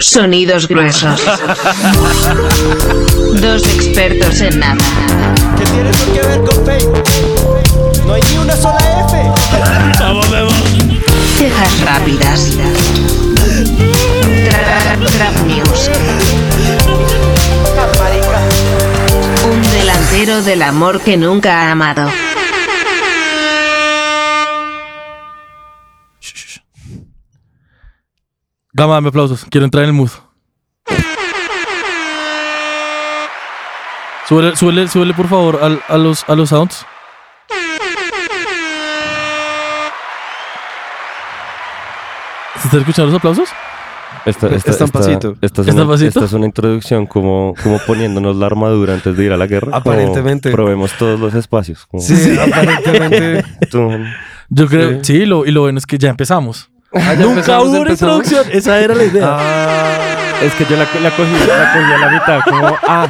Sonidos gruesos. Dos expertos en nada. ¿Qué tiene eso que ver con Facebook? No hay ni una sola F. Vamos, vemos. Cejas rápidas. Tra- tra- Trap News. Un delantero del amor que nunca ha amado. Gama, dame aplausos. Quiero entrar en el mood. Súbele, súbele, súbele, por favor, al- a, los, a los sounds. ¿Se están escuchando los aplausos? Esta, esta, Está esta- en pasito. esta es ¿Está en una, pasito? esta es una introducción, como, como poniéndonos la armadura antes de ir a la guerra. como Aparentemente. probemos todos los espacios. como- Sí, aparentemente. Tum. Yo creo, sí, lo, y lo bueno es que ya empezamos. Ah, ya Nunca empezamos, hubo una empezamos. introducción, esa era la idea. Ah, Es que yo la, co- la cogí, la cogí a la mitad, como, ah,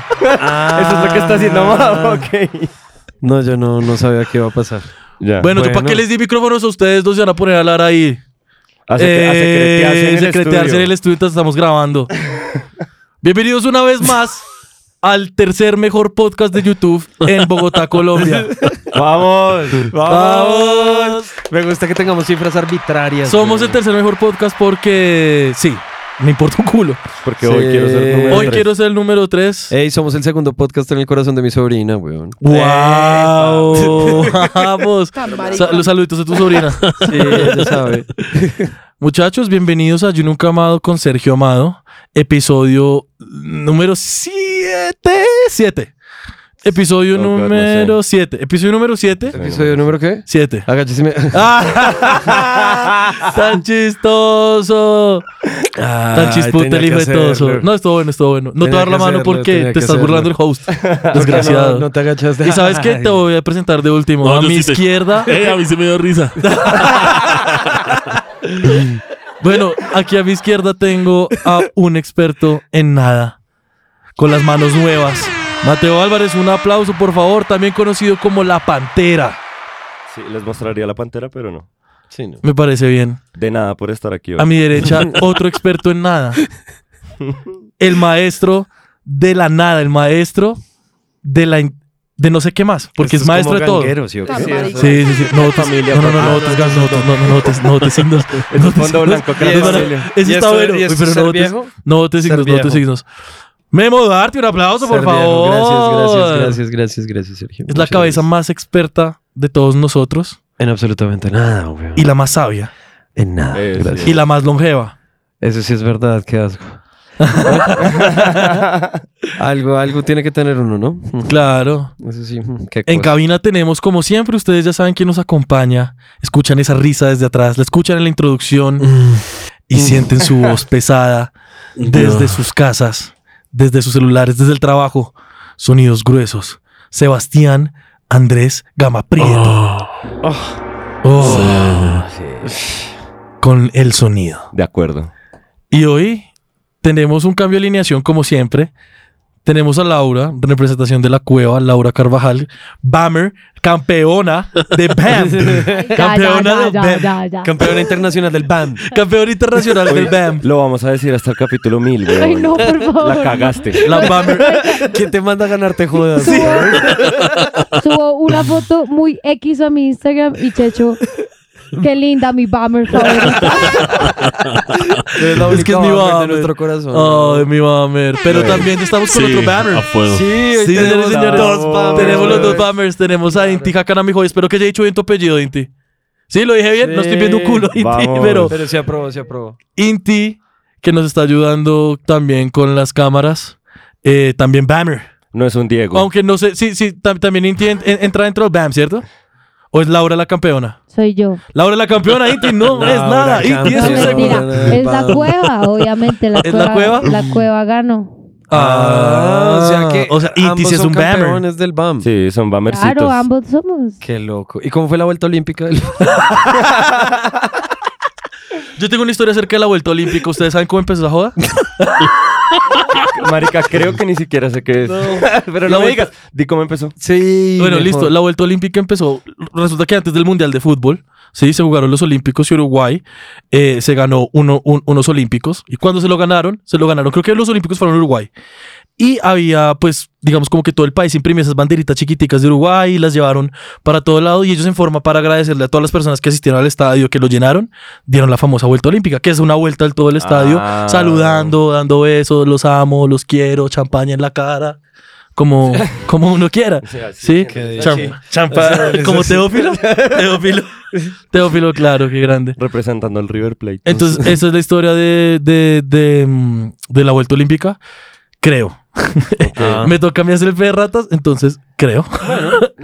eso es lo que está haciendo Ah. Mau, ok. no, yo no, no sabía qué iba a pasar. Ya. Bueno, ¿yo Bueno. para qué les di micrófonos a ustedes dos? Se van a poner a hablar ahí. hace, que- hace Eh, cretearse en el secretearse estudio. en el estudio mientras estamos grabando. Bienvenidos una vez más al tercer mejor podcast de YouTube en Bogotá, Colombia. ¡Vamos! ¡Vamos! Me gusta que tengamos cifras arbitrarias. Somos güey. el tercer mejor podcast porque sí, me importa un culo. Porque Sí. hoy quiero ser número Hoy tres. Eh. quiero ser el número 3. Ey, somos el segundo podcast en el corazón de mi sobrina, weón. ¡Wow! ¡Vamos! Sa- los saluditos de tu sobrina. Sí, ella sabe. Muchachos, bienvenidos a Yo Nunca Amado con Sergio Amado, episodio número 7. 7. Episodio Oh, God, no número 7. Episodio número 7. ¿Episodio número qué? 7. Agáchese. ¡Tan chistoso! Ah, Tan chispute el hijo de todos. No, estuvo bueno, estuvo bueno. No te voy a dar la Tenía que mano hacerlo, porque tenía te que estás burlando el hacerlo. host. Desgraciado. No, no te agachaste. Y sabes qué? Te voy a presentar de último. No, a yo mi sí te- izquierda. Eh, a mí se me dio risa. Bueno, aquí a mi izquierda tengo a un experto en nada, con las manos nuevas. Mateo Álvarez, un aplauso, por favor, también conocido como La Pantera. Sí, les mostraría la pantera, pero no. Sí, no. Me parece bien. De nada por estar aquí hoy. A mi derecha, otro experto en nada. El maestro de la nada, el maestro de la... in- de no sé qué más, porque es maestro de todo. Sí, sí, sí. No, otros- Familia, no, no, no, papá. no, otros gas, no, otros- no, no, no, otros- no, otros signos. No, el otros fondo signos. blanco, que Y era esto- familia. Ese está ¿Y esto- bueno. y esto Uy, es pero ser no te, viejo? no te Ser signos, no te viejo. signos. Memo Darte, un aplauso, por favor. Gracias, gracias, gracias, gracias, Sergio. Es la Muchas cabeza gracias. más experta de todos nosotros En absolutamente nada, weón. y la más sabia En nada. Eh, sí. gracias. y la más longeva. Eso sí es verdad, qué asco. algo, algo tiene que tener uno, ¿no? Claro. Eso sí, mm, qué En cosa. cabina tenemos, como siempre, ustedes ya saben quién nos acompaña. Escuchan esa risa desde atrás, la escuchan en la introducción y sienten su voz pesada desde sus casas, desde sus celulares, desde el trabajo. Sonidos gruesos. Sebastián Andrés Gama Prieto. Oh. Con el sonido. De acuerdo. Y hoy tenemos un cambio de alineación, como siempre. Tenemos a Laura, representación de la cueva, Laura Carvajal, Bammer, campeona de BAM. campeona, del BAM, Campeona internacional del BAM. campeona internacional del BAM. Lo vamos a decir hasta el capítulo 1000, güey. Ay, no, por favor. La cagaste. La Bammer. ¿Quién te manda a ganarte jodas? Subo una foto muy X a mi Instagram y Checho. Qué linda mi bummer favorita. Eres la Es que es única mi Ah, Bammer de Bammer. nuestro corazón. Ay, mi Bammer. Pero también estamos con otro a Bammer. fuego. Sí, hoy Sí, señores, tenemos señores. dos Bammers, tenemos los dos güey. Bammers. Tenemos a Inti Jacanamijo. Espero que haya dicho bien tu apellido, Inti. Sí, lo dije bien. No estoy viendo un culo, Sí, Inti, vamos. pero Pero se aprobó, se aprobó. Inti, que nos está ayudando también con las cámaras. Eh, también Bammer. No es un Diego. Aunque no sé, sí, sí, tam- también Inti en- en- entra dentro del BAM, ¿cierto? ¿O es Laura la campeona? Soy yo. Laura la campeona, Inti, no, es nada. Inti es No, un campeona. segundo. mentira. seguro. Es la cueva, obviamente. La ¿Es la cueva? La cueva ganó. Ah, o sea que. o sea, Inti ambos sí es son un Bammer. campeones del BAM. Sí, son bammercitos. Claro, ambos somos. Qué loco. ¿Y cómo fue la vuelta olímpica del Yo tengo una historia acerca de la vuelta olímpica. ¿Ustedes saben cómo empezó esa joda? Marica, creo que ni siquiera sé qué es. Pero no La me vuelta- digas. Di cómo empezó. Sí. Bueno, mejor. listo. La vuelta olímpica empezó. Resulta que antes del Mundial de Fútbol, sí, se jugaron los Olímpicos y Uruguay eh, se ganó uno- un- unos Olímpicos. Y cuando se lo ganaron, se lo ganaron. Creo que los Olímpicos fueron a Uruguay. Y había, pues, digamos como que todo el país imprimía esas banderitas chiquiticas de Uruguay y las llevaron para todo lado. Y ellos en forma para agradecerle a todas las personas que asistieron al estadio, que lo llenaron, dieron la famosa vuelta olímpica, que es una vuelta al todo el estadio, Ah. saludando, dando besos, los amo, los quiero, champaña en la cara, como, como uno quiera. Sí, Cham- champa, como Teófilo. Teófilo. Teófilo, claro, qué grande. Representando al River Plate. Entonces, esa es la historia de, de, de, mm, de la vuelta olímpica, creo. Ah. Me toca a mí hacer el fe de ratas, entonces creo.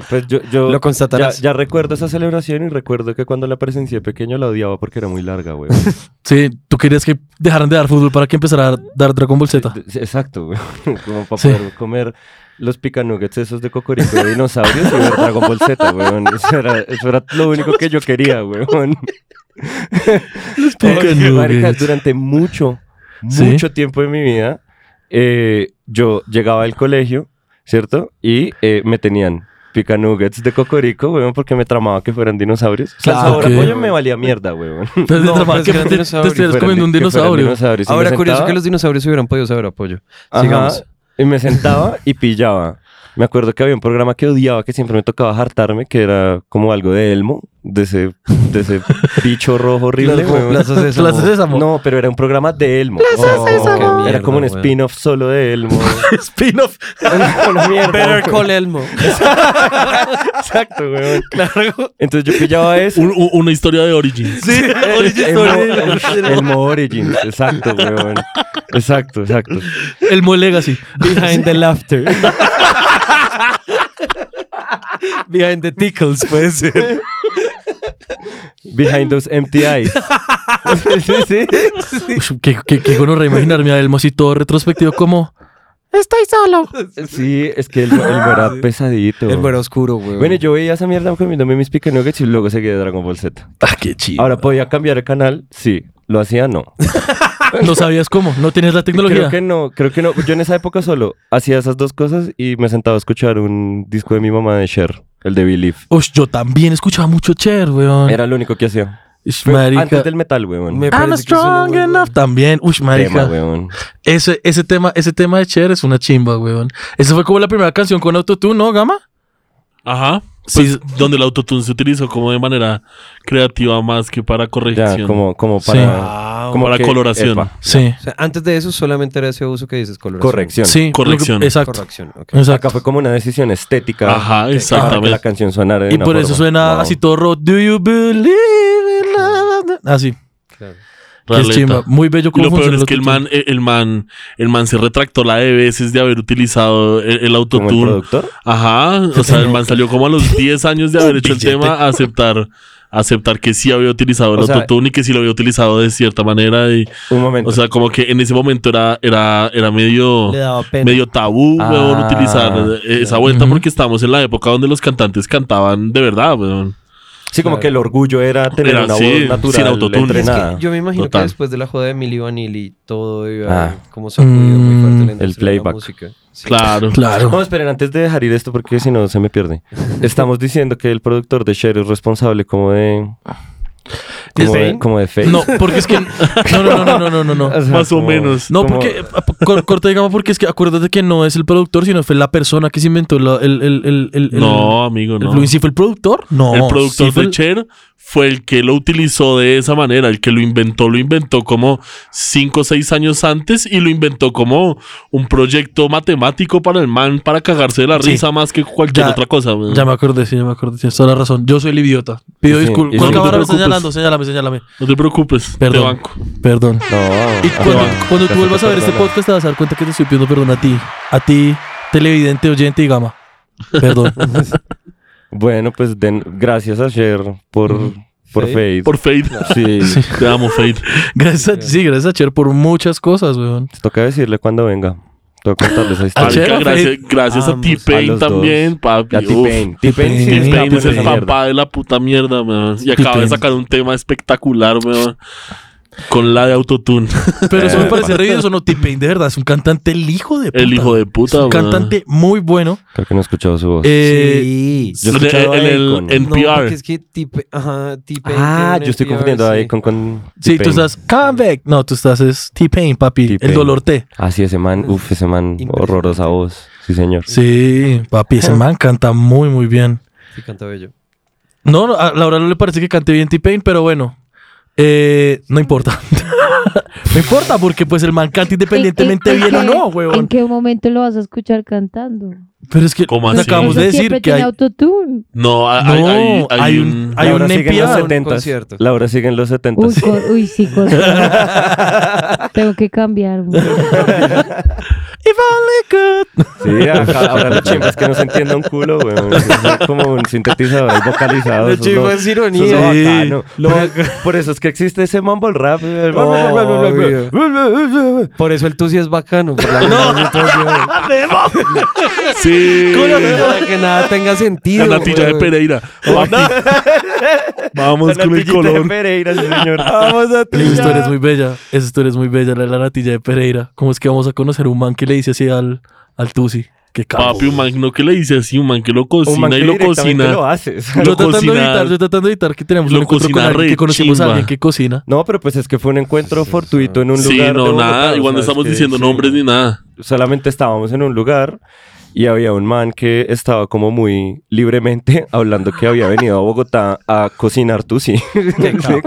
Pues yo, yo Lo constatarás. Ya, ya recuerdo esa celebración y recuerdo que cuando la presencié pequeño la odiaba porque era muy larga, güey. Sí, tú querías que dejaran de dar fútbol para que empezara a dar Dragon Ball Z. Sí, Exacto, güey. Como para Sí. poder comer los picanuggets esos de cocorico de dinosaurios y ver Dragon Ball Z, güey. Eso era, eso era lo único que yo quería, güey. Picanuggets. Marica, durante mucho, Sí. mucho tiempo de mi vida, eh, yo llegaba al colegio, ¿cierto? Y eh, me tenían picanuggets de cocorico, güey, porque me tramaba que fueran dinosaurios. O sea, el Claro, sabor a Ah, ok. pollo me valía mierda, güey. Entonces, No, de pues verdad, que que eran te, te dinosaurios, estuvieras fueran comiendo di- un que fueran dinosaurio. dinosaurios. Y me Ahora, curioso sentaba- que los dinosaurios hubieran podido saber apoyo. Ajá, Sigamos. Y me sentaba y pillaba. Me acuerdo que había un programa que odiaba, que siempre me tocaba hartarme, que era como algo de Elmo, de ese, de ese bicho rojo horrible. Claro, como weón. Plaza Sésamo. Plaza Sésamo. No, pero era un programa de Elmo. Oh, qué era mierda, como un weón. spin-off solo de Elmo. Spin-off. Una mierda. Better Call Elmo. Exacto, weón. Entonces yo pillaba eso. Un- un- una historia de Origins. Sí, Elmo, Elmo Origins, exacto, weón. Exacto, exacto. El Mo Legacy. Behind the laughter. Behind the tickles, puede ser. Behind those empty eyes. sí, sí. Ush, Qué, qué, qué gonorrea imaginarme a Elmo así todo retrospectivo como... Sí, es que el, el era pesadito. El mero oscuro, güey. Bueno, yo veía esa mierda comiéndome mis Chicken Nuggets y luego seguía Dragon Ball Z. Ah, qué chido. Ahora, ¿podía cambiar el canal? Sí. ¿Lo hacía? No. No sabías cómo, no tenías la tecnología. Creo que no, creo que no. Yo en esa época solo hacía esas dos cosas y me sentaba a escuchar un disco de mi mamá de Cher, el de Believe. Ush, yo también escuchaba mucho Cher, weón. Era lo único que hacía. Ush, Pero Ah. marica. Antes del metal, weón. Me I'm parece que eso no, strong güey. enough. También, ush, Tema, marica. weón. ese, ese, tema, ese tema de Cher es una chimba, weón. Esa fue como la primera canción con autotune, ¿no, Gama? Ajá. Sí. Pues, donde el autotune se utilizó como de manera creativa más que para corrección. Ya, como, como para... Sí. como para que- coloración. epa, Sí. O sea, antes de eso solamente era ese uso que dices, coloración. corrección. Sí. Corrección. Exacto. Corrección, ok. Exacto. Acá fue como una decisión estética. Ajá, que- para que la exactamente. canción sonara de Y una por eso forma. suena Wow. así todo rock. Do you believe in love? Así. Que es Raleta. chimba. Muy bello Mm. Y como lo peor es que el man, eh, el man, el man se retractó la de veces de haber utilizado el, el ¿Como el autotune. productor? Ajá. O sea, el man salió como a los 10 años de haber hecho el tema a aceptar, a aceptar que sí había utilizado el O sea, autotune y que sí lo había utilizado de cierta manera. Y, Un momento. o sea, como que en ese momento era, era, era medio. Le daba pena. medio tabú, Ah, weón, utilizar eh, esa vuelta Ujú. porque estábamos en la época donde los cantantes cantaban de verdad, weón. Sí, como Claro. que el orgullo era tener Era una así, voz natural, sin autotune. entrenada. Yo me imagino Total. que después de la joda de Emilio Vanilli, todo iba Ah. como sacudido muy fuerte en la El industria de la playback. música. Sí. Claro. Claro. Pues, No, esperen, antes de dejar ir esto, porque si no se me pierde. Estamos diciendo que el productor de Cher es responsable como de... Como de, Fame? como de fake. No, porque es que. No, no, no, no, no, no, no. no. O sea, Más o como- menos. No, como- porque cor- corta de gama, porque es que acuérdate que no es el productor, sino fue la persona que se inventó la- el, el, el, el- el- No, amigo, el no. plugin. ¿Sí fue el productor? No. el sí productor fue de el- Cher fue el que lo utilizó de esa manera. El que lo inventó, lo inventó como 5 o 6 años antes y lo inventó como un proyecto matemático para el man para cagarse de la Sí. risa más que cualquier Ya- otra cosa. weón. Ya me acordé, sí, ya me acordé. Tienes toda la razón. Yo soy el idiota. Pido Sí, disculpas. y ¿Cuál sí. cámara No me te preocupes. señalando? Señálame, señálame. No te preocupes, Perdón. te banco. Perdón. No, Y ah, cuando, no, cuando te tú vuelvas a ver este perdono. podcast te vas a dar cuenta que te estoy pidiendo perdón a ti. A ti, televidente, oyente y gama. Perdón. Bueno, pues den, gracias a Cher por, Mm. por Sí. Fade. Por Fade. Sí, Te amo, Fade. gracias a, sí, gracias a Cher por muchas cosas, weón. toca decirle cuando venga. Toca contarles esa ¿A historia. Marica, Cher o a Fade? gracias, gracias a Ambos. A T-Pain los dos. también, papi. A Uf. T-Pain. T-Pain sí T-Pain está T-Pain es bueno el en esa mierda. papá de la puta mierda, weón. Y acaba de T-Pain. sacar un tema espectacular, weón. Con la de autotune. Pero eso me Eh, parece re bien, eso no. T-Pain, de verdad, es un cantante el hijo de puta. El hijo de Es un puta, weón. cantante muy bueno. Creo que no he escuchado su voz. Eh, sí. Yo he de- escuchado a en el- Akon. en- No, NPR. porque es que tipe, ajá, tipe Ah, tiene yo estoy NPR, confundiendo a sí. Akon con Sí, tú T-Pain. estás, come back. No, tú estás, es T-Pain, papi. T-Pain. El dolor T. Ah, sí, ese man, uf, ese man, Impresionante. horrorosa voz. Sí, señor. Sí, papi, ese man canta muy, muy bien. Sí, canta bello. No, no, a Laura no le parece que cante bien T-Pain, pero bueno. Eh, no importa. no importa, porque pues el man canta independientemente ¿En qué- bien o en no, qué- huevón. ¿En qué momento lo vas a escuchar cantando? Pero es que ¿Cómo te así? acabamos de Eso decir siempre que tiene hay. autotune. No, hay, No, hay- hay hay un- un... hay Laura un sigue en NPR. los Un 70s. concierto. Laura sigue en los 70 Uy, co- uy, sí, cosa. Tengo que cambiar. güey. If only could. Sí, acá- ahora lo chimba es que no se entienda un culo, güey. Es como un sintetizador vocalizado. Lo eso es chimba lo- es eso es lo ironía. bacano. Por, por eso es que existe ese mumble rap. el- Obvio. Por eso el tusi es bacano. Por la no. Sí. Para que nada tenga sentido. La natilla de güey. Pereira. Papi. Vamos con el Natillita de color. Pereira, sí, señor. Vamos a Esa historia es muy bella. Esa historia es muy bella, la de la natilla de Pereira. ¿Cómo es que vamos a conocer un man que le dice así al, al Tusi? Qué capo. Papi, un man no que le dice así, un man que lo Un cocina man y que lo directamente cocina. lo haces. Yo lo tratando de cocina- evitar, yo tratando de evitar que tenemos lo un encuentro con cocina alguien re que conocimos a chimba. alguien que cocina. No, pero pues es que fue un encuentro fortuito en un lugar. Sí, de no, Bogotá, nada. Igual no ¿sabes? estamos Que- diciendo sí. nombres ni nada. solamente estábamos en un lugar y había un man que estaba como muy libremente hablando que había venido a Bogotá a cocinar tusi.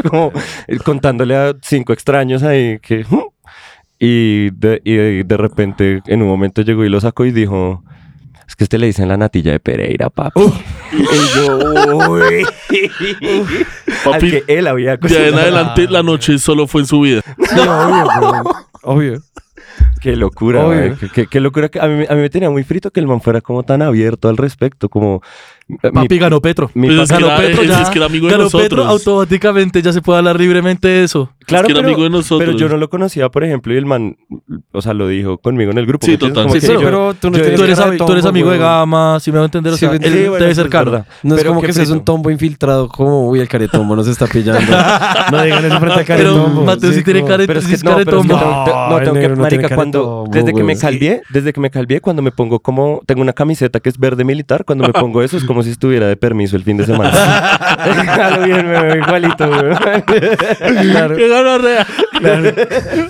como eh, contándole a cinco extraños ahí que... "Mm". Y de, y de repente en un momento llegó y lo sacó y dijo... Es que a usted le dicen la natilla de Pereira, papi. Y yo, uy. Al Papi, que él había de en cocinado. adelante la noche solo fue en su vida. Sí, obvio, güey. Obvio. Qué locura, Obvio. güey. Qué, qué- qué locura. que- A mí, a mí me tenía muy frito que el man fuera como tan abierto al respecto, como... eh, mi- Papi ganó Petro. mi Pues papá- es que Ganó era- Petro es- ya. es que era amigo de Ganó nosotros. Petro automáticamente ya se puede hablar libremente de eso. Claro, que era pero, amigo de nosotros. pero yo no lo conocía, por ejemplo, y el man, o sea, lo dijo conmigo en el grupo. Sí, ¿me entiendes? total. Como Sí, que pero- yo- tú yo- tienes Tú eres, cara de ami- tú eres tombo, amigo de güey. Gama, si me va a entender. O Sí, sea, sí, él bueno, debe ser es caro. verdad. No es Pero como qué que seas frito. un tombo infiltrado, como, uy, el caretombo nos está pillando. no digan eso frente Pero al caretombo. Mateo sí, ah, Sí, tiene como- cara de Pero es que sí, no, cara de pero es que tombo. tengo- te- no, No, el tengo que, negro no tiene marica, cara de cuando, tombo, desde que me güey. calvié, desde que me calvié, cuando me pongo como, tengo una camiseta que es verde militar, cuando me pongo eso es como si estuviera de permiso el fin de semana. A lo bien, me veo igualito, güey. Claro. ¡Qué gonorrea! ¡Qué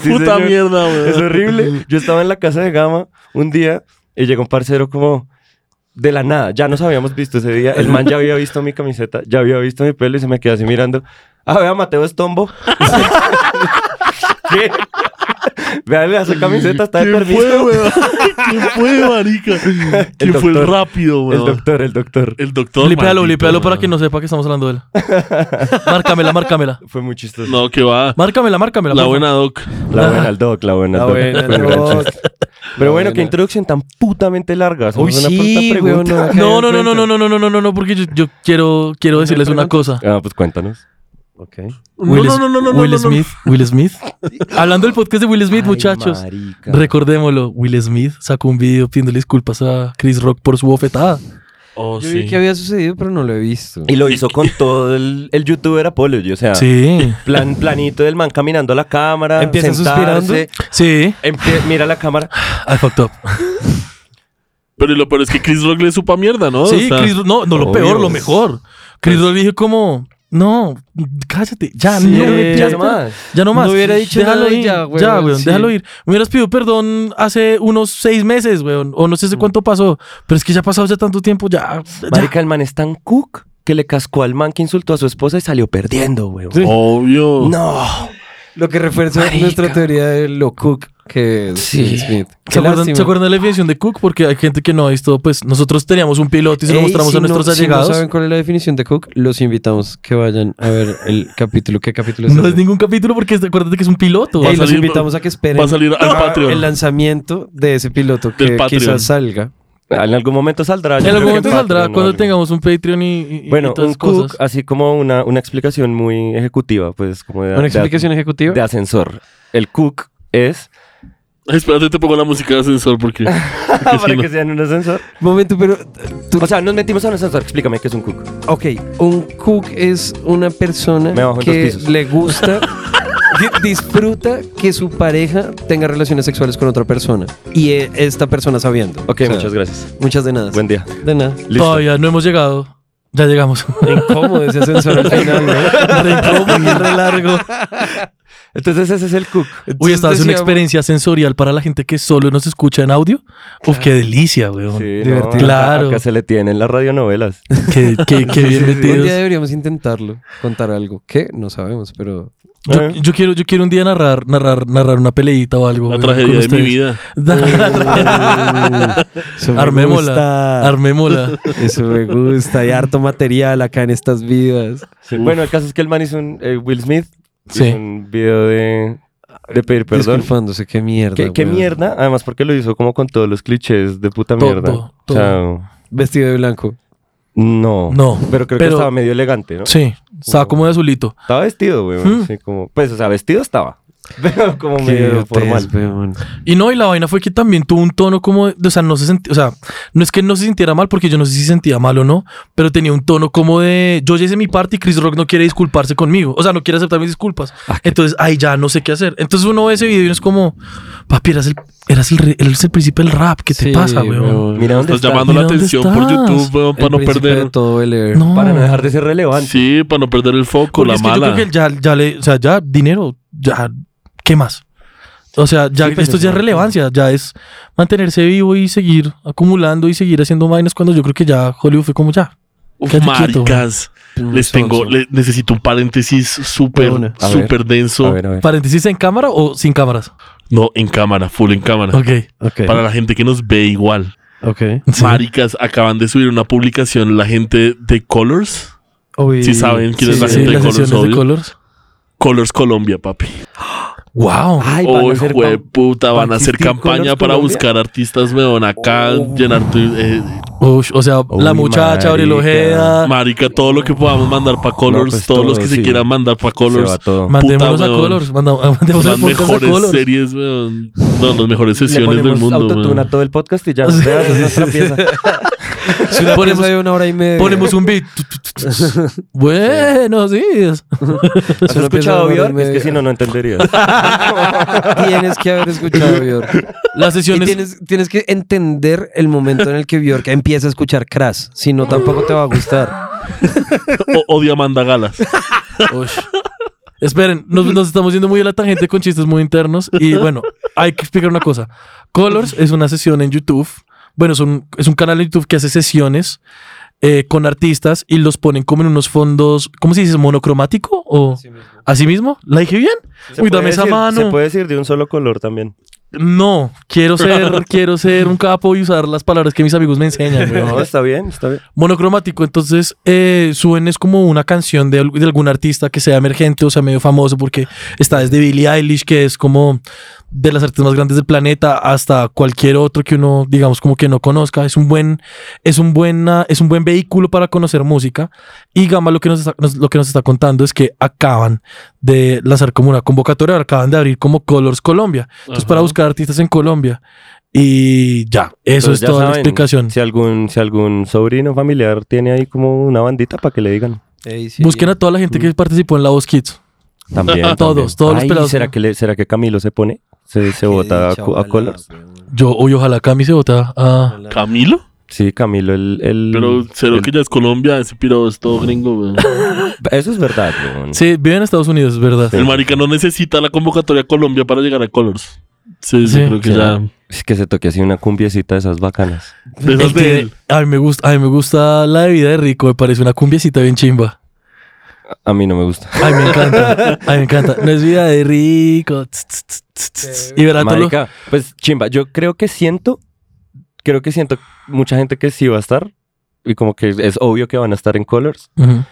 Sí, puta señor. mierda, weón! Es horrible. Yo estaba en la casa de Gama un día y llegó un parcero como de la nada. Ya nos habíamos visto ese día. El man ya había visto mi camiseta, ya había visto mi pelo y se me quedó así mirando. Ah, vea, Mateo es tombo. ¿Qué? Vea, su camiseta está de ¿Quién fue, permiso. weón? ¿Quién fue, marica? ¿Quién fue el doctor. rápido, El weón? doctor, el doctor. El doctor. Blipéalo, maldito, blipéalo para weón. que no sepa que estamos hablando de él. márcamela, márcamela. Fue muy chistoso. No, que va. Márcamela, márcamela. La por buena doc. La buena, el doc, la buena. La el doc. buena, Fue un gran no. chiste. Pero bueno, qué introducción tan putamente larga. Uy, Hacemos una sí, puta güey, pregunta. no, No, no, no, no, no, no, no, no, no, no, no, porque yo, yo quiero, quiero decirles una cosa. Ah, pues cuéntanos. Ok. Will, no, S- no, no, no, no, Will no, no. Smith, Will Smith. Hablando del podcast de Will Smith, Ay, muchachos. marica. Recordémoslo, Will Smith sacó un video pidiéndole disculpas a Chris Rock por su bofetada. Oh, Yo vi sí. que había sucedido, pero no lo he visto. Y lo hizo con todo el, el youtuber Apollo, o sea, Sí, plan, planito del man caminando a la cámara, Empieza sentarse, sí. empie- mira la cámara. I fucked up. Pero lo peor es que Chris Rock le supa mierda, ¿no? Sí, Oh, O sea, Chris Rock- no, no, lo obvio. peor, lo mejor. Chris Rock dijo como, no, cállate, ya, no, eh, ya, Ya más. ya no más. No hubiera dicho déjalo nada y ir, ya, weón, ya, weón, sí. déjalo ir. Me hubieras pedido perdón hace unos seis meses, weón, o no sé hace cuánto pasó, pero es que ya ha pasado ya tanto tiempo, ya, ya. Marica, el man es tan cook que le cascó al man que insultó a su esposa y salió perdiendo, weón. Obvio. No. Lo que refuerza Marica. nuestra teoría de lo cook que es Sí. Will Smith. Qué ¿Se acuerdan, lástima. se acuerdan de la definición de Cook? Porque hay gente que no ha visto, pues nosotros teníamos un piloto y se lo Ey, mostramos si a nuestros no, allegados. Si no No, saben cuál es la definición de cook, los invitamos que vayan a ver el capítulo. ¿Qué capítulo es ese? es ningún capítulo porque es- acuérdate que es un piloto. Ey, Va a los salir- invitamos a que esperen Va a salir al a- Patreon. el lanzamiento de ese piloto Del que Patreon. quizás salga. En algún momento saldrá. en yo creo algún que momento saldrá Patreon o cuando algo. tengamos un Patreon y, y- y Bueno, todas un esas cook, cosas. así como una, una explicación muy ejecutiva, pues como de, ¿Una de- explicación de ejecutiva? ascensor. El cook es Espérate, te pongo la música de ascensor porque. porque si Para no- que sea en un ascensor. Momento, pero tú- O sea, nos metimos a un ascensor. Explícame qué es un cook. Ok, un cook es una persona Me bajo en que dos pisos. le gusta, que disfruta que su pareja tenga relaciones sexuales con otra persona. Y eh, esta persona sabiendo. Ok, O sea, muchas gracias. Muchas de nada. Buen día. De nada. Listo. Todavía no hemos llegado. Ya llegamos. Incómodo ese ascensor al final, ¿no? re incómodo, re largo. Entonces ese es el cook. Uy, esta es una decíamos- experiencia sensorial para la gente que solo nos escucha en audio. Uf, qué delicia, weón. no, divertido. Claro. Acá se le tienen las radionovelas. Qué, qué- qué bien Un día metidos. deberíamos intentarlo, contar algo que no sabemos, pero eh. Yo, yo quiero, yo quiero un día narrar, narrar, narrar una peleita o algo. La weón, tragedia con de mi ustedes. vida. eso me Armémosla. gusta. Armémola. Eso me gusta. Hay harto material acá en estas vidas. Bueno, el caso es que el man hizo un eh, Will Smith. hizo Sí. un video de, de pedir perdón. Disculpándose, qué mierda. ¿Qué, qué weón. mierda? Además, porque lo hizo como con todos los clichés de puta Todo, mierda. O sea, Vestido de blanco. no. No, Pero pero- creo que estaba medio elegante, ¿no? Sí, estaba como de azulito. Estaba vestido, güey. Hmm. sí, como... Pues, o sea, vestido estaba. Pero como medio idiotez, formal. weón. Y no, y la vaina fue que también tuvo un tono como, de- o sea, no se sentía, o sea, no es que no se sintiera mal, porque yo no sé si sentía mal o no, pero tenía un tono como de, yo ya hice mi parte y Chris Rock no quiere disculparse conmigo, o sea, no quiere aceptar mis disculpas. Entonces, ay, ya no sé qué hacer. Entonces uno ve ese video y es como, papi, eras el, eras el, re- eres el príncipe del rap, ¿qué te Sí, pasa, weón? weón. Mira dónde Estás está. llamando la Mira, ¿dónde atención por estás? YouTube, weón, para El no príncipe de perder. todo el air. No, Para no dejar de ser relevante. Sí, para no perder el foco, porque la es que yo mala. creo que él ya, ya le, o sea, ya dinero, ya, ¿qué más? O sea, ya, Sí, pues, esto es ya es verdad. relevancia, ya es mantenerse vivo y seguir acumulando y seguir haciendo vainas cuando yo creo que ya Hollywood fue como ya. Uf, Cállate quieto, maricas. Les tengo, le- necesito un paréntesis súper, De una. A ver. súper A denso. ver, a ver. Paréntesis en cámara o sin cámaras. No, en cámara, full en cámara. Ok. Ok, Para la gente que nos ve igual. ok. Sí. Maricas, acaban de subir una publicación la gente de Colors. Uy, Sí saben quién es Sí, la sí, gente de las Colors, sesiones de obvio. Colors. Colors Colombia, papi. Wow. Ah. Ay, van a Hoy, hacer jue pa- puta, van a ¿van a hacer existir campaña Colors para Colombia? buscar artistas, weón. Acá, Oh. llenar tu. eh, Ush, o sea, la Uy, muchacha, Aurel marica. Ojeda. marica, todo lo que podamos mandar para Colors, pues todos los todo, que se sí. quieran mandar para Colors. Se va todo. Mandémonos Puta, a weón. Colors. manda- Mandémonos a Las podcast a mejores Colors. series, weón. No, las mejores Le sesiones del ponemos mundo, autotune weón. a todo el podcast y ya. vea, esa es nuestra pieza. es una Ponemos- pieza de una hora y media. Ponemos un beat. Tu, tu, tu, tu. Buenos días. ¿Has una pieza de escuchado una hora y Bjork? Es media. que si no, no entenderías. Tienes que haber escuchado Bjork. Las Y sesiones. tienes, tienes que entender el momento en el que Bjork empieza a escuchar Crash. Si no, tampoco te va a gustar. O, o Diamanda Galas. Ush. Esperen, nos, nos estamos yendo muy a la tangente con chistes muy internos. Y bueno, hay que explicar una cosa. Colors es una sesión en YouTube. Bueno, es un, es un canal en YouTube que hace sesiones eh, con artistas y los ponen como en unos fondos, ¿cómo se dice? ¿Monocromático? ¿O así mismo? ¿La dije bien? Se Uy, puede dame esa decir- mano. Se puede decir de un solo color también. No, quiero ser, quiero ser un capo y usar las palabras que mis amigos me enseñan. weón. No, está bien, está bien. monocromático. Entonces, eh, suben es como una canción de, al- de algún artista que sea emergente o sea medio famoso, porque está desde Billie Eilish, que es como de las artistas más grandes del planeta, hasta cualquier otro que uno, digamos, como que no conozca. Es un buen, es un buen, ah, es un buen vehículo para conocer música. Y Gama lo que nos está, nos- lo que nos está contando es que acaban de lanzar como una convocatoria, acaban de abrir como Colors Colombia. Entonces, Ajá. para buscar artistas en Colombia. Y ya, eso Pero es ya toda la saben, explicación. Si algún, si algún sobrino familiar tiene ahí como una bandita para que le digan. Busquen a toda la Mm. gente que participó en La Voz Kids. También. Todos, también. todos los Ay, pelados. ¿será que, le- ¿Será que Camilo se pone? ¿Se, se vota a, cu- a Colors? Yo, uy, ojalá Cami se vota a... ¿Camilo? Sí, Camilo, el... el- Pero será Mm, el- que ya es Colombia, ese pirado es todo gringo, weón. Eso es verdad, weón. Sí, vive en Estados Unidos, es verdad. El marica no necesita la convocatoria a Colombia para llegar a Colors. Sí, sí, Sí. creo que ¿Será? ya. Es que se toque así una cumbiecita de esas bacanas. De esas Él tiene- de él. a, mí me gusta, a mí me gusta la de vida de rico, me parece una cumbiecita bien chimba. A mí no me gusta. Ay, me encanta, ay, me encanta. No es vida de rico. tss, tss, tss, tss, tss. Y verá todo lo- Marica, pues chimba, yo creo que siento, creo que siento mucha gente que sí va a estar y como que es obvio que van a estar en Colors, Ujú.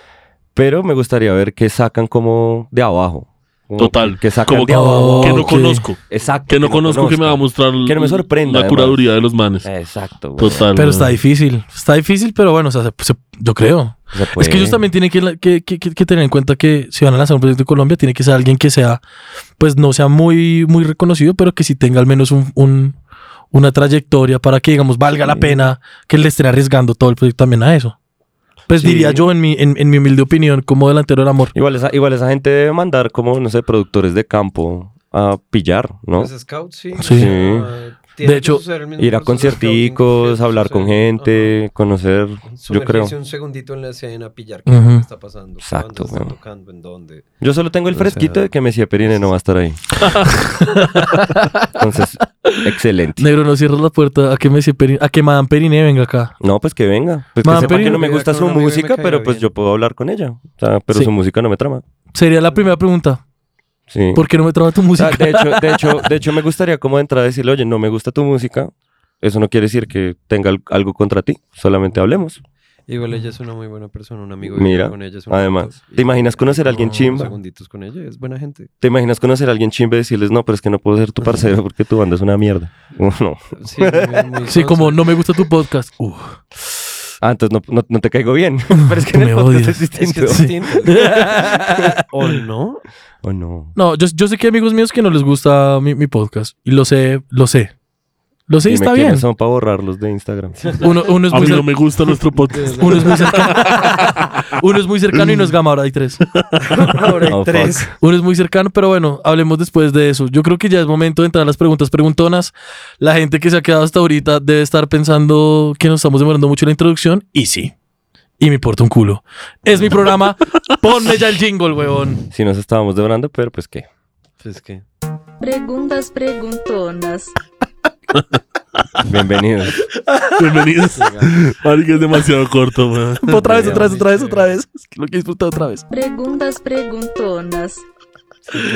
pero me gustaría ver qué sacan como de abajo. Como Total. Que sacan como de que, abajo. que no Ok. conozco. Exacto. Que no conozco que me va a mostrar Que no me sorprenda, la además. Eh. curaduría de los manes. Exacto. güey. Total. Pero weón. está difícil. Está difícil, pero bueno, o sea, se- se- yo creo. O sea, Es que puede- ellos también tienen que, que- que- que- que tener en cuenta que si van a lanzar un proyecto en Colombia, tiene que ser alguien que sea, pues no sea muy, muy reconocido, pero que sí tenga al menos un, un- una trayectoria para que, digamos, valga la pena que le estén arriesgando todo el proyecto también a eso. Pues Sí. diría yo, en mi, en, en mi humilde opinión, como delantero del amor. Igual esa, igual esa gente debe mandar como, no sé, productores de campo a pillar, ¿no? Los scouts, sí. Sí. Ah, De tiene Pues que hecho, suceder el mismo Ir a proceso de scouting concierticos, que hablar sucede. con gente, conocer, Ajá. yo creo. Sumergirse un segundito en la escena, pillar qué Ujú. es lo que está pasando, Exacto, cuándo weón. está tocando, en dónde. Yo solo tengo el O sea- fresquito de que Messi Perine no va a estar ahí. Entonces, excelente. Negro, no cierras la puerta a que, Messi Peri- a que Madame Periné venga acá. No, pues que venga. Pues que Ma, sepa pero- que no me gusta Con su un amigo y me música, caiga pero pues bien. yo puedo hablar con ella. O sea, pero Sí. su música no me trama. Sería la primera pregunta. Sí. ¿Por qué no me traba tu O sea, música? de hecho, de hecho, de hecho me gustaría como de entrada decirle, oye, no me gusta tu música. Eso no quiere decir que tenga al- algo contra ti, solamente hablemos. Igual ella es una muy buena persona, un amigo Mira, vive con ella. es una además, putas, ¿te y- imaginas conocer a alguien No, chimba? segunditos con ella, es buena gente. ¿Te imaginas conocer a alguien chimbe y decirles, no, pero es que no puedo ser tu parcero porque tu banda es una mierda? Uh, no. Sí, muy- muy Sí, como conserva- no me gusta tu podcast. Uf. Ah, entonces no, no- no te caigo bien. pero es que Tú en el me podcast odias. es Es que distinto. es distinto. ¿O no? Oh, no. No, yo, yo sé que hay amigos míos que no les gusta mi, mi podcast. Y lo sé, lo sé. Lo sé y Dime está quiénes bien. son para borrarlos de Instagram. Uno, uno es A muy mí no cer- me gusta nuestro podcast. uno es muy cercano. uno es muy cercano y no es gama, ahora hay tres. Ahora hay Oh, fuck. tres. Uno es muy cercano, pero bueno, hablemos después de eso. Yo creo que ya es momento de entrar a las preguntas preguntonas. La gente que se ha quedado hasta ahorita debe estar pensando que nos estamos demorando mucho en la introducción. Y sí. Y me importa un culo. Es mi programa. Ponme ya el jingle, huevón. Si nos estábamos devorando, pero pues qué. Pues que... Preguntas preguntonas. Bienvenidos. Bienvenidos. Marica, es demasiado corto, weón. Otra vez, otra vez, otra vez, otra vez. Es que lo que disfruta otra vez. Preguntas preguntonas.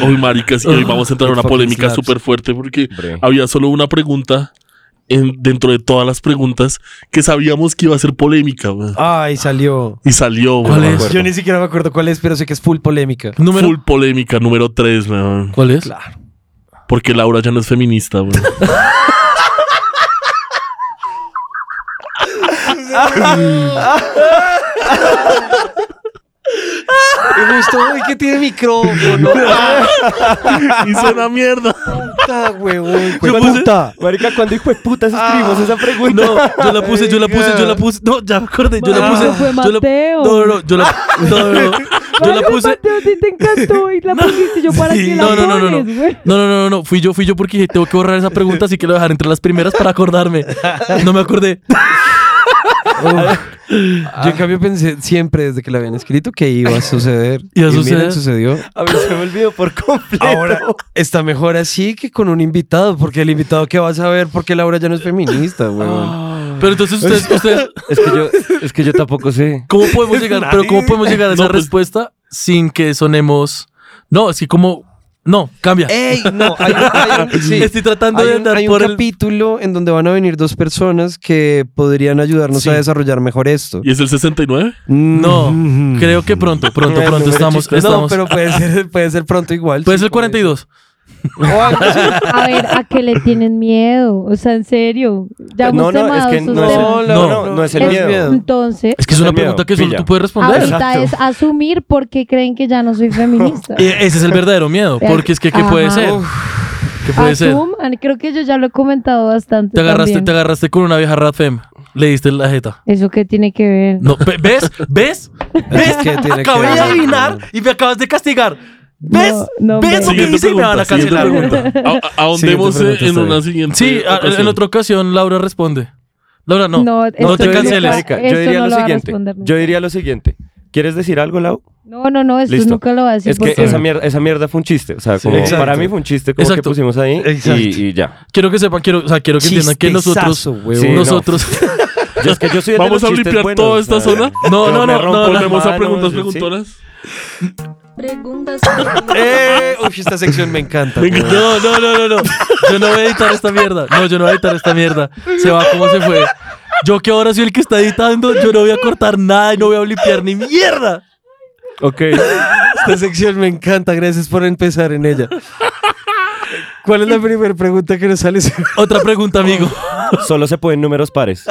Hoy, maricas, y Ah, hoy vamos a entrar en una Fucking polémica slaps. súper fuerte porque Hombre. había solo una pregunta en- dentro de todas las preguntas que sabíamos que iba a ser polémica, weón. Ay, salió. Y salió, ¿Cuál weón. es? Yo ni siquiera me acuerdo cuál es, pero sé que es full polémica. Número. Full polémica número 3, weón. ¿Cuál es? Porque Laura ya no es feminista, weón. Y justo hoy que tiene micrófono. Hizo una mierda. Puta, huevón. puse- Puta. Ah. Marica, ¿cuándo hijo de putas escribimos esa pregunta? No, yo la puse, yo la puse, yo la puse. No, ya me acordé, yo la Mario puse. fue yo la- no, Mateo. no, no, yo la, no, no, no, yo la Mario, puse. Mateo, a ti te encantó y la pusiste yo para Sí. que la No, no, no, no, no. pones, güey. No, no, no, no, no, fui yo, fui yo porque dije, tengo que borrar esa pregunta, así que lo voy a dejar entre las primeras para acordarme. No me acordé. Yo en cambio pensé siempre desde que la habían escrito que iba a suceder. Iba a Y suceder. miren, sucedió. A ver, se me olvidó por completo. Ahora está mejor así que con un invitado, porque el invitado que vas a ver, porque Laura ya no es feminista, huevón. Pero entonces ustedes, ustedes, Es que yo, es que yo tampoco sé. ¿cómo podemos llegar? Pero ¿cómo podemos llegar a esa No, pues- respuesta sin que sonemos? No, es que como, no, cambia. ¡Ey! No, Eh, hay, hay un, sí. Estoy tratando Hay de un- andar hay un por el. capítulo en donde van a venir dos personas que podrían ayudarnos Sí. a desarrollar mejor esto. Mm. ¿Y es el 69? No, creo que pronto, pronto, pronto estamos, No, estamos. pero puede ser, puede ser pronto igual. Puede sí, ser 42. O algo así. A ver, ¿a qué le tienen miedo? O sea, en serio. Ya no, hemos no, es quemado que esos no es, el, No, no, no, no, no es el temas. es miedo. Entonces, Es que es una El miedo, pregunta que solo pilla. tú puedes responder. ahorita es asumir por qué creen que ya no soy feminista. E- Ese es el verdadero miedo, Eh, porque es que ¿qué puede ajá. ser? ¿Qué Ah, puede ser? Asuman, creo que yo ya lo he comentado bastante. Te agarraste, también. te agarraste con una vieja ratfem, le diste la jeta. Eso que tiene que ver. No, ve- ¿ves? ¿Ves? Es que tiene que Acabé ver. de adivinar y me acabas de castigar. ¿Ves? No, no, ¿Ves hombre. lo que hice y me van a siguiente cancelar? pregunta. A- a- ahondemos Siguiente pregunta, en está una bien. siguiente. Sí, a- en, ocasión. otra ocasión Laura responde. Laura, no. No, No esto te no canceles. está- Marica, esto yo diría no lo, lo va a siguiente. responder nunca. Yo diría lo siguiente. ¿Quieres decir algo, Lau? No, no, no, esto Listo. nunca lo va a decir. Es que porque- esa mierda, esa mierda fue un chiste. O sea, como Exacto. para mí fue un chiste como Exacto. que pusimos ahí y, Exacto. y ya. Quiero que sepan, quiero, o sea, quiero que entiendan que nosotros, Chistezazo, huevón. Sí, no. nosotros, Yo, es que yo soy el de Vamos los a chistes limpiar buenos, toda esta o sea, zona. No, yo no, me no, rompo no, las Volvemos a manos, preguntas sí. preguntonas. Preguntas preguntonas. Eh, uy, esta sección me encanta. güey. No, no, no, no, no. Yo no voy a editar esta mierda. No, yo no voy a editar esta mierda. Se va como se fue. Yo que ahora soy el que está editando, yo no voy a cortar nada y no voy a limpiar ni mierda. Ok. Esta sección me encanta, gracias por empezar en ella. ¿Cuál es la primera pregunta que nos sale? Otra pregunta, amigo. Solo se pueden números pares.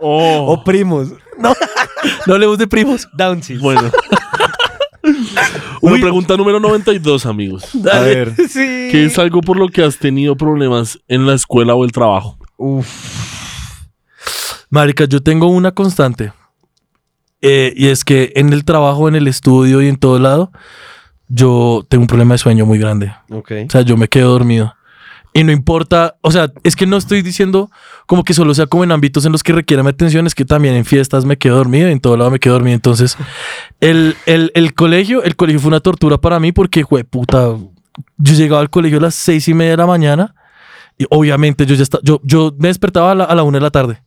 Oh, O primos. No hablemos de primos. Downsy. bueno. Una pregunta número 92, amigos. A ver. Sí. ¿Qué es algo por lo que has tenido problemas en la escuela o el trabajo? Marica, yo tengo una constante. Eh, y es que en el trabajo, en el estudio y en todo lado, yo tengo un problema de sueño muy grande. Ok. O sea, yo me quedo dormido. Y no importa, o sea, es que no estoy diciendo como que solo sea como en ámbitos en los que requiera mi atención, es que también en fiestas me quedo dormido, en todo lado me quedo dormido. Entonces, el, el- el colegio, el colegio fue una tortura para mí porque, güey, puta, yo llegaba al colegio a las seis y media de la mañana y obviamente yo ya estaba, yo, yo me despertaba a la, a la una de la tarde,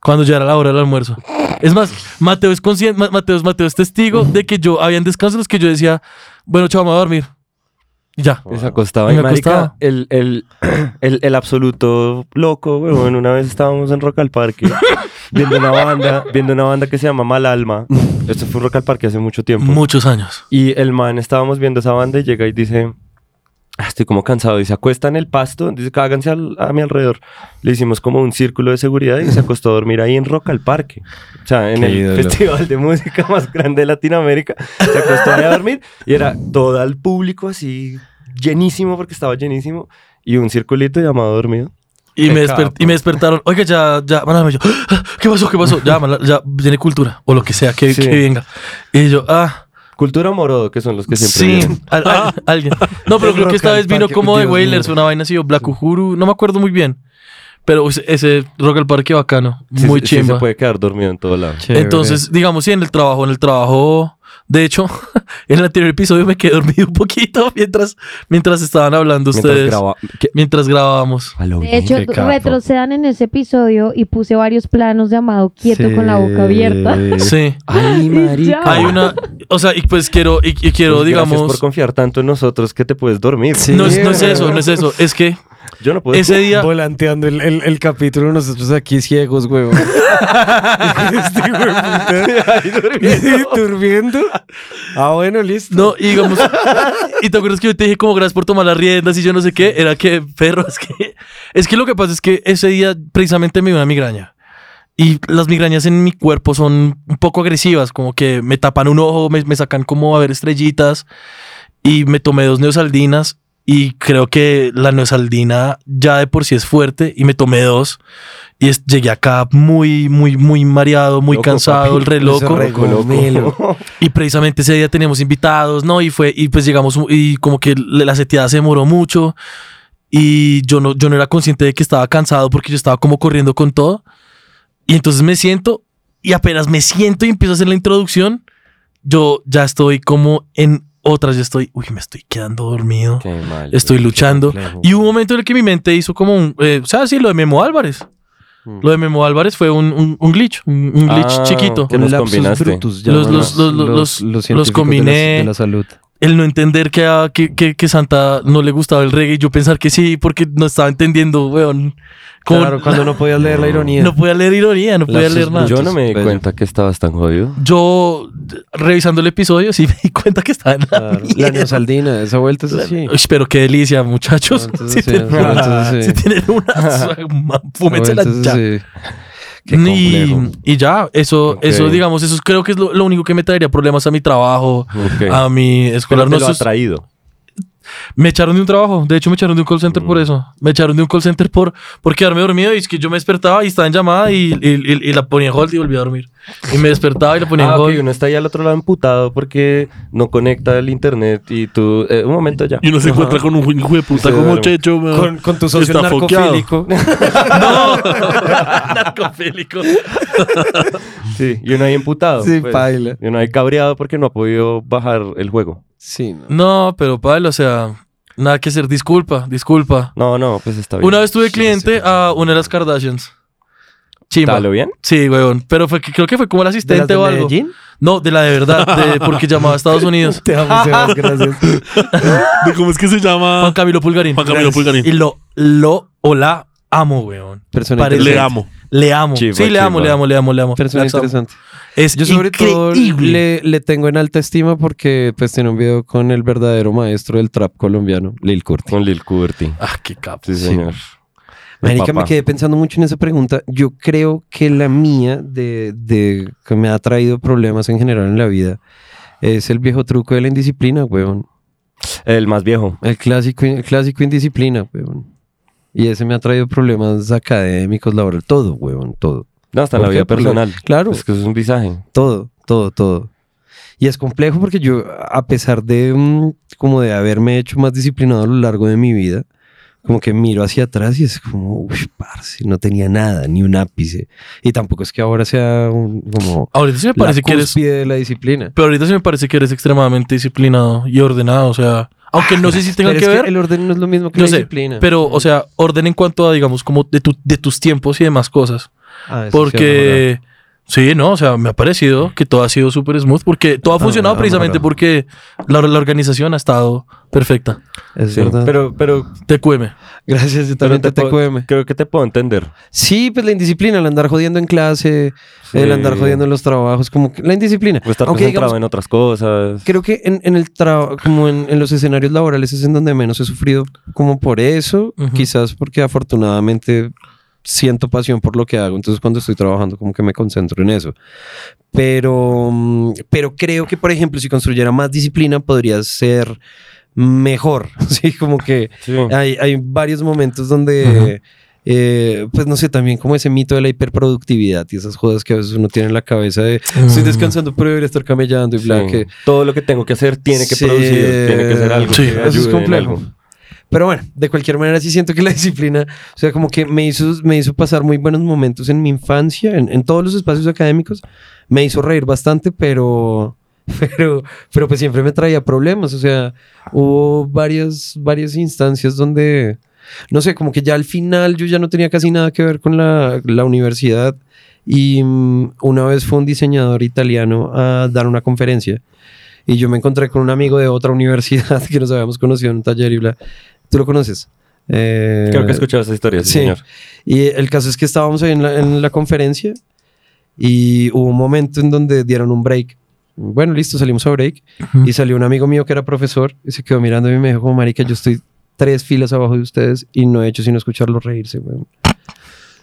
cuando ya era la hora del almuerzo. Es más, Mateo es consciente, Ma- Mateo, es- Mateo es testigo de que yo, habían descansos en los que yo decía, bueno, chao, me voy a dormir. Y ya. Se acostaba y Me marica, acostaba. El, el, el, el absoluto loco, weón. Una vez estábamos en Rock al Parque viendo una banda, viendo una banda que se llama Mal Alma. Esto fue un Rock al Parque hace mucho tiempo. Muchos años. Y el man, estábamos viendo esa banda y llega y dice, "Ah, estoy como cansado. Y se acuesta en el pasto, dice, cáganse al- a mi alrededor. Le hicimos como un círculo de seguridad y se acostó a dormir ahí en Rock al Parque. O sea, en Qué el ídolo. festival de música más grande de Latinoamérica. Se acostó ahí a dormir y era todo el público así llenísimo porque estaba llenísimo. Y un circulito llamado dormido. Y Qué me, capo. desper- y me despertaron. Oiga, ya, ya, mándame yo. "Ah, ¿Qué pasó? ¿Qué pasó? Ya, mala- ya viene cultura o lo que sea que, Sí. que venga. Y yo, ah, Cultura Morodo, que son los que siempre... sí, vienen. al- al- alguien. No, pero El creo que esta Rock vez al vino Parque, como de Dios Wailers, mío. una vaina así, o Black Uhuru, no me acuerdo muy bien. Pero ese- ese Rock al Parque bacano, Sí, muy sí, sí chimba. se puede quedar dormido en todo lado. Entonces, digamos, sí, en el trabajo, en el trabajo. De hecho, en el anterior episodio me quedé dormido un poquito mientras, mientras estaban hablando Mientras ustedes. graba- ¿Qué? mientras grabábamos. A lo De hecho, bien, qué capo. retrocedan en ese episodio y puse varios planos de Amado quieto con la boca abierta. Sí. Ay, marica. Ya. Hay una, o sea, y pues quiero, y, y quiero, Pues digamos, Gracias por confiar tanto en nosotros que te puedes dormir. Sí. no, es, no es eso, no es eso, es que Yo no puedo. ese día, Volanteando el, el, el capítulo, nosotros aquí ciegos, huevón. este huevo. durmiendo. Ah, bueno, listo. no, y digamos, y te acuerdas que yo te dije como gracias por tomar las riendas y yo no sé qué, era que, perro, es que, es que lo que pasa es que ese día precisamente me dio una migraña. Y las migrañas en mi cuerpo son un poco agresivas, como que me tapan un ojo, me, me sacan como a ver estrellitas y me tomé dos neosaldinas y creo que la neosaldina ya de por sí es fuerte y me tomé dos y es- llegué acá muy, muy, muy mareado, muy Loco, cansado, el re Eso loco. re gomelo. Y precisamente ese día teníamos invitados, ¿no? Y fue, y pues llegamos y como que le- la seteada se demoró mucho y yo no, yo no era consciente de que estaba cansado porque yo estaba como corriendo con todo. Y entonces me siento y apenas me siento y empiezo a hacer la introducción, yo ya estoy como en otras, yo estoy, uy, me estoy quedando dormido. Qué mal. Estoy qué luchando. complejo. Y hubo un momento en el que mi mente hizo como un. eh, ¿Sabes? Sí, lo de Memo Álvarez. Mm. Lo de Memo Álvarez fue un, un, un glitch, un, un glitch Ah, chiquito. que los combinaste. Los- los- los- los- los científicos combiné. de la, de la salud. El no entender que, a- que, que- que Santa no le gustaba el reggae y yo pensar que sí, porque no estaba entendiendo, weón. Como- Claro, cuando no podías leer la ironía. no podía leer ironía, no podía Lapsus leer nada. Yo no me di Bello. cuenta que estabas tan jodido. Yo, d- revisando el episodio, sí me di cuenta que estaba en la. Claro. La neosaldina, esa vuelta es así. Uy, pero qué delicia, muchachos. No, entonces si, sí, tienen, entonces si sí. tienen una, fúmensela ya. Entonces, sí. Y, y ya, eso, Ok. eso, digamos, eso es- creo que es lo, lo único que me traería problemas a mi trabajo, Ok. a mi Pero escolar. te No, lo eso ha es- traído. me echaron de un trabajo, de hecho me echaron de un call center por eso. Me echaron de un call center por, por quedarme dormido y es que yo me despertaba y estaba en llamada y, y- y- y la ponía en hold y volví a dormir. Y me despertaba y la ponía Ah, en ok, hold. uno está ahí al otro lado amputado porque no conecta el internet y tú. eh, un momento ya. Y uno se encuentra con un hijo de puta Se como duerme. Checho, weón, Con, con tu que socio está foqueado. narcofílico. ¡No! Narcofílico. Sí, y uno ahí amputado. Sí, paila. Y uno ahí cabreado porque no ha podido bajar el juego. Sí, no. No, pero Pablo, o sea, nada que hacer. Disculpa, disculpa. No, no, pues está bien. Una vez tuve cliente ah, a una de las Kardashians. Chimba. ¿Está lo bien? Sí, weón. Pero fue que- creo que fue como el ¿De las asistente de o algo. Medellín? No, de la de verdad, de- porque llamaba a Estados Unidos. Te amo, Sebas, gracias. ¿De ¿Cómo es que se Juan llama? Camilo Pulgarín. Juan Camilo Pulgarín. Y lo, lo o la amo, weón. Persona Parece- Le interesante. amo. Le amo. Chimba, sí, le amo, chimba. le amo, le amo, le amo. Persona Las amo. interesante. Es Yo sobre todo increíble. le, le tengo en alta estima porque pues tiene un video con el verdadero maestro del trap colombiano, Lil Curti. Con Lil Curti. Ah, qué capo. Sí, señor. El Marica, me papá. quedé pensando mucho en esa pregunta. Yo creo que la mía de, de- que me ha traído problemas en general en la vida es el viejo truco de la indisciplina, weón. El más viejo. El clásico, el clásico indisciplina, weón. Y ese me ha traído problemas académicos, laboral, todo, weón, todo. No, hasta en la ¿Por vida qué? Por la- personal. claro. Es que eso es un visaje. Todo, todo, todo. Y es complejo porque yo, a pesar de mm, como de haberme hecho más disciplinado a lo largo de mi vida, como que miro hacia atrás y es como, uy, parce, no tenía nada, ni un ápice. Y tampoco es que ahora sea un- como Ahorita sí me parece la que eres. cúspide de la disciplina. Pero ahorita sí me parece que eres extremadamente disciplinado y ordenado. O sea, aunque no sé si tenga Ah, Pero que es ver. el orden no es lo mismo que yo la sé, disciplina. pero, o sea, orden en cuanto a, digamos, como de, tu- de tus tiempos y demás cosas. Ah, eso sí va a mejorar. Porque, sí, no, o sea, me ha parecido que todo ha sido súper smooth, porque todo ha Ah, funcionado ah, precisamente mejorado. porque la, la organización ha estado perfecta. Es Sí. verdad. Pero, pero, Te cueme. Gracias, yo pero también te puedo- TQM. creo que te puedo entender. Sí, pues la indisciplina, el andar jodiendo en clase, el Sí. andar jodiendo en los trabajos, como que la indisciplina. O estar Aunque concentrado digamos, en otras cosas. creo que en, en el trabajo, como en, en los escenarios laborales es en donde menos he sufrido como por eso, Ujú. quizás porque afortunadamente siento pasión por lo que hago, entonces cuando estoy trabajando como que me concentro en eso. Pero, mm, pero creo que, por ejemplo, si construyera más disciplina podría ser mejor, sí, como que... Sí. Hay, hay varios momentos donde, eh, pues no sé, también como ese mito de la hiperproductividad y esas cosas que a veces uno tiene en la cabeza de estoy descansando, pero debería estar camellando y bla, Sí. que Todo lo que tengo que hacer tiene que Sí. producir, tiene que ser algo. Sí, que eso es ayude en complejo. algo. Pero bueno, de cualquier manera sí siento que la disciplina, o sea, como que me hizo, me hizo pasar muy buenos momentos en mi infancia, en, en todos los espacios académicos, me hizo reír bastante, pero, pero, pero pues siempre me traía problemas, o sea, hubo varias, varias instancias donde, no sé, como que ya al final yo ya no tenía casi nada que ver con la, la universidad y mm, una vez fue un diseñador italiano a dar una conferencia. Y yo me encontré con un amigo de otra universidad que nos habíamos conocido en un taller y bla. ¿Tú lo conoces? Eh, Creo que he escuchado esa historia, sí, Sí. señor. Y el caso es que estábamos ahí en la, en la conferencia y hubo un momento en donde dieron un break. Bueno, listo, salimos a break y salió un amigo mío que era profesor y se quedó mirando y me dijo, como marica, yo estoy tres filas abajo de ustedes y no he hecho sino escucharlos reírse, weón.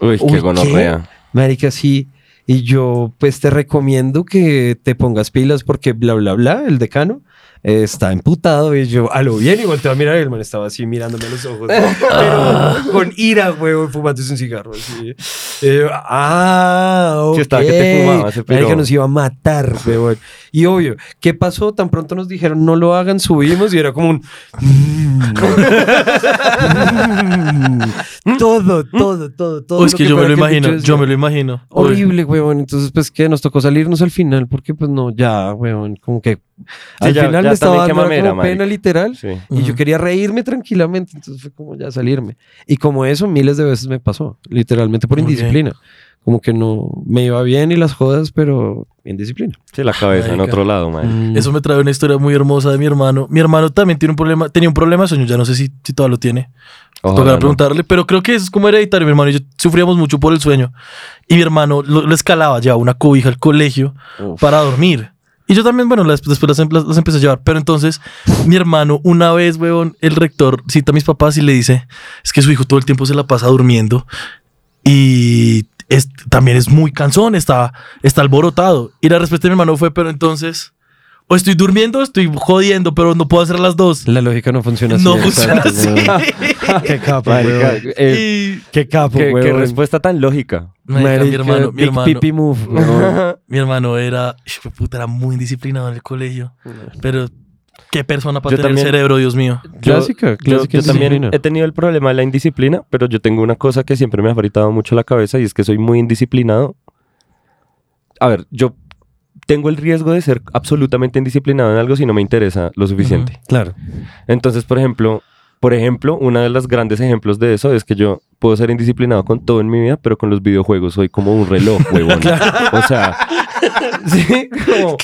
Uy, Uy, qué ¿qué? gonorrea. Marica, sí. Y yo, pues te recomiendo que te pongas pilas porque bla, bla, bla, el decano eh, está emputado. Y yo, a lo bien, y volteo a mirar. Y el man estaba así mirándome a los ojos, pero con ira, huevón, fumándose un cigarro. Así. Y yo, ah, ok. Sí, estaba que te fumaba ese Marica, piro. nos iba a matar, huevón. Y obvio, ¿qué pasó? Tan pronto nos dijeron, no lo hagan, subimos, y era como un. Mm. todo, todo, todo, todo. es lo que, yo me fuera lo aquel imagino, bicho yo decía. me lo imagino. Horrible, huevón. Entonces, pues, ¿qué? Nos tocó salirnos al final porque, pues, no, ya, huevón. Como que al ya- final ya me estaba también qué dando era mamera, como pena marica. literal Sí. y yo Ujú. quería reírme tranquilamente. Entonces fue como ya salirme. Y como eso, miles de veces me pasó, literalmente por Ok. indisciplina. Como que no me iba bien y las jodas, pero indisciplina. Sí, la cabeza en Marica. otro lado, Mm. man. Eso me trae una historia muy hermosa de mi hermano. Mi hermano también tiene un problema, tenía un problema de sueño, ya no sé si, si todavía lo tiene. Ojalá Tocará no. preguntarle, pero creo que eso es como hereditario, mi hermano y yo sufríamos mucho por el sueño. Y mi hermano lo, lo escalaba, llevaba una cobija al colegio Uf. para dormir. Y yo también, bueno, las- después las, em- las- las empecé a llevar. Pero entonces, mi hermano, una vez, weón, el rector cita a mis papás y le dice, es que su hijo todo el tiempo se la pasa durmiendo y es- también es muy cansón, está, está alborotado. Y la respuesta de mi hermano fue, pero entonces, o estoy durmiendo o estoy jodiendo, pero no puedo hacer las dos. La lógica no funciona así. No exacto, funciona así. huevón. Qué capo, Marica, huevón. eh, Y- Qué capo, qué, qué huevón. respuesta tan lógica. Marica, mi Marica, hermano, mi Big hermano. Pipi Move, huevón. Mi hermano era, hijo de puta, era muy disciplinado en el colegio. Pero qué persona para Yo tener también- el cerebro, Dios mío. Clásica, Yo, clásica yo también indisciplina. he tenido el problema de la indisciplina, pero yo tengo una cosa que siempre me ha fritado mucho la cabeza y es que soy muy indisciplinado. A ver, yo tengo el riesgo de ser absolutamente indisciplinado en algo si no me interesa lo suficiente. Claro. Entonces, por ejemplo, por ejemplo, uno de los grandes ejemplos de eso es que yo puedo ser indisciplinado con todo en mi vida, pero con los videojuegos soy como un reloj, huevón. O sea, sí, como-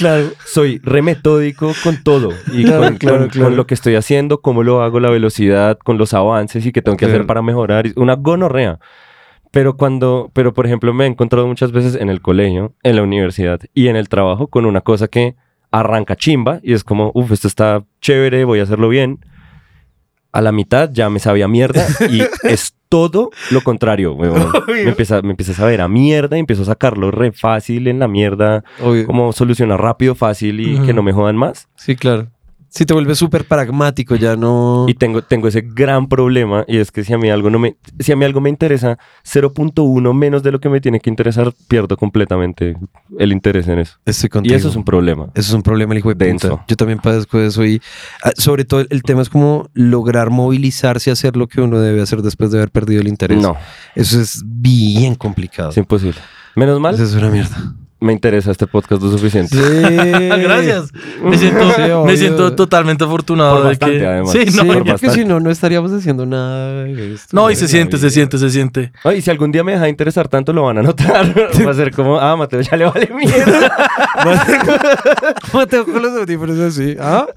soy remetódico con todo. Y Claro, con, claro, con- claro. con lo que estoy haciendo, cómo lo hago, la velocidad, con los avances y qué tengo que Claro. hacer para mejorar. Una gonorrea. Pero cuando, pero por ejemplo, me he encontrado muchas veces en el colegio, en la universidad y en el trabajo con una cosa que arranca chimba y es como, uff, esto está chévere, voy a hacerlo bien. A la mitad ya me sabía mierda y es todo lo contrario, huevón. Me empieza, me empieza a saber a mierda y empiezo a sacarlo re fácil en la mierda, Obvio. como solucionar rápido, fácil y que no me jodan más. Sí, claro. Si te vuelves súper pragmático, ya no. Y tengo, tengo ese gran problema y es que si a mí algo no me, si a mí algo me interesa 0.1 menos de lo que me tiene que interesar, pierdo completamente el interés en eso. Estoy Y contigo. eso es un problema. Eso es un problema, el hijo de Denso. puta. Yo también padezco de eso y ah, sobre todo el- el tema es como lograr movilizarse a hacer lo que uno debe hacer después de haber perdido el interés. No, Eso es bien complicado. es imposible. Menos mal, Eso es una mierda. me interesa este podcast lo suficiente. Gracias. Me siento, Sí, obvio. me siento totalmente afortunado Por de bastante, que. además. Sí, Sí, no, por porque bastante. si no, no estaríamos haciendo nada. de esto. no, y se siente, se siente, se siente. Ay, y si algún día me deja de interesar tanto, lo van a notar. Va a ser como, ah, Mateo, ya le vale mierda. Mateo con los audífonos así. ¿Ah?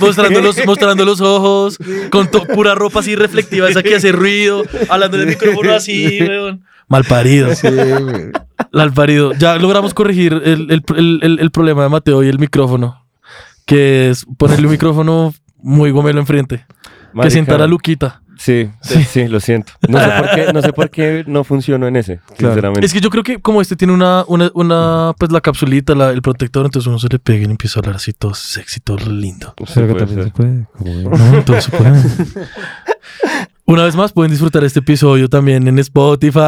Mostrando los, mostrando los ojos, con to- pura ropa así reflectiva, esa que hace ruido, hablando en el micrófono así, weón. Mal parido. Sí, güey. Mal parido. Ya logramos corregir el, el- el- el- el problema de Mateo y el micrófono, que es ponerle un micrófono muy gomelo enfrente, que sentara Marica, Luquita. Sí, sí, sí, lo siento. No sé por qué no, sé por qué no funcionó en ese, sinceramente. Es que yo creo que como este tiene una, una, una pues la capsulita, la- el protector, entonces uno se le pega y le empieza a hablar así todo sexy, todo lindo. Sí, puede ser. puede. No, todo se puede. Una vez más pueden disfrutar este episodio también en Spotify,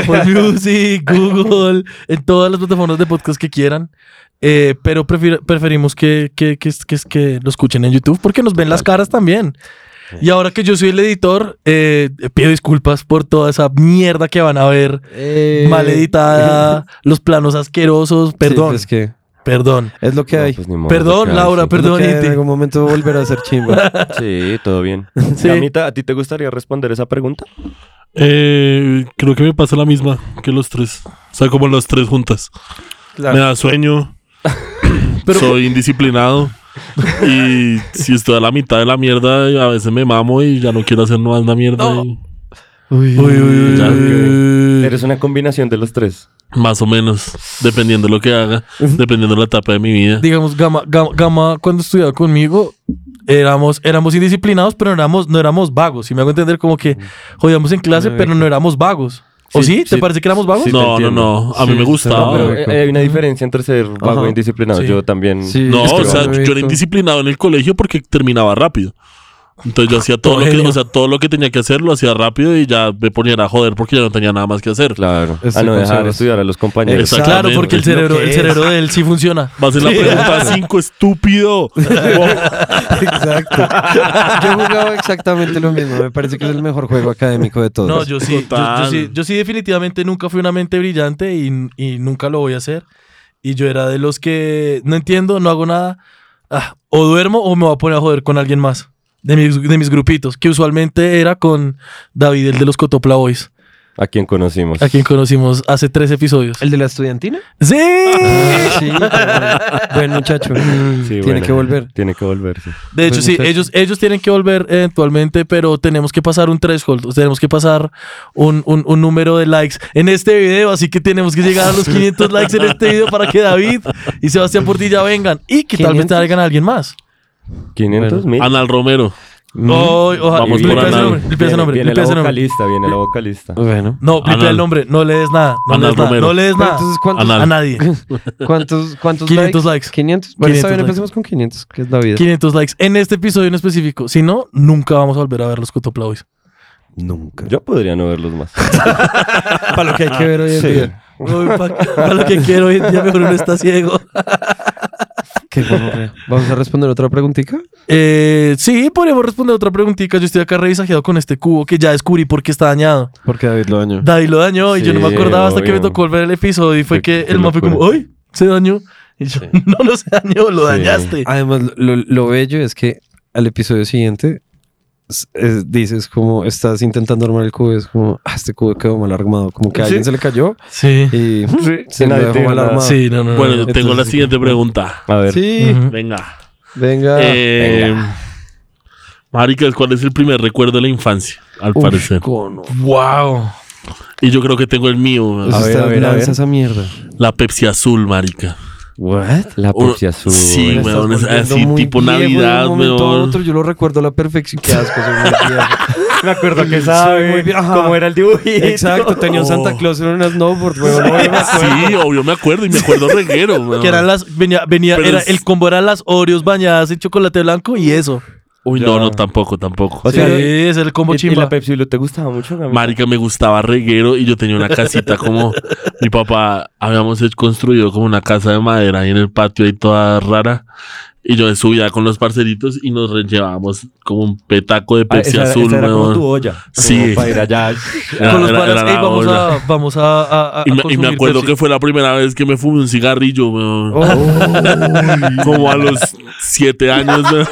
Apple Music, Google, en todas las plataformas de podcast que quieran. Eh, pero prefiero- preferimos que, que, que, que, que lo escuchen en YouTube porque nos ven las caras también. Y ahora que yo soy el editor, eh, pido disculpas por toda esa mierda que van a ver mal editada, los planos asquerosos, perdón, es que perdón, es lo que No, hay. pues ni modo, perdón, claro, Laura, sí. perdón, Es lo que en Iti. algún momento volverá a ser chimba. Sí, todo bien. Sí. Damita, ¿a ti te gustaría responder esa pregunta? Eh, creo que me pasa la misma que los tres. O sea, como los tres juntas. Me da sueño. soy indisciplinado. Y si estoy a la mitad de la mierda, a veces me mamo y ya no quiero hacer más la mierda. y- Uy, uy, uy, Ya, uy. Eres una combinación de los tres. Más o menos. Dependiendo de lo que haga. Dependiendo de la etapa de mi vida. digamos, Gama, Gama, Gama, cuando estudiaba conmigo, éramos, éramos indisciplinados, pero no éramos, no éramos vagos. Si me hago entender, como que jodíamos en clase, pero no éramos vagos. ¿O Sí, sí? ¿Te sí. parece que éramos vagos? Sí, te no, no, entiendo. no. A mí me No, gustaba. pero rico. eh, hay una diferencia entre ser vago Ajá. e indisciplinado. Sí. Yo también. Sí. No, Es que o sea, lo he yo era visto. indisciplinado en el colegio porque terminaba rápido. Entonces yo hacía todo lo que, Genio. o sea, todo lo que tenía que hacer, lo hacía rápido y ya me ponía a joder porque ya no tenía nada más que hacer. Claro. Estoy a no con dejar de Sebas. estudiar a los compañeros. Exacto. Claro, Exactamente. porque el Es lo cerebro, que el es. cerebro de él sí funciona. Va a ser la pregunta 5, estúpido. Exacto. Yo jugaba exactamente lo mismo. Me parece que es el mejor juego académico de todos. No, yo sí, yo, yo Total. sí, yo sí definitivamente nunca fui una mente brillante y, y nunca lo voy a hacer. Y yo era de los que no entiendo, no hago nada. Ah, o duermo o me voy a poner a joder con alguien más de mis, de mis grupitos, que usualmente era con David, el de los Cotopla Boys, A quien conocimos. a quien conocimos hace tres episodios. ¿El Ah. de la estudiantina? ¡Sí! Sí. pero- Buen muchacho. Sí, Tiene bueno, que volver. Tiene que volver, sí. De hecho, Pues, sí, muchachos. ellos, ellos tienen que volver eventualmente, pero tenemos que pasar un threshold, tenemos que pasar un, un- un número de likes en este video, así que tenemos que llegar a los 500 likes en este video para que David y Sebastián Portilla vengan y que tal vez 500. traigan a alguien más. 500 mil. Anal Romero. Oh, ojalá- Ah, Vamos blipea por ese Anal. nombre, blipea ese Viene- nombre, Viene blipea la ese nombre. vocalista, viene la vocalista. Bueno. No, blipea Anal. el nombre, no le des nada, no le Anal des nada, Romero. no le des Pero nada entonces, ¿cuántos, Anal. a nadie. ¿cuántos, cuántos 500 likes? likes. 500. Bueno, está 500 bien, likes. empecemos con 500, que es la vida. 500 likes en este episodio en específico. Si no, nunca vamos a volver a ver los Cotopla Boys. Nunca. Yo podría no verlos más. Para lo que hay que ver hoy en Sí. día. Uy, pa- Para lo que quiero hoy en día, mejor uno está ciego. Qué gonorrea. Vamos a responder otra preguntita. Eh, sí, podríamos responder otra preguntita. Yo estoy acá revisajeado con este cubo que ya descubrí por qué está dañado. Porque David lo dañó. David lo dañó y yo no me Sí, acordaba hasta que me obvio. tocó ver el episodio y fue Qué- que qué el man fue como, locura. ¡ay! Se dañó. Y yo, no, no se dañó, lo Sí. Ah, dañaste. Además, lo, lo bello es que al episodio siguiente es- es- dices como estás intentando armar el cubo y es como, ah, este cubo quedó mal armado. Como que a Sí. alguien se le cayó Sí. y y ah, se lo nadie dejó te dijo mal nada. armado. Sí, no, no. no, Bueno, no. yo tengo Ah, entonces la sí, siguiente pregunta. A ver. Sí, Ujú. Venga. Ah, venga. Eh, Maricas, ¿cuál es el primer recuerdo de la infancia? Al Uf, parecer. cono. Wow. Y yo creo que tengo el mío, weón. Eso ver, está- a ver, pues, a lanza ver. esa mierda. La Pepsi azul, marica. What? La Uno- Pepsi azul. Sí, Estás weón. es volviendo así, muy tipo viejo de un Navidad, momento a weón. otro, yo lo recuerdo a la perfección. Qué asco, soy muy viejo. Me acuerdo que Soy muy sabe bien, ajá. cómo era el dibujito. Exacto, tenía un Santa Claus en una snowboard, weón. No, yo me acuerdo. Sí, obvio, me acuerdo. Y me acuerdo reguero, weón. Que eran las. Venía, venía, Pero era, es- el combo eran las Oreos bañadas en chocolate blanco y eso. Uy, no, no, tampoco, tampoco. O sea, sí, es el combo ¿Y, y la chimba. Pepsi Blue te gustaba mucho, Gabriel? Marica, me gustaba reguero y yo tenía una casita como mi papá habíamos hecho- construido como una casa de madera ahí en el patio ahí toda rara. Y yo subía con los parceritos y nos re- llevábamos como un petaco de Ah, Pepsi esa era- azul, esa era como weón. tu olla. Sí. Como Para ir allá. Era- Con los era- panas, era "Ey, la vamos olla. a, vamos a, a- a- Y a me, y me consumir acuerdo Pepsi". que fue la primera vez que me fumé un cigarrillo, weón. Oh. Como a los siete años, weón.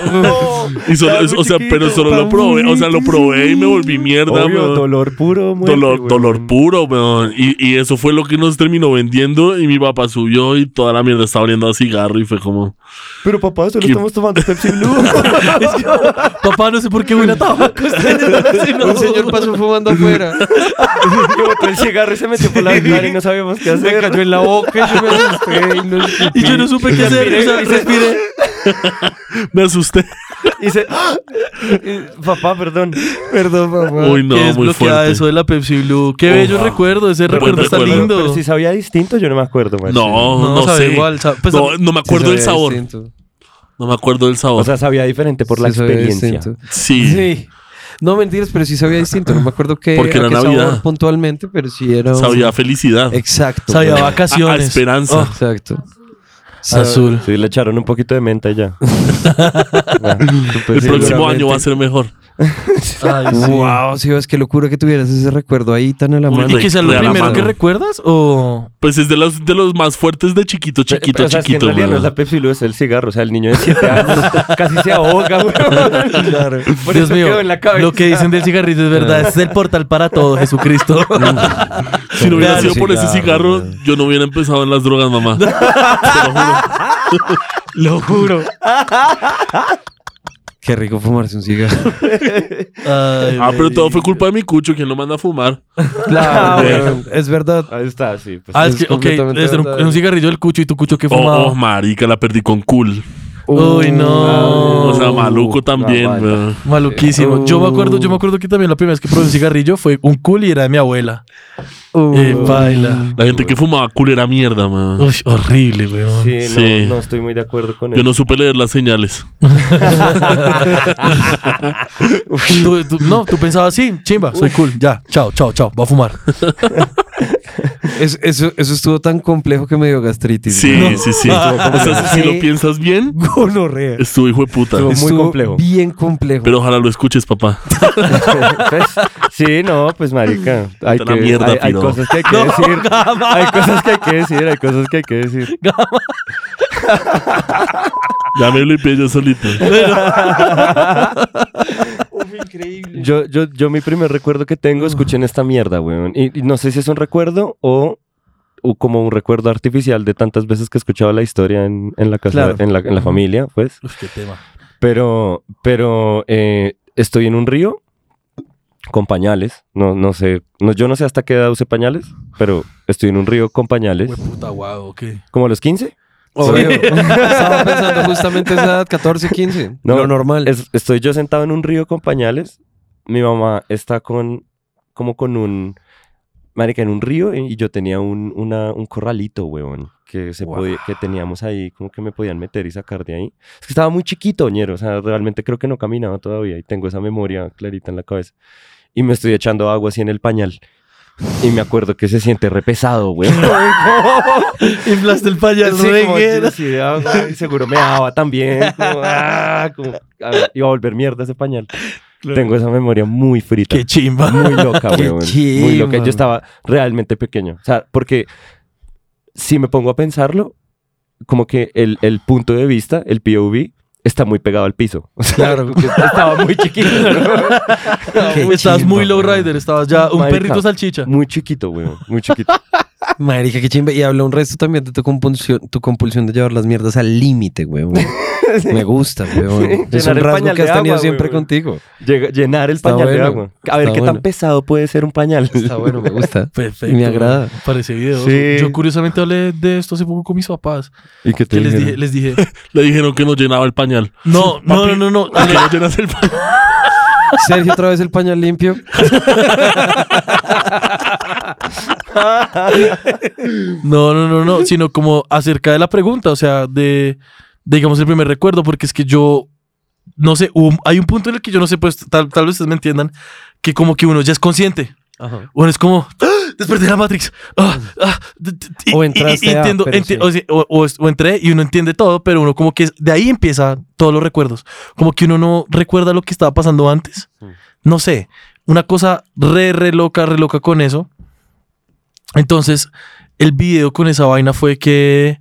Y solo, estaba muy o chiquito, sea, pero solo lo probé, o sea, lo probé y me volví mierda, Obvio, weón. dolor puro, muerte, Dolor, weón. dolor puro, weón. Y, y eso fue lo que nos terminó vendiendo. Y mi papá subió y toda la mierda estaba oliendo a cigarro. Y fue como, Pero papá, solo ¿Qué? estamos tomando Pepsi Blue. Papá, no sé por qué huele a tabaco. Un señor pasó fumando afuera. y botó el cigarro y se metió por la ventana y no sabíamos qué Me hacer. cayó en la boca y yo me asusté. Y no sé qué. Y yo no supe qué hacer. O sea, respiré. me asusté. Y se... Y- papá, perdón. Perdón, papá. Uy, no, Qué muy desbloqueada fuerte. eso de la Pepsi Blue. Qué bello recuerdo. Ese Buen recuerdo está recuerdo. lindo. Pero si sabía distinto, yo no me acuerdo, man. No, No, no, sabe sé. igual, sabe- pues, no, no me Sí, acuerdo del sabía sabor. distinto. No me acuerdo del sabor. O sea, sabía diferente por la Sí, sabía experiencia. distinto. sí. Sí. No, mentiras, pero sí sabía distinto. No me acuerdo qué, Porque a era qué Navidad. sabor puntualmente, pero sí era... un- Sabía a felicidad. Exacto. Sabía weón. A- A, vacaciones. esperanza. Oh, Exacto. Azul. Sí, le echaron un poquito de menta y ya. Ah, súper el próximo seguramente. año va a ser mejor. Ay, sí. Wow, sí, es que locura que tuvieras ese recuerdo ahí tan a la Uy, mano. ¿Y que sea lo De la primero mano. que recuerdas? ¿O Pues es de los, de los más fuertes de chiquito, chiquito, Pero, o sea, es que chiquito. en realidad no weón. es la Pepsi Blue, es el cigarro. O sea, el niño de 7 años casi se ahoga, güey. Claro. Por Dios eso mío, quedó en la cabeza. lo que dicen del cigarrillo es verdad, es el portal para todo, Jesucristo. Si no hubiera Claro, sido por ese cigarro, yo no hubiera empezado en las drogas, mamá. Te lo juro. Lo juro. Qué rico fumarse un cigarro. Ah, pero todo fue culpa de mi cucho, quien lo manda a fumar. Claro, Bueno. weón, Ah, es verdad. Ahí está, sí. Pues. Ah, es Es que, ok, completamente es un, verdad. es un cigarrillo del cucho y tu cucho que Oh, fumaba. oh, marica, la perdí con cool. Uy, no. Oh, o sea, maluco también, aguanta. weón. Maluquísimo. Yo me acuerdo, Uh. yo me acuerdo que también la primera vez que probé un cigarrillo fue un cool y era de mi abuela. Eh, Uh. baila. La gente que fumaba cool era mierda, man. Uy, horrible, weón. Sí, Sí. No, no estoy muy de acuerdo con Yo él. no supe leer las señales. Tú- tú- no, tú pensabas sí, chimba, soy cool, ya, chao, chao, chao, voy a fumar. Es- eso, eso estuvo tan complejo que me dio gastritis. Sí, weón. sí, sí. O sea, si lo piensas bien, Gonorrea. estuvo hijo de puta. Estuvo- muy Estuvo complejo. Bien complejo. Pero ojalá lo escuches, papá. Pues, sí, no, pues marica. Hay, Puta la que, mierda, hay, hay Piro. cosas que hay que decir. Hay cosas que hay que decir, hay cosas que hay que decir. Ya me lo yo solito. Yo, yo, yo mi primer recuerdo que tengo, escuchen esta mierda, weón. Y, y no sé si es un recuerdo o, o como un recuerdo artificial de tantas veces que he escuchado la historia en, en la casa, Claro. en, la, en la familia, pues. qué tema. Pero, pero eh, estoy en un río con pañales. No, no sé, no, yo no sé hasta qué edad usé pañales, pero estoy en un río con pañales. puta, wow, ok. ¿Como a los 15? Obvio. Estaba pensando justamente esa edad, 14, 15. No, lo normal. Es- estoy yo sentado en un río con pañales. Mi mamá está con, como con un, marica, en un río y yo tenía un, una- un corralito, weón, que, se podía- que teníamos ahí, como que me podían meter y sacar de ahí. Es que estaba muy chiquito, ñero, o sea, realmente creo que no caminaba todavía y tengo esa memoria clarita en la cabeza. Y me estoy echando agua así en el pañal. Y me acuerdo que se siente repesado, güey. Inflaste el payaso Sí, de como guerra. así de agua, y seguro me daba también. como, ah, como, ah, iba a volver mierda ese pañal. Tengo esa memoria muy frita. Qué chimba. muy loca, Qué weón. Muy loca. chimba. Yo estaba realmente pequeño. O sea, porque si me pongo a pensarlo, como que el, el punto de vista, el POV, está muy pegado al piso. O sea, Claro. estaba muy chiquito. Qué estabas chimba, muy low weón. rider, estabas ya un Marica. perrito salchicha. Muy chiquito, weón. Muy chiquito. Marica, qué chimba. Y habla un resto también de tu compulsión, tu compulsión de llevar las mierdas al límite, güey. güey. Me gusta, güey. güey. Es Llenar un el rasgo pañal que has de tenido agua, siempre güey, güey. contigo. Llega- llenar el Está pañal de bueno, agua. A ver está qué bueno. tan pesado puede ser un pañal. Está bueno, me gusta. Perfecto. Me agrada. Parece video. Sí. Yo curiosamente hablé de esto hace poco con mis papás. ¿Y qué te Que les dijeron? dije, les dije, Le dijeron que no llenaba el pañal. no, no, no, no, no. Que no llenas el pañal. Sergio, otra vez el pañal limpio. No, no, no, no, sino como acerca de la pregunta, o sea, de, de, digamos el primer recuerdo, porque es que yo, no sé, hubo- hay un punto en el que yo no sé, pues tal, tal vez ustedes me entiendan, que como que uno ya es consciente. Ajá. Bueno, es como, ¡Ah! desperté de la Matrix. Ah, ah, d- d- y- O y- entraste y a- entiendo- pero enti- sí. o sea, o- o es- o entré y uno entiende todo, pero uno como que es- de ahí empieza todos los recuerdos. Como que uno no recuerda lo que estaba pasando antes. No sé, una cosa re, re loca, re loca con eso. Entonces, el video con esa vaina fue que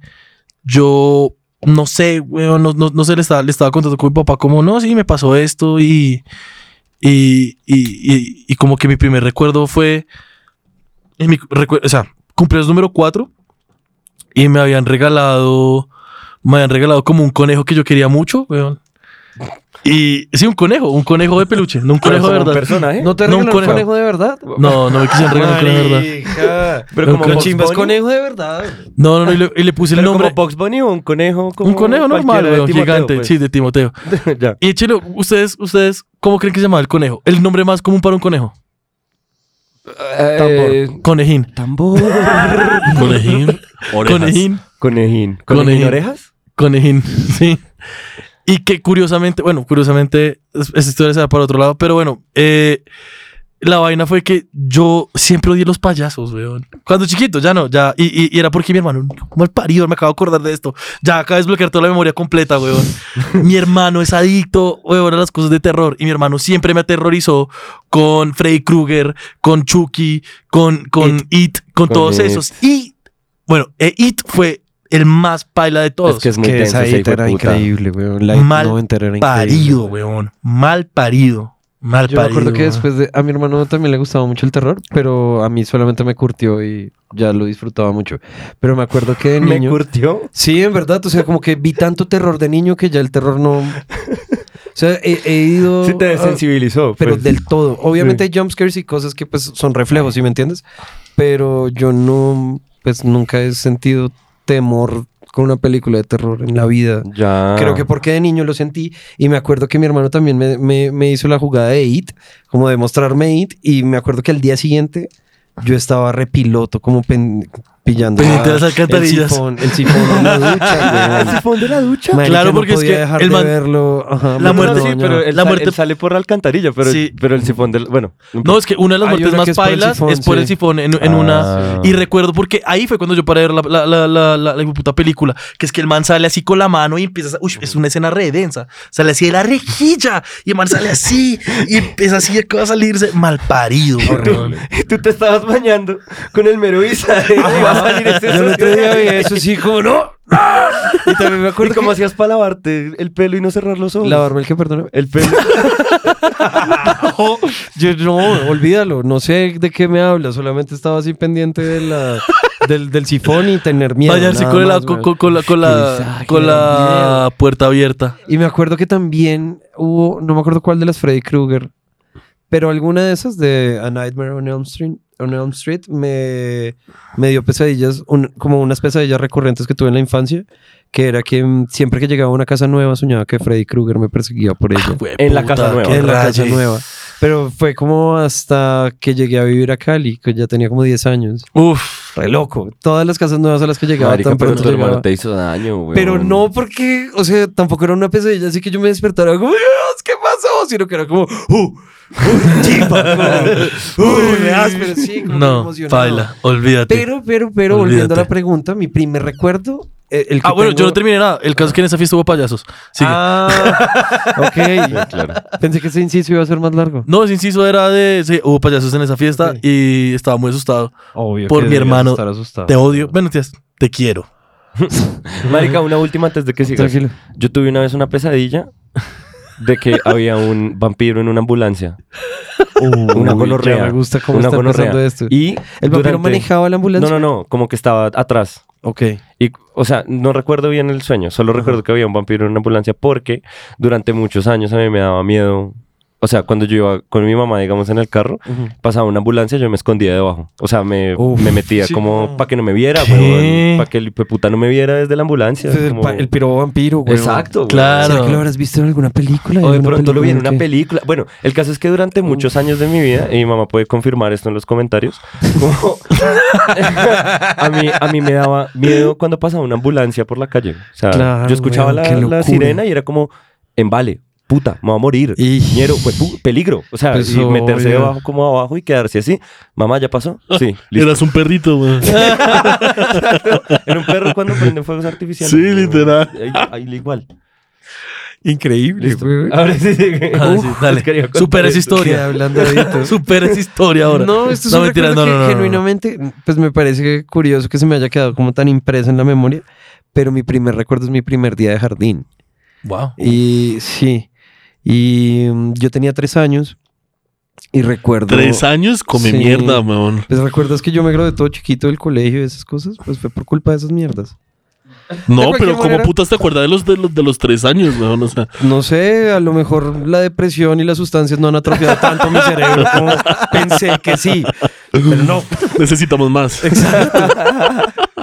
yo, no sé, weón, no, no, no sé, le estaba, le estaba contando con mi papá como, no, sí, me pasó esto y, y, y, y- y como que mi primer recuerdo fue, en mi recu- o sea, cumpleaños número 4 y me habían regalado, me habían regalado como un conejo que yo quería mucho, weón. Y sí, un conejo, un conejo de peluche, no un Pero conejo de como un verdad. personaje. ¿No te No, un regalaron conejo. conejo de verdad? No, no me quisieron regalar un conejo de verdad. Marica. Pero como Pero Pero Bugs chimba es Bunny. conejo de verdad. No, no, no, y le, y le puse el Pero nombre. como Box Bunny o un conejo. como un conejo normal, cualquiera de weón, Timoteo, gigante, pues. sí, de Timoteo. Ya. Y chelo, ustedes, ustedes, ¿cómo creen que se llamaba el conejo? El nombre más común para un conejo. Eh, Conejín. Tambor. Conejín. Orejas. Conejín. Conejín. Conejín. ¿Conejín orejas? Conejín. Sí. Y que curiosamente, bueno, curiosamente, es- esa historia se va para otro lado, pero bueno, eh, la vaina fue que yo siempre odié los payasos, weón. Cuando chiquito, ya no, ya. Y, y- y era porque mi hermano, como el parido, me acabo de acordar de esto. Ya acabo de desbloquear toda la memoria completa, weón. mi hermano es adicto, weón, a las cosas de terror. Y mi hermano siempre me aterrorizó con Freddy Krueger, con Chucky, con, con It, con, Con todos It. esos. Y, bueno, eh, It fue el más paila de todos. Es que es muy que tenso. esa ese hit hijo de era puta. increíble, weón. La Mal no entera era increíble. parido, weón. Mal parido. Mal Yo me parido. acuerdo que weón. después de... A mi hermano también le gustaba mucho el terror, pero a mí solamente me curtió y ya lo disfrutaba mucho. Pero me acuerdo que de Me niño... curtió. Sí, en verdad. O sea, como que vi tanto terror de niño que ya el terror no... O sea, he, he ido... Sí te a- desensibilizó. Ah, pero pues. del todo. Obviamente hay jumpscares y cosas que pues son reflejos, ¿sí me entiendes? Pero yo no, pues nunca he sentido temor con una película de terror en la vida. Ya. Creo que porque de niño lo sentí y me acuerdo que mi hermano también me, me- me hizo la jugada de IT, como de mostrarme IT y me acuerdo que al día siguiente yo estaba repiloto como pen- pillando Pendiente de la- las alcantarillas. el sifón, el sifón de la ducha. ¿El weón. sifón de la ducha? Marica, Claro, no porque es podía que dejar el de man- verlo. La Ajá, me muerte- sí, doña. pero eh, él, La sa- muerte- él sale por la alcantarilla, pero, Sí. pero el sifón del... Bueno. No, es que una de las Hay muertes una más que es por el pailas sifón, es por el sí. sifón en, en Ah. una. Y recuerdo porque ahí fue cuando yo paré de ver la, la, la, la, la- la puta película. Que es que el man sale así con la mano y empieza. a- Uy, es una escena re densa. Sale así de la rejilla y el man sale así y empieza así acaba de salirse. Mal parido, weón. Tú te estabas bañando con el mero Isael y va a salir este Yo el sucio. otro día vi eso, sí, como no. Y también me acuerdo cómo hacías para lavarte el pelo y no cerrar los ojos. Lavarme el que, perdóname. El pelo. Yo no, olvídalo. No sé de qué me habla. Solamente estaba así pendiente de la, del, del sifón y tener miedo. Bañarse nada con, la, más, con, weón. con- con la, con la, Exacto, con miedo. la puerta abierta. Y me acuerdo que también hubo, no me acuerdo cuál de las Freddy Krueger, pero alguna de esas de A Nightmare on Elm Street, on Elm Street me, me dio pesadillas, un- como unas pesadillas recurrentes que tuve en la infancia, que era que mm, siempre que llegaba a una casa nueva soñaba que Freddy Krueger me perseguía por ella. En la casa nueva. qué en la casa rayes. nueva. Pero fue como hasta que llegué a vivir a Cali, que ya tenía como 10 años. Uf. Re loco. Todas las casas nuevas a las que llegaba tan pronto llegaba. hizo daño, güey. Pero no porque, o sea, tampoco era una pesadilla, así que yo me despertara como, Dios, ¿qué pasó? Sino que era como, ¡uh! ¡uh! ¡chimba! como, ¡uh! de áspero, sí, como que me No, emocionaba. baila, olvídate. Pero, pero, pero, volviendo a la Olvídate. pregunta, mi primer recuerdo, eh, el que ah, bueno, yo tengo- no terminé nada. El caso es que en esa fiesta hubo payasos. Sigue. Ah, ok. Pensé que ese inciso iba a ser más largo. No, ese inciso era de. Sí, hubo payasos en esa fiesta Ok. y estaba muy asustado. Obvio. Por que mi debías hermano, estar Estar asustado. Te odio. Bueno, tías, te quiero. Marica, una última antes de que sigas. Tranquilo. Yo tuve una vez una pesadilla de que había un vampiro en una ambulancia. una Uy, gonorrea. ya me gusta cómo una está gonorrea. empezando esto. Y ¿El vampiro manejaba la ambulancia? No, no, no, como que estaba atrás. Ok. Y, o sea, no recuerdo bien el sueño, solo recuerdo que había un vampiro en una ambulancia porque durante muchos años a mí me daba miedo. O sea, cuando yo iba con mi mamá, digamos, en el carro, pasaba una ambulancia, yo me escondía debajo. O sea, me, Uf, me metía sí, como no. para que no me viera, ¿Qué? para que el hijo de puta no me viera desde la ambulancia. Entonces, el, como- pa- el piro vampiro, güey. Exacto. güey. Claro. ¿Será que lo habrás visto en alguna película? O de ¿Alguna pronto lo vi en película una que- película. Bueno, el caso es que durante muchos años de mi vida, y mi mamá puede confirmar esto en los comentarios, como- a, mí, a mí me daba miedo cuando pasaba una ambulancia por la calle. O sea, Claro, yo escuchaba weón, la- qué la, locura. sirena y era como, embale, puta, me voy a morir. Y- Ñero, pues, pu- peligro. O sea, Pues, y meterse obvio. debajo como abajo y quedarse así. Mamá, ¿ya pasó? Sí, listo. Eras un perrito, güey. Era un perro cuando prenden fuegos artificiales. Sí, literal. Ahí, ahí igual. Increíble, Listo. güey. Ahora sí, sí. Ahora Uf, sí, les quería dale. contar Supera esa esto. historia. hablando ahorita. Supera esa historia ahora. No, esto es un mentira, no, recuerdo que no, no, no. genuinamente, pues me parece curioso que se me haya quedado como tan impreso en la memoria, pero mi primer recuerdo es mi primer día de jardín. Wow. Y sí, y mm, yo tenía tres años y recuerdo... Tres años come Sí. mierda, weón. Pues recuerdas que yo me gradué todo chiquito del colegio y esas cosas, pues fue por culpa de esas mierdas. No, cualquier pero como manera- putas te acuerdas de los, de los de los tres años, weón. O sea, No sé, a lo mejor la depresión y las sustancias no han atrofiado tanto mi cerebro como pensé que sí. Pero no. necesitamos más.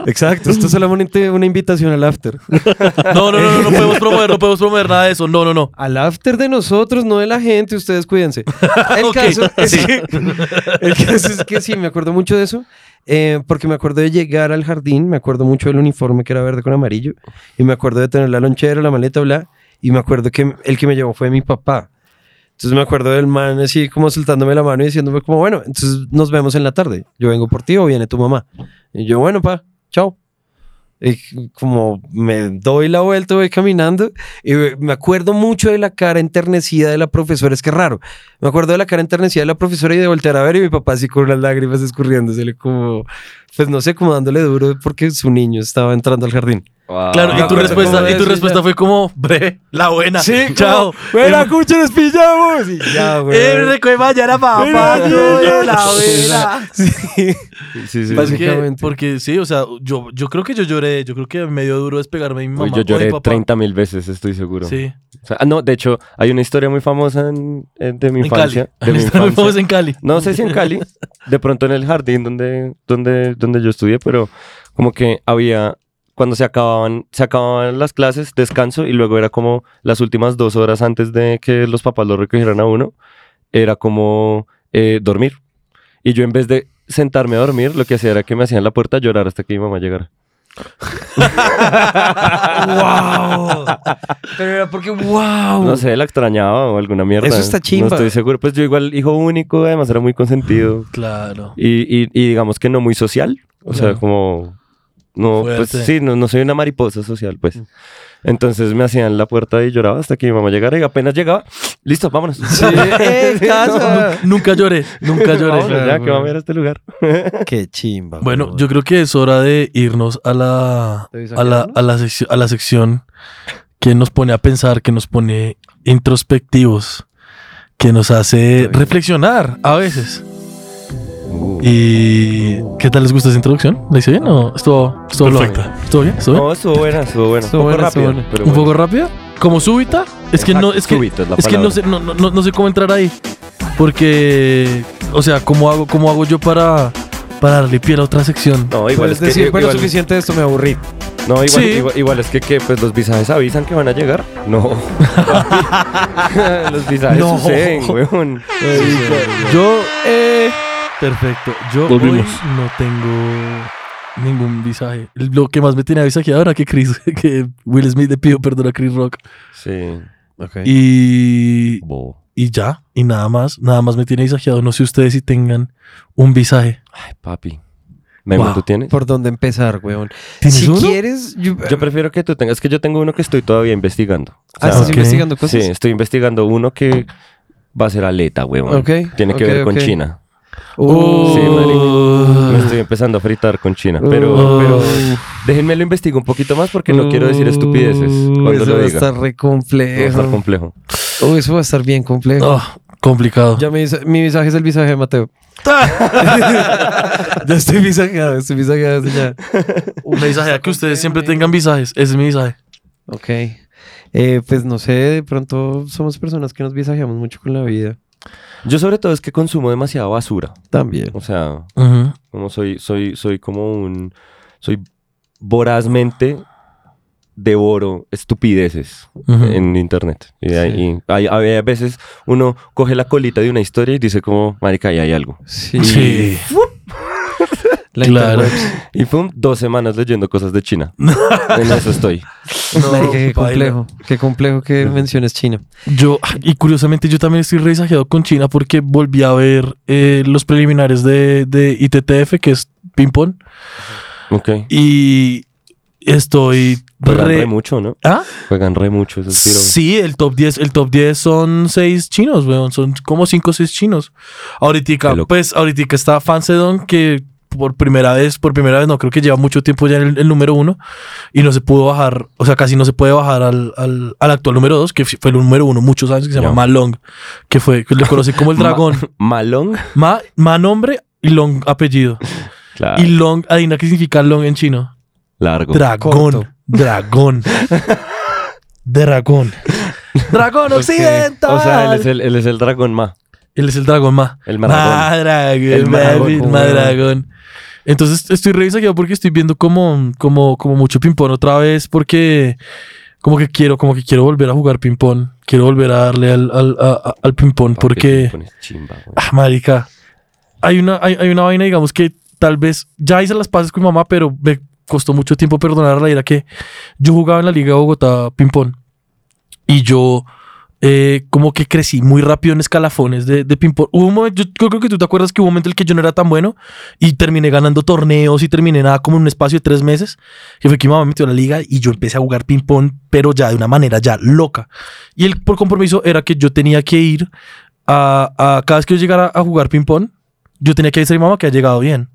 Exacto, esto es solamente una invitación al after. No, no, no, no, no podemos promover, no podemos promover nada de eso. No, no, no. Al after de nosotros, no de la gente, ustedes cuídense. El, Ok, caso, es sí. que, el caso es que sí, me acuerdo mucho de eso, eh, porque me acuerdo de llegar al jardín, me acuerdo mucho del uniforme que era verde con amarillo, y me acuerdo de tener la lonchera, la maleta, bla, y me acuerdo que el que me llevó fue mi papá. Entonces me acuerdo del man así como soltándome la mano y diciéndome como, bueno, entonces nos vemos en la tarde, yo vengo por ti o viene tu mamá. Y yo, bueno, pa, chao. Y como me doy la vuelta, voy caminando y ve- me acuerdo mucho de la cara enternecida de la profesora. Es que raro. Me acuerdo de la cara enternecida de la profesora y de voltear a ver y mi papá así con las lágrimas escurriéndosele como, pues no sé, como dándole duro porque su niño estaba entrando al jardín. Wow. Claro, y tu Ah. pero respuesta, ¿cómo y tu ves? respuesta Ya. fue como, bre, la buena. como, chao. ¡Buena, El- cucha, nos pillamos! Y ya, güey. el recuerdo de mañana, papá, Mira, yo, yo- la buena. Sí. Sí, sí. Pues que- Básicamente. porque sí, o sea, yo, yo creo que yo lloré, yo creo que me dio duro despegarme de mi mamá. Uy, o yo de mi lloré papá. 30 mil veces, estoy seguro. Sí, O sea, ah, no, de hecho, hay una historia muy famosa en- en- de mi en Cali. infancia. De mi Estamos infancia. en Cali. No sé si en Cali, de pronto en el jardín donde, donde, donde yo estudié, pero como que había, cuando se acababan, se acababan las clases, descanso, y luego era como las últimas dos horas antes de que los papás lo recogieran a uno, era como eh, dormir. Y yo en vez de sentarme a dormir, lo que hacía era que me hacían la puerta llorar hasta que mi mamá llegara. ¡Wow! Pero era porque, ¡wow! No sé, la extrañaba o alguna mierda. Oh. Eso está chimba. No estoy seguro. Pues yo igual, hijo único, además era muy consentido. Claro. Y, y- y digamos que no muy social. O Claro. sea, como... No, pues Fuerte. Mm. sí, no, no soy una mariposa social, pues. Entonces me hacían la puerta y lloraba hasta que mi mamá llegara y apenas llegaba, listo, vámonos. Sí, ¡Eh, casa! Nunca lloré, nunca lloré. Vámonos ya, que va a ver este lugar. ¡Qué chimba! Bueno, güey. yo creo que es hora de irnos a la, ¿Debes a la, a la, secci- a la sección que nos pone a pensar, que nos pone introspectivos, que nos hace reflexionar a veces. Uh. ¿Y qué tal les gusta esa introducción? ¿La hice bien o estuvo, estuvo suave? Perfecta. ¿Estuvo bien? ¿Estuvo bien? No, estuvo buena, estuvo buena. Estuvo un poco buena, estuvo rápido. buena. pero ¿Un bueno. poco rápida? ¿Como súbita? Es que no, Exacto, es que, súbito es la es que no sé, palabra. no, no, no- no sé cómo entrar ahí. Porque, o sea, ¿cómo hago, cómo hago yo para, para darle pie a la otra sección? No, igual Puedes es que... decir, bueno, igual- suficiente de esto, me aburrí. No, igual, Sí. igual, igual es que, que, pues los visajes avisan que van a llegar. No. los visajes No. suceden, weón. Yo, eh, perfecto. Yo Volvimos. hoy no tengo ningún visaje. Lo que más me tiene avisajeado ahora que Chris, que Will Smith le pidió perdón a Chris Rock. Sí. Y, Bobo. y ya, y nada más, nada más me tiene visajeado. No sé ustedes si tengan un visaje. Ay, papi. Memo, Wow. ¿tú tienes? ¿Por dónde empezar, weón? ¿Tienes Si uno? quieres, yo, Yo prefiero que tú tengas. Es que yo tengo uno que estoy todavía investigando. O Ah, sea, ¿estás ok. investigando Sí, cosas? estoy investigando uno que va a ser aleta, weón. Ok, Tiene que ok, ver con ok. China. Uh, Sí, marica. Me estoy empezando a fritar con China. uh, Pero, pero uh, déjenme lo investigo un poquito más porque no quiero decir uh, estupideces cuando eso lo va a diga. estar re Va a estar complejo. complejo. Uy, eso va a estar bien complejo. Ah, complicado. Ya mi, visa- mi visaje es el visaje de Mateo. ya estoy visajeado, estoy visajeado desde ya. Un visaje, que ustedes siempre tengan visajes. Ese es mi visaje. Ok. Eh, pues no sé, de pronto somos personas que nos visajeamos mucho con la vida. Yo sobre todo es que consumo demasiada basura. También. O sea, Ujú. como soy, soy, soy como un... Soy vorazmente devoro estupideces Ujú. en internet. Y, ahí- y hay, hay- a veces uno coge la colita de una historia y dice como, marica, ahí hay algo. Sí. Sí. La Claro. interwebs. Y pum, dos semanas leyendo cosas de China. en eso estoy. Marica, qué paila. complejo. Qué complejo que menciones China. Yo, y curiosamente, yo también estoy re visajeado con China porque volví a ver eh, los preliminares de, de ITTF, que es ping-pong, Ok. y estoy Juegan re, re. mucho, ¿no? ¿Ah? Juegan re mucho esos tiros. Sí, el top 10, el top 10 son 6 chinos, weón. Son como 5 o 6 chinos. Ahorita, Qué loco. pues, ahorita está Fansedon que por primera vez, por primera vez, no creo que lleva mucho tiempo ya en el, el número 1 y no se pudo bajar, o sea, casi no se puede bajar al, al, al actual número 2, que fue el número 1 muchos años, que se Ya. llama Malong, que fue, que le conocí como el dragón. Malón. Ma, ma nombre y Long apellido. Claro. Y Long, adivina qué significa Long en chino. Largo. Dragón. Corto. Dragón. dragón. Dragón occidental. O sea, él es el, él es el dragón ma. Él es el dragón más. El Ma maradón. dragón. El ma maradón, vi- como ma weón. dragón. Entonces estoy revisando porque estoy viendo como, como, como mucho ping-pong otra vez porque como que quiero, como que quiero volver a jugar ping-pong. Quiero volver a darle al, al, a- a- al ping-pong porque... Papi, pones chimba, güey. Ah, marica. Hay una, hay, hay una vaina, digamos, que tal vez ya hice las paces con mi mamá, pero me costó mucho tiempo perdonarla. Y era que yo jugaba en la Liga de Bogotá ping-pong. Y yo eh, como que crecí muy rápido en escalafones de, de ping-pong. Hubo un momento, yo creo que tú te acuerdas que hubo un momento en el que yo no era tan bueno y terminé ganando torneos y terminé nada como en un espacio de tres meses. Que fue que mi mamá me metió a la liga y yo empecé a jugar ping-pong, pero ya de una manera ya loca. Y el por compromiso era que yo tenía que ir a, a- cada vez que yo llegara a jugar ping-pong, yo tenía que decir a mi mamá que ha llegado bien.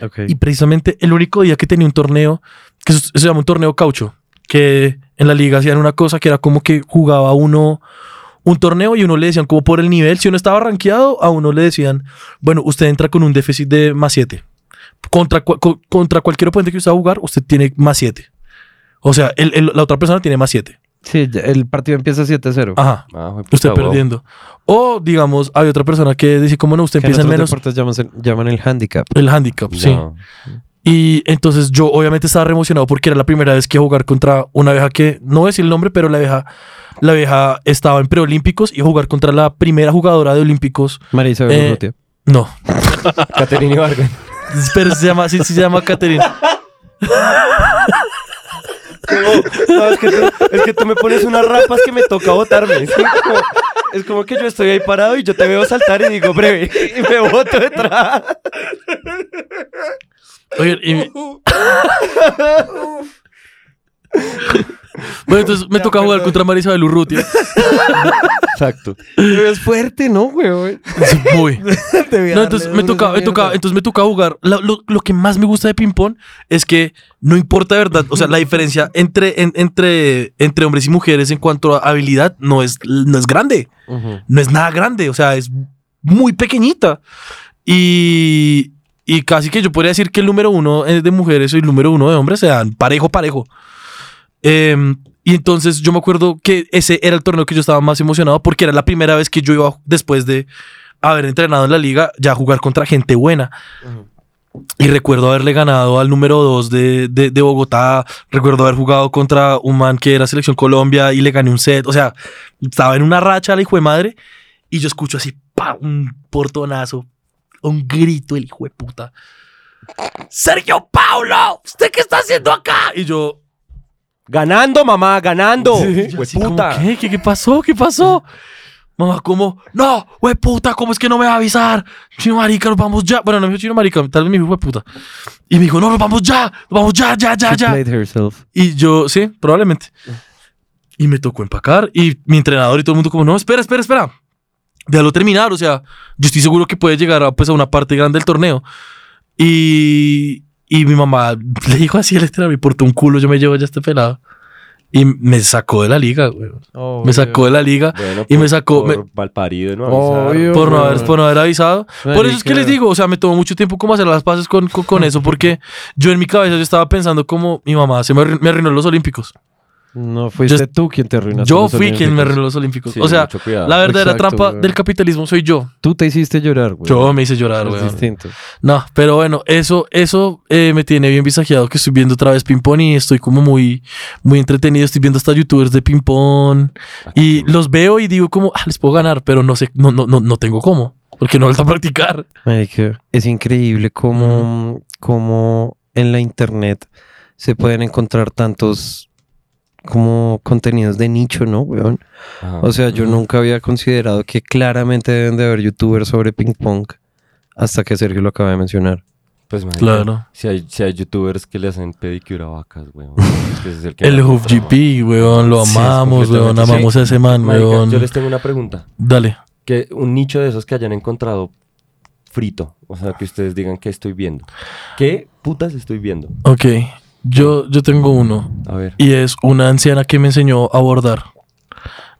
Ok. Y precisamente el único día que tenía un torneo, que eso, eso se llama un torneo caucho, que en la liga hacían una cosa que era como que jugaba uno un torneo y uno le decían como por el nivel, si uno estaba rankeado, a uno le decían, bueno, usted entra con un déficit de más 7. Contra, cua- co- contra cualquier oponente que usted va a jugar, usted tiene más 7. O sea, el- el- la otra persona tiene más 7. Sí, ya- el partido empieza 7-0. Ajá. Ah, güey, puta, Usted wow. perdiendo. O, digamos, hay otra persona que dice, como no, usted que en empieza en otros menos deportes llaman, llaman el handicap. el handicap, sí. No. Y entonces yo obviamente estaba re emocionado porque era la primera vez que iba a jugar contra una vieja que, no voy a decir el nombre, pero la vieja, la vieja estaba en preolímpicos y iba a jugar contra la primera jugadora de olímpicos. María Isabel Eh, Urrutia. No, Caterina Ibargüen. pero se llama, sí, sí se llama Caterina. No, es que, tú, es que tú me pones unas rampas que me toca botarme. Es como, es como que yo estoy ahí parado y yo te veo saltar y digo, breve, y me boto detrás. Oye, y- bueno, entonces me toca jugar contra Marisabel Urrutia. Exacto. Pero es fuerte, ¿no, güey? Muy. No, entonces me toca, me toca, entonces me toca jugar. La- lo, lo que más me gusta de ping pong es que no importa de verdad, o sea, la diferencia entre, en- entre, entre hombres y mujeres en cuanto a habilidad no es, no es grande, no es nada grande, o sea, es muy pequeñita. Y, y casi que yo podría decir que el número uno eh, de mujeres y el número uno de hombres se dan parejo, parejo. Em, y entonces yo me acuerdo que ese era el torneo que yo estaba más emocionado porque era la primera vez que yo iba después de haber entrenado en la liga ya a jugar contra gente buena. Y recuerdo haberle ganado al número 2 de, de- de Bogotá. Recuerdo haber jugado contra un man que era Selección Colombia y le gané un set. O sea, estaba en una racha la hijo de madre. Y yo escucho así, pa, un portonazo, un grito el hijo de puta. Sergio Paulo, ¿usted qué está haciendo acá? Y yo, oh, Ganando, mamá, ganando. yo Güey, así como, puta. ¿qué? ¿Qué? qué pasó? ¿Qué pasó? Mamá, ¿cómo? No, güey, puta, ¿cómo es que no me va a avisar? Chino marica, nos vamos ya. Bueno, no me dijo chino marica, tal vez me dijo, güey, puta. Y me dijo, no, nos vamos ya, nos vamos ya, ya, Ah, ya, ya. Played herself. Y yo, sí, probablemente. Y me tocó empacar. Y mi entrenador y todo el mundo como, no, espera, espera, espera. Déjalo terminar. O sea, yo estoy seguro que puede llegar a, pues, a una parte grande del torneo. Y, y mi mamá le dijo así al entrenador, me portó un culo, yo me llevo ya este pelado. Y me sacó de la liga, güey. Me sacó de la liga Bueno, y por- me sacó... me- Por malparido, ¿no? Obvio. por no güey. haber, por no haber avisado. Por eso es que Marica. les digo, o sea, me tomó mucho tiempo como hacer las paces con, con, con eso, porque yo en mi cabeza yo estaba pensando como mi mamá se me, arruin- me arruinó los Olímpicos. No, fuiste Yo- tú quien te arruinaste. yo los fui quien me Olímpicos. arruinó los Olímpicos. Sí, o sea, mucho cuidado. la verdadera Exacto, trampa weón. del capitalismo soy yo. Tú te hiciste llorar, güey. Yo me hice llorar, Es weón. distinto. No, pero bueno, eso, eso eh, me tiene bien visajeado que estoy viendo otra vez ping-pong y estoy como muy, muy entretenido. Estoy viendo hasta youtubers de ping-pong Ah, y los veo y digo como, ah, les puedo ganar, pero no sé, no, no, no, no tengo cómo, porque no vuelto a practicar. Marica, es increíble cómo, cómo en la internet se pueden encontrar tantos como contenidos de nicho, ¿no, weón? Ajá. O sea, yo nunca había considerado que claramente deben de haber youtubers sobre ping pong hasta que Sergio lo acaba de mencionar. Pues, marica, Claro. Si hay, si hay youtubers que le hacen pedicura a vacas, weón. Ese es el que El más Hoof trama. GP, weón, lo Sí, es amamos, weón, completamente- amamos a ese man, Marica, weón. yo les tengo una pregunta. Dale. Que un nicho de esos que hayan encontrado frito. O sea, que ustedes digan que estoy viendo. ¿Qué putas estoy viendo? Ok, yo, yo tengo uno A ver. y es una anciana que me enseñó a bordar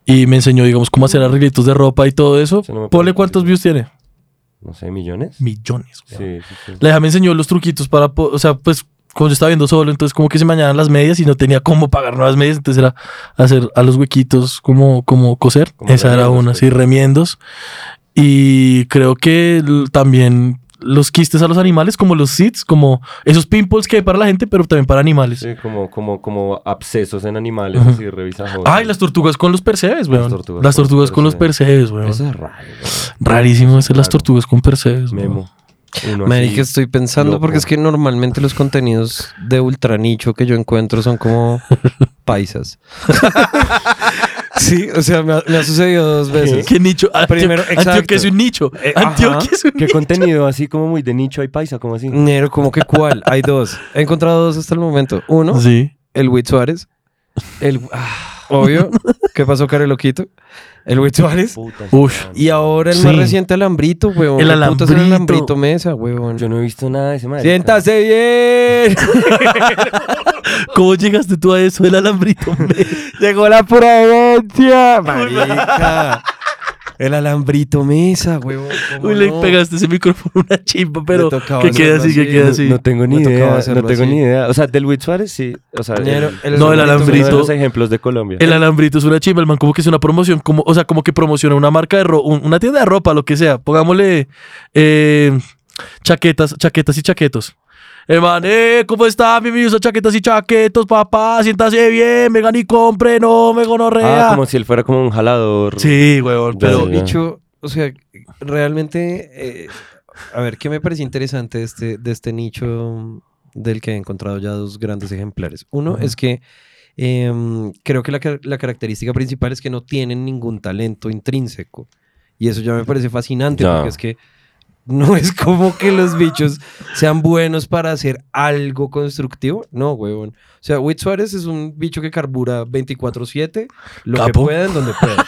y me enseñó, digamos, cómo hacer arreglitos de ropa y todo eso. Ese no me Ponle parece cuántos posible. views tiene. No sé, millones. Millones. weón. Sí, sí, sí. La hija me enseñó los truquitos para, po- o sea, pues cuando yo estaba viendo solo, entonces como que se me dañaban las medias y no tenía cómo pagar nuevas medias, entonces era hacer a los huequitos como, como coser. Como Esa era remiendos, una, pues. sí, remiendos. Y creo que l- también los quistes a los animales, como los sits, como esos pimples que hay para la gente, pero también para animales. Sí, como, como, como abscesos en animales, Ujú. así, revisa joder. Ay, las tortugas con los percebes, weón. Las tortugas, tortugas con los con los percebes, weón. Eso es raro, weón. Rarísimo hacer las Claro. tortugas con percebes. weón. Memo. Uno Marica, así. estoy pensando loco. porque es que normalmente los contenidos de ultra nicho que yo encuentro son como paisas. sí, o sea, me ha, me ha sucedido dos veces. ¿Qué nicho? Primero, Primero, exacto. Antioquia es un nicho. Eh, ajá. Antioquia es un ¿Qué contenido así como muy de nicho hay paisa? como así? Nero, como que cuál? Hay dos. He encontrado dos hasta el momento. Uno, nicho. Sí. el Wit Suárez. El, ah, obvio. ¿Qué pasó, Careloquito? El Wit Suárez. Puta, Ush. weón. Y ahora el más Sí. reciente alambrito, weón. El ¿Qué putas era El alambrito. alambrito mesa, weón. Yo no he visto nada de ese marica. Siéntase bien. ¿Cómo llegaste tú a eso del alambrito? hombre? Llegó la providencia. Marica. El alambrito mesa, weón. ¿cómo Uy, le no? pegaste ese micrófono una chimpa, pero Me tocaba que quede hacerlo así, que así, quede No- así. No tengo ni Me tocaba idea, no hacerlo tengo así. ni idea. O sea, del Luis Suárez sí. O sea, Nero, el No, el alambrito. uno de los ejemplos de Colombia. El alambrito es una chimba, el man como que es una promoción, como, o sea, como que promociona una marca de ropa, una tienda de ropa, lo que sea. Pongámosle eh, chaquetas, chaquetas y chaquetos. El man, eh, ¿cómo está? Bienvenidos a chaquetas y chaquetos, papá. Siéntase bien, vengan y compre, no, me Ah, gonorrea. como si él fuera como un jalador. sí, huevón, Pero pero Ya. dicho, o sea, realmente, eh, a ver, ¿qué me parece interesante de este, de este nicho del que he encontrado ya dos grandes ejemplares? Uno Ujú. es que em, creo que la, ca- la característica principal es que no tienen ningún talento intrínseco. Y eso ya me parece fascinante Ya. porque es que no es como que los bichos sean buenos para hacer algo constructivo. No, huevón. O sea, Whit Suárez es un bicho que carbura 24-7, lo Capo. que pueda en donde pueda.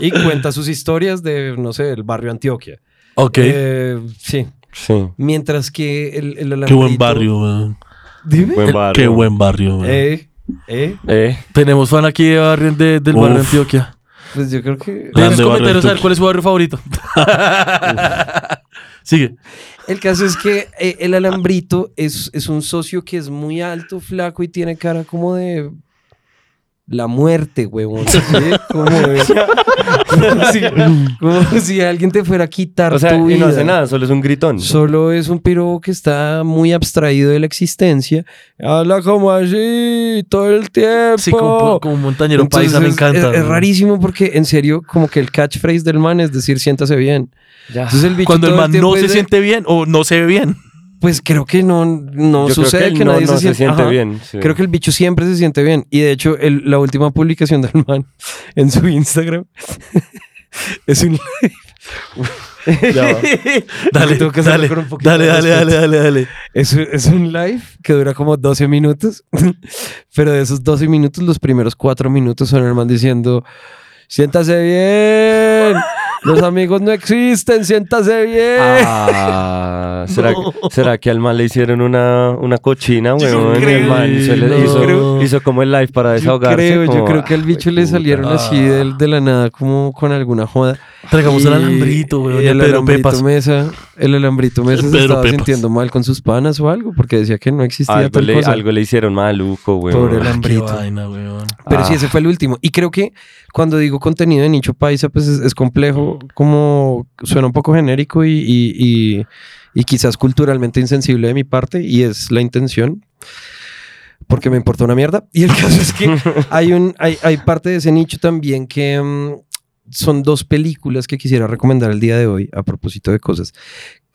y cuenta sus historias de, no sé, el barrio Antioquia. ok. Eh, sí. Sí. Mientras que el, el Qué alambrito- buen barrio, weón. Dime. Buen barrio. Qué buen barrio, weón. Eh, eh, Eh, Tenemos fan aquí de barrio- de- del barrio Uf. Antioquia. pues yo creo que... De los Grande barrio comentarios a ver Antioquia. cuál es su barrio favorito. Sigue. El caso es que eh, el alambrito es, es un socio que es muy alto, flaco y tiene cara como de... La muerte, huevón. ¿sí? Como, de- como si, como si alguien te fuera a quitar o sea, tu y no vida. hace nada, solo es un gritón. Solo es un piro que está muy abstraído de la existencia. Habla como así todo el tiempo. Sí, como, como montañero paisa me Entonces, encanta. Es, es güey. rarísimo porque, en serio, como que el catchphrase del man es decir, siéntase bien. Entonces el bicho Cuando el todo man tiempo no se dice, siente bien o no se ve bien. Pues creo que no, no Yo creo sucede él que, no, nadie no se, siente, ajá. bien. sí. Creo que el bicho siempre se siente bien. Y de hecho, el- la última publicación del man en su Instagram es un live. Ya va. Dale, Tengo que hacerlo dale, con un poquito dale, de dale, respeto. dale, dale, dale. Es, un- es un live que dura como 12 minutos, pero de esos 12 minutos, los primeros 4 minutos son el man diciendo, siéntase bien, Los amigos no existen, siéntase bien. eh. Ah, ¿será, será que al man le hicieron una, una cochina, weón? Y el man hizo, el- no. hizo, hizo como el live para yo desahogarse. creo, yo como, creo que al "Ah, bicho le puta". salieron así de, de la nada, como con alguna joda. Traigamos el Y- alambrito, weón. y y a El Pedro alambrito Pepas. mesa, el alambrito mesa se Pedro estaba Pepas. sintiendo mal con sus panas o algo, porque decía que no existía Algo tal le, cosa. algo le hicieron maluco, weón. Pobre Ah, qué alambrito. vaina, weón. Pero sí, Ah. ese fue el último. Y creo que cuando digo contenido de nicho paisa, pues es, es complejo, como suena un poco genérico y, y- y- y quizás culturalmente insensible de mi parte, y es la intención, porque me importa una mierda. Y el caso es que hay, un, hay, hay parte de ese nicho también que mm, son dos películas que quisiera recomendar el día de hoy a propósito de cosas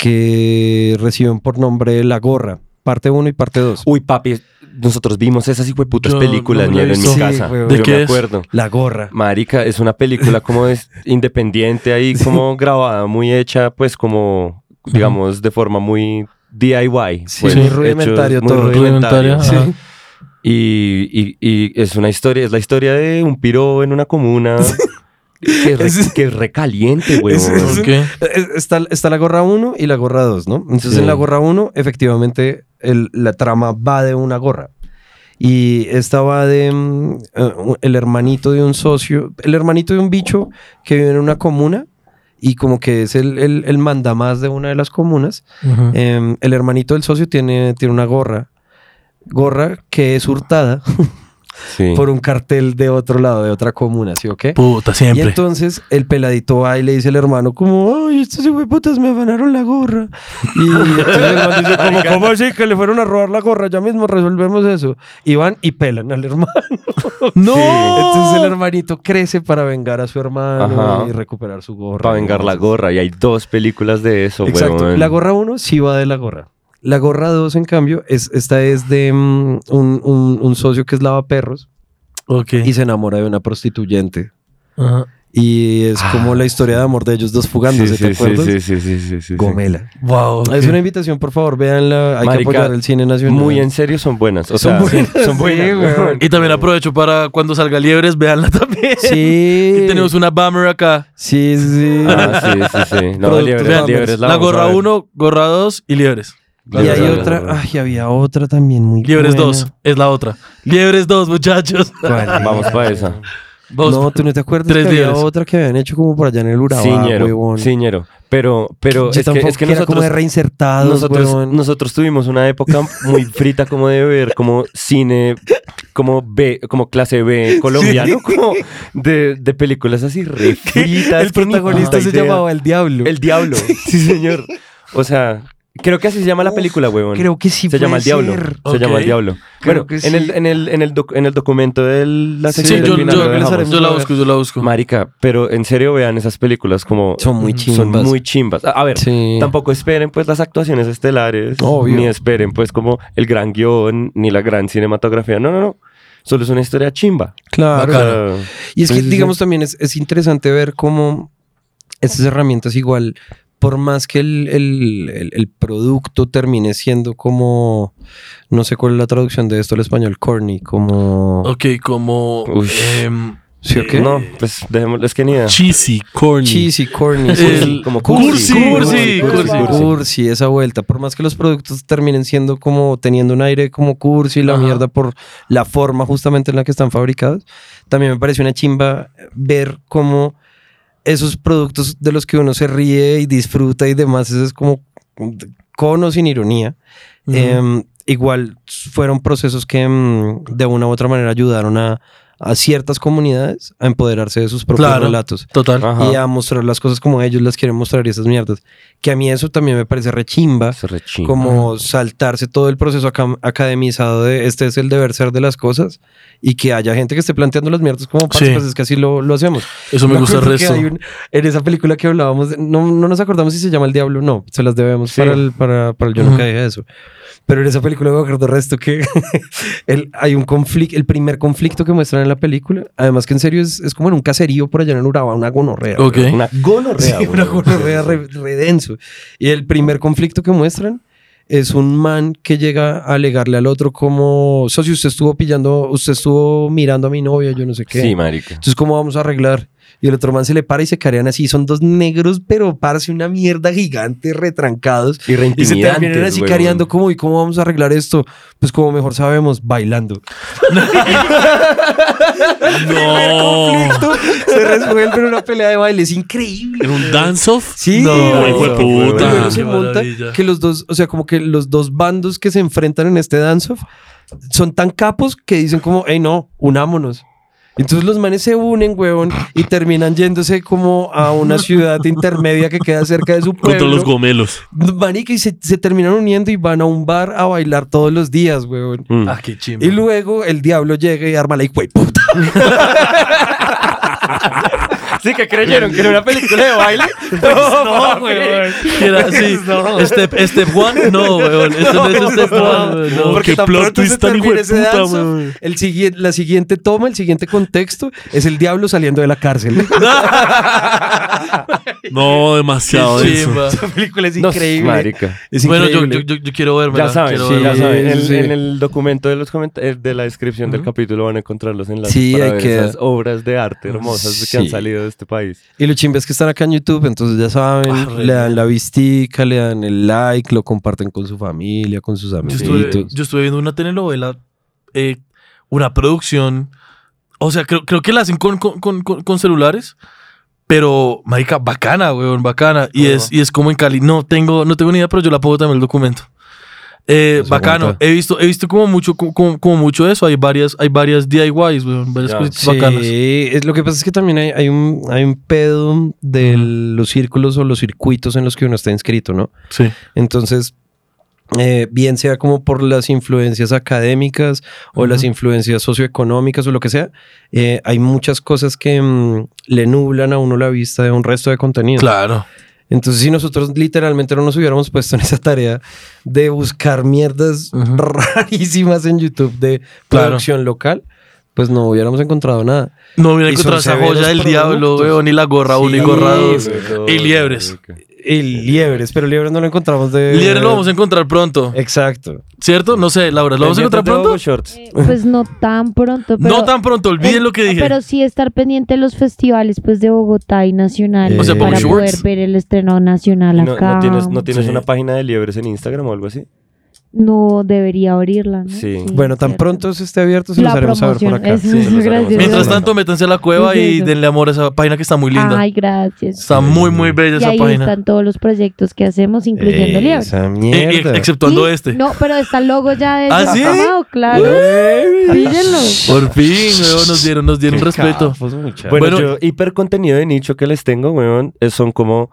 que reciben por nombre La Gorra, parte 1 y parte 2. Uy, papi, nosotros vimos esas hijueputas Yo películas, no me la ñero, en mi hizo. casa. Sí, weón. Yo ¿De qué me es? acuerdo. La Gorra. Marica, es una película como es independiente ahí, como grabada, muy hecha, pues como, digamos, de forma muy DIY. Sí, pues, muy hecho rudimentario muy todo. rudimentario. Rudimentaria, ajá. Y, y- y es una historia, es la historia de un piro en una comuna que, es re- Es- que es recaliente, güey. es- es- ¿Por qué? Eh, Está, está la gorra 1 y la gorra 2, ¿no? Entonces Sí. en la gorra 1, efectivamente, el- la trama va de una gorra. Y esta va de mm, eh, un- el hermanito de un socio, el hermanito de un bicho que vive en una comuna y como que es el, el, el mandamás de una de las comunas. Ujú. Em, el hermanito del socio tiene, tiene una gorra. Gorra que es hurtada por un cartel de otro lado, de otra comuna, ¿sí o qué? Puta, siempre. Y entonces el peladito va y le dice al hermano como, ay, estos putas me afanaron la gorra. Y entonces el hermano dice como, ¿cómo así que le fueron a robar la gorra? Ya mismo resolvemos eso. Y van y pelan al hermano. ¡No! Entonces el hermanito crece para vengar a su hermano Ajá. y recuperar su gorra. Para vengar la gorra, y hay dos películas de eso, güey. Exacto. La gorra 1 sí va de la gorra. La gorra 2, en cambio, es, esta es de mm, un, un- un socio que es lavaperros Ok. y se enamora de una prostituyente. Ajá. Y es como la historia de amor de ellos dos fugándose, ¿te acuerdas? Ah, sí, sí, sí, sí, sí. Gomela. Wow. ok. Es una invitación, por favor, véanla. Hay Marica, que apoyar el cine nacional. Muy en serio son buenas. O sea, Son buenas, Son sí, buenas. weón. Y también aprovecho para cuando salga Liebres, veanla también. Sí. Y tenemos una bummer acá. Sí, sí. Ah, sí, sí, sí. No, Producto- liebres, vean, liebres, La, vamos a gorra ver. 1, gorra 2 y Liebres. y hay Liebres, otra. liebres. Ay, había otra también muy Liebres buena. 2 es la otra. Liebres 2, muchachos. ¿Cuál era? Vamos para esa. Vos- No, tú no te acuerdas Tres que había liebres. otra que habían hecho como por allá en el Urabá, Ciñero. huevón. Ciñero. Pero, pero Yo es que, tampoco, es que era como de nosotros, reinsertados, nosotros, huevón. nosotros tuvimos una época muy frita como de ver como cine, como B, como clase B colombiano, como de, de películas así re fritas. el que ni protagonista puta se idea. llamaba El Diablo. El Diablo. Sí, señor. O sea, creo que así se llama la película, huevón. Creo que sí se llama puede el diablo. ser. Se llama el Ok. diablo. Creo bueno, que en, el, sí. en, el, en, el doc- en el documento de la Sí, sección del yo, final yo- lo dejamos. haremos yo la una- busco, yo la busco. Marica, pero en serio vean esas películas como... Mm, Son muy Son chimbas. muy chimbas. A a ver, Sí. tampoco esperen pues las actuaciones estelares. Obvio. Ni esperen pues como el gran guión, ni la gran cinematografía. No, no, no. Solo es una historia chimba. Ah, Claro. O sea, Y es Sí, que, sí, sí. digamos, también es, es interesante ver cómo estas herramientas igual, por más que el, el- el- el producto termine siendo como, no sé cuál es la traducción de esto al español, corny, como... Ok, como. Uy. em, ¿Sí o Eh, qué? No, pues dejémoslo. Es que ni idea. Cheesy, corny. Cheesy, corny. El- sí. como cursi, cursi, cursi, cursi, cursi. cursi, esa vuelta. Por más que los productos terminen siendo como teniendo un aire como cursi, la Ajá. mierda por la forma justamente en la que están fabricados, también me parece una chimba ver cómo esos productos de los que uno se ríe y disfruta y demás, eso es como con o sin ironía. Ujú. Em, igual fueron procesos que mm, de una u otra manera ayudaron a, a ciertas comunidades a empoderarse de sus propios Claro. relatos Total. Ajá. y a mostrar las cosas como ellos las quieren mostrar y esas mierdas. Que a mí eso también me parece rechimba, Es re chimba. como saltarse todo el proceso acam- academizado de este es el deber ser de las cosas y que haya gente que esté planteando las mierdas como "Parce, Sí. pues es que así lo, lo hacemos. Eso me gusta el acuerdo que resto. hay un- en esa película que hablábamos, de- no, no nos acordamos si se llama El Diablo, no, se las debemos Sí. para, el, para, para el Yo Ujú. Nunca Dije Eso. Pero en esa película me acuerdo resto que el, hay un conflicto, el primer conflicto que muestran en la película, además que en serio es, es como en un caserío por allá en el Urabá, una gonorrea. Ok. Una gonorrea. Sí, una weón. gonorrea re, re denso. Y el primer conflicto que muestran es un man que llega a alegarle al otro como, socio, usted estuvo pillando, usted estuvo mirando a mi novia, yo no sé qué. Sí, marica. Entonces, ¿cómo vamos a arreglar? Y el otro man se le para y se carean así. Son dos negros, pero parse una mierda gigante, retrancados. Y Y se terminan así weón. careando como, ¿y cómo vamos a arreglar esto? Pues como mejor sabemos, bailando. No. se resuelve en una pelea de baile. Es increíble. ¿En un dance-off? Sí, No, güey. hijo de puta. El duelo se Qué monta maravilla. que los dos, o sea, como que los dos bandos que se enfrentan en este dance-off son tan capos que dicen como, hey, no, unámonos. Entonces los manes se unen, huevón, y terminan yéndose como a una ciudad intermedia que queda cerca de su pueblo. Contra los gomelos. Marica, y se, se terminan uniendo y van a un bar a bailar todos los días, huevón. Mm. Ah, qué chimba. Y luego el diablo llega y arma la hijo de puta. Sí, que creyeron que era una película de baile. No, weón. Era así. Step, step one, no, weón. Esto no, es step one, weón. no. Porque- qué tan plot pronto se twist tan termina hijo de ese puta, dance-off, weón. el sigui- La siguiente toma, el siguiente contexto es el diablo saliendo de la cárcel. No, demasiado Qué de eso. chimba. Esa película es No, increíble. marica. Es Bueno, yo, increíble. yo, yo, yo quiero verme. Ya saben, sí, ya verla. saben. En, Sí, sí. en el documento de los comenta- eh, de la descripción del capítulo van a encontrar los enlaces Sí, para hay ver que- esas obras de arte hermosas que han Sí. salido de este país. Y los chimbes que están acá en YouTube, entonces ya saben, Ah, re le dan la vistica, le dan el like, lo comparten con su familia, con sus Yo estuve, amiguitos. yo estuve viendo una telenovela, eh, una producción. O sea, creo, creo que la hacen con, con- con- con- con celulares. Pero, marica, bacana, weón, bacana. Y, es, y es como en Cali. No tengo, no tengo ni idea, pero yo la puedo también el documento. Eh, Pues bacano. aguanta. He visto, he visto como mucho, como, como mucho eso. Hay varias, hay varias DIYs, weón, varias Ya. cositas Sí, bacanas. es- lo que pasa es que también hay, hay un, hay un pedo de los círculos o los circuitos en los que uno está inscrito, ¿no? Sí. Entonces, eh, bien sea como por las influencias académicas o las influencias socioeconómicas o lo que sea, eh, hay muchas cosas que mm, le nublan a uno la vista de un resto de contenido. Claro. Entonces, si nosotros literalmente no nos hubiéramos puesto en esa tarea de buscar mierdas Ujú. rarísimas en YouTube de Claro. producción local, pues no hubiéramos encontrado nada. No hubiera Y son encontrado esa severos joya del productos. diablo, weón, ni la gorra uno y Sí, gorra güey. dos. Y liebres. Y liebres, pero liebres no lo encontramos de... Líderes lo vamos a encontrar pronto, Eh, Exacto. ¿cierto? No sé, Laura, eh, ¿lo vamos a encontrar pronto? Shorts. Eh, Pues no tan pronto. Pero, no tan pronto, olviden eh, lo que dije. Pero sí estar pendiente de los festivales pues de Bogotá y Nacional O sea, para Eh, Bobby poder Shorts. ver el estreno nacional No, acá. no No, tienes, no tienes Sí. una página de liebres en Instagram o algo así. debería abrirla. ¿no? Sí. Bueno, tan cierto. pronto se esté abierto, se la los haremos saber por acá. promoción. eso, Sí, se los haremos gracias. saber. Mientras Sí. tanto, métanse a la cueva Sí, y eso. denle amor a esa página que está muy linda. Ay, gracias. está muy, muy bella Y esa ahí página. están todos los proyectos que hacemos, incluyendo Liebre. Esa Eh, eh, mierda. exceptuando Y- este. No, pero está el logo ya de ¿Ah, sí? Yopamao, claro. Píllenlo. Por fin, weón, nos dieron, nos dieron respeto. pues, Bueno, Bueno, yo hiper contenido de nicho que les tengo, weón, es- son como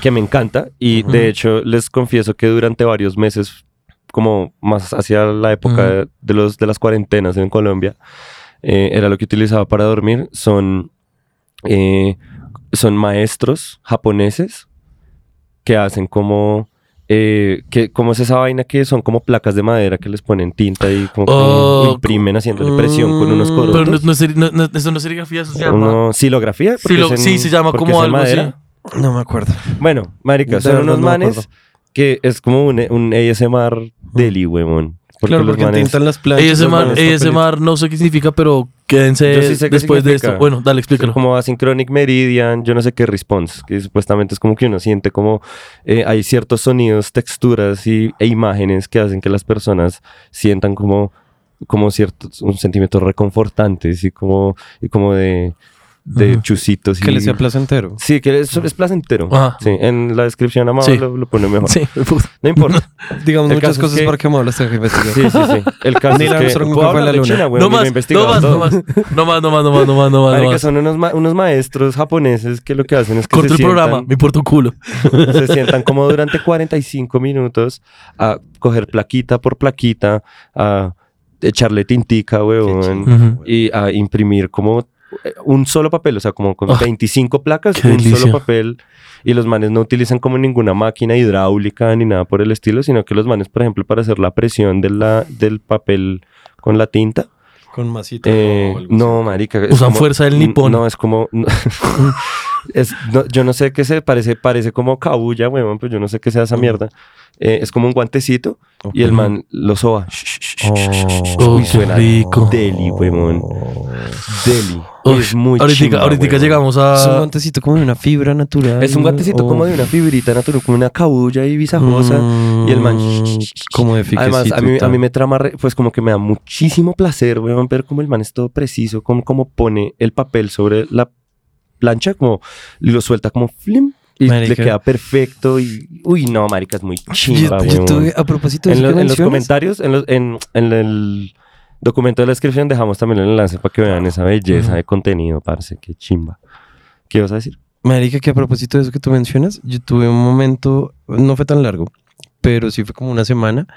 que me encanta y de hecho les confieso que durante varios meses, como más hacia la época Ujú. de- de, los, de las cuarentenas en Colombia, eh, era lo que utilizaba para dormir, son, eh, son maestros japoneses que hacen como... eh, que, ¿Cómo es esa vaina que son como placas de madera que les ponen tinta y como que Oh, imprimen haciéndole presión con unos mm, coros? Pero no, no, seri- no- no- eso no es serigrafía, eso se llama. No, silografía. porque Silo- es en- sí, se llama porque como es en algo así. madera. No me acuerdo. Bueno, marica, De son verdad unos no me acuerdo. manes que es como un, un ASMR deli, huevón. claro, los porque manes- tintan las planchas. los ASMR, manes, papelitos. ASMR no sé qué significa, pero quédense Yo sí sé qué después de significa. esto. Bueno, dale, explícalo. Como Asynchronic Meridian, yo no sé qué response, que supuestamente es como que uno siente como eh, hay ciertos sonidos, texturas y, e imágenes que hacen que las personas sientan como, como ciertos un sentimientos reconfortantes y como, y como de, de Ujú. chusitos. y- Que les sea placentero. Sí, que es, es placentero. Ajá. Sí, en la descripción amado Sí. lo, lo pone mejor. Sí, No importa. Digamos El caso muchas es cosas que- para que me este hablas de investigar. Sí, sí, sí. El caso Neil es que... Armstrong ¿Puedo nunca fue a hablar la de luna. China, güey? no Ni me he más, no investigado más, no todo. más, no más, no más, no más, no más, no más, no Marica, más. son unos, ma- unos maestros japoneses que lo que hacen es que Corto se el sientan, programa, me importa un culo. se sientan como durante 45 minutos a coger plaquita por plaquita, a echarle tintica, weón, Ujú. y a imprimir como eh, un solo papel, o sea, como con Ah, 25 placas, qué un delicia. solo papel. Y los manes no utilizan como ninguna máquina hidráulica ni nada por el estilo, sino que los manes, por ejemplo, para hacer la presión de la, del papel con la tinta, Con masita. Eh, no, marica. es Usan fuerza del nipón. No, es como... Es- no, yo no sé qué se parece, parece como cabulla, weón, pues yo no sé qué sea esa mierda. Eh, es como un guantecito y el man lo soba. Oh, qué rico. Deli, weón. Deli. Uy, es muy ahorita chimba, ahorita weón. llegamos Es un a. guantecito como de una fibra natural. Ah. Es un guantecito o- como Oh. de una fibrita natural, como una cabulla y bisajosa. Mm, y el man- Como de fiquecito Además, a y mí, a tal. mí me trama, re- pues como que me da muchísimo placer, weón, ver cómo el man es todo preciso, cómo, cómo pone el papel sobre la plancha, como lo suelta como flim y le Marica. queda perfecto. Y, uy, no, marica, es muy Yo- chimba, yo weón. tuve- a propósito de en, eso lo- que en los mencionas, comentarios, en, los- en- en el documento de la descripción dejamos también el enlace para que vean esa belleza de contenido, parce, qué chimba. ¿Qué vas a decir? Marica, que a propósito de eso que tú mencionas, yo tuve un momento, no fue tan largo, pero sí fue como una semana,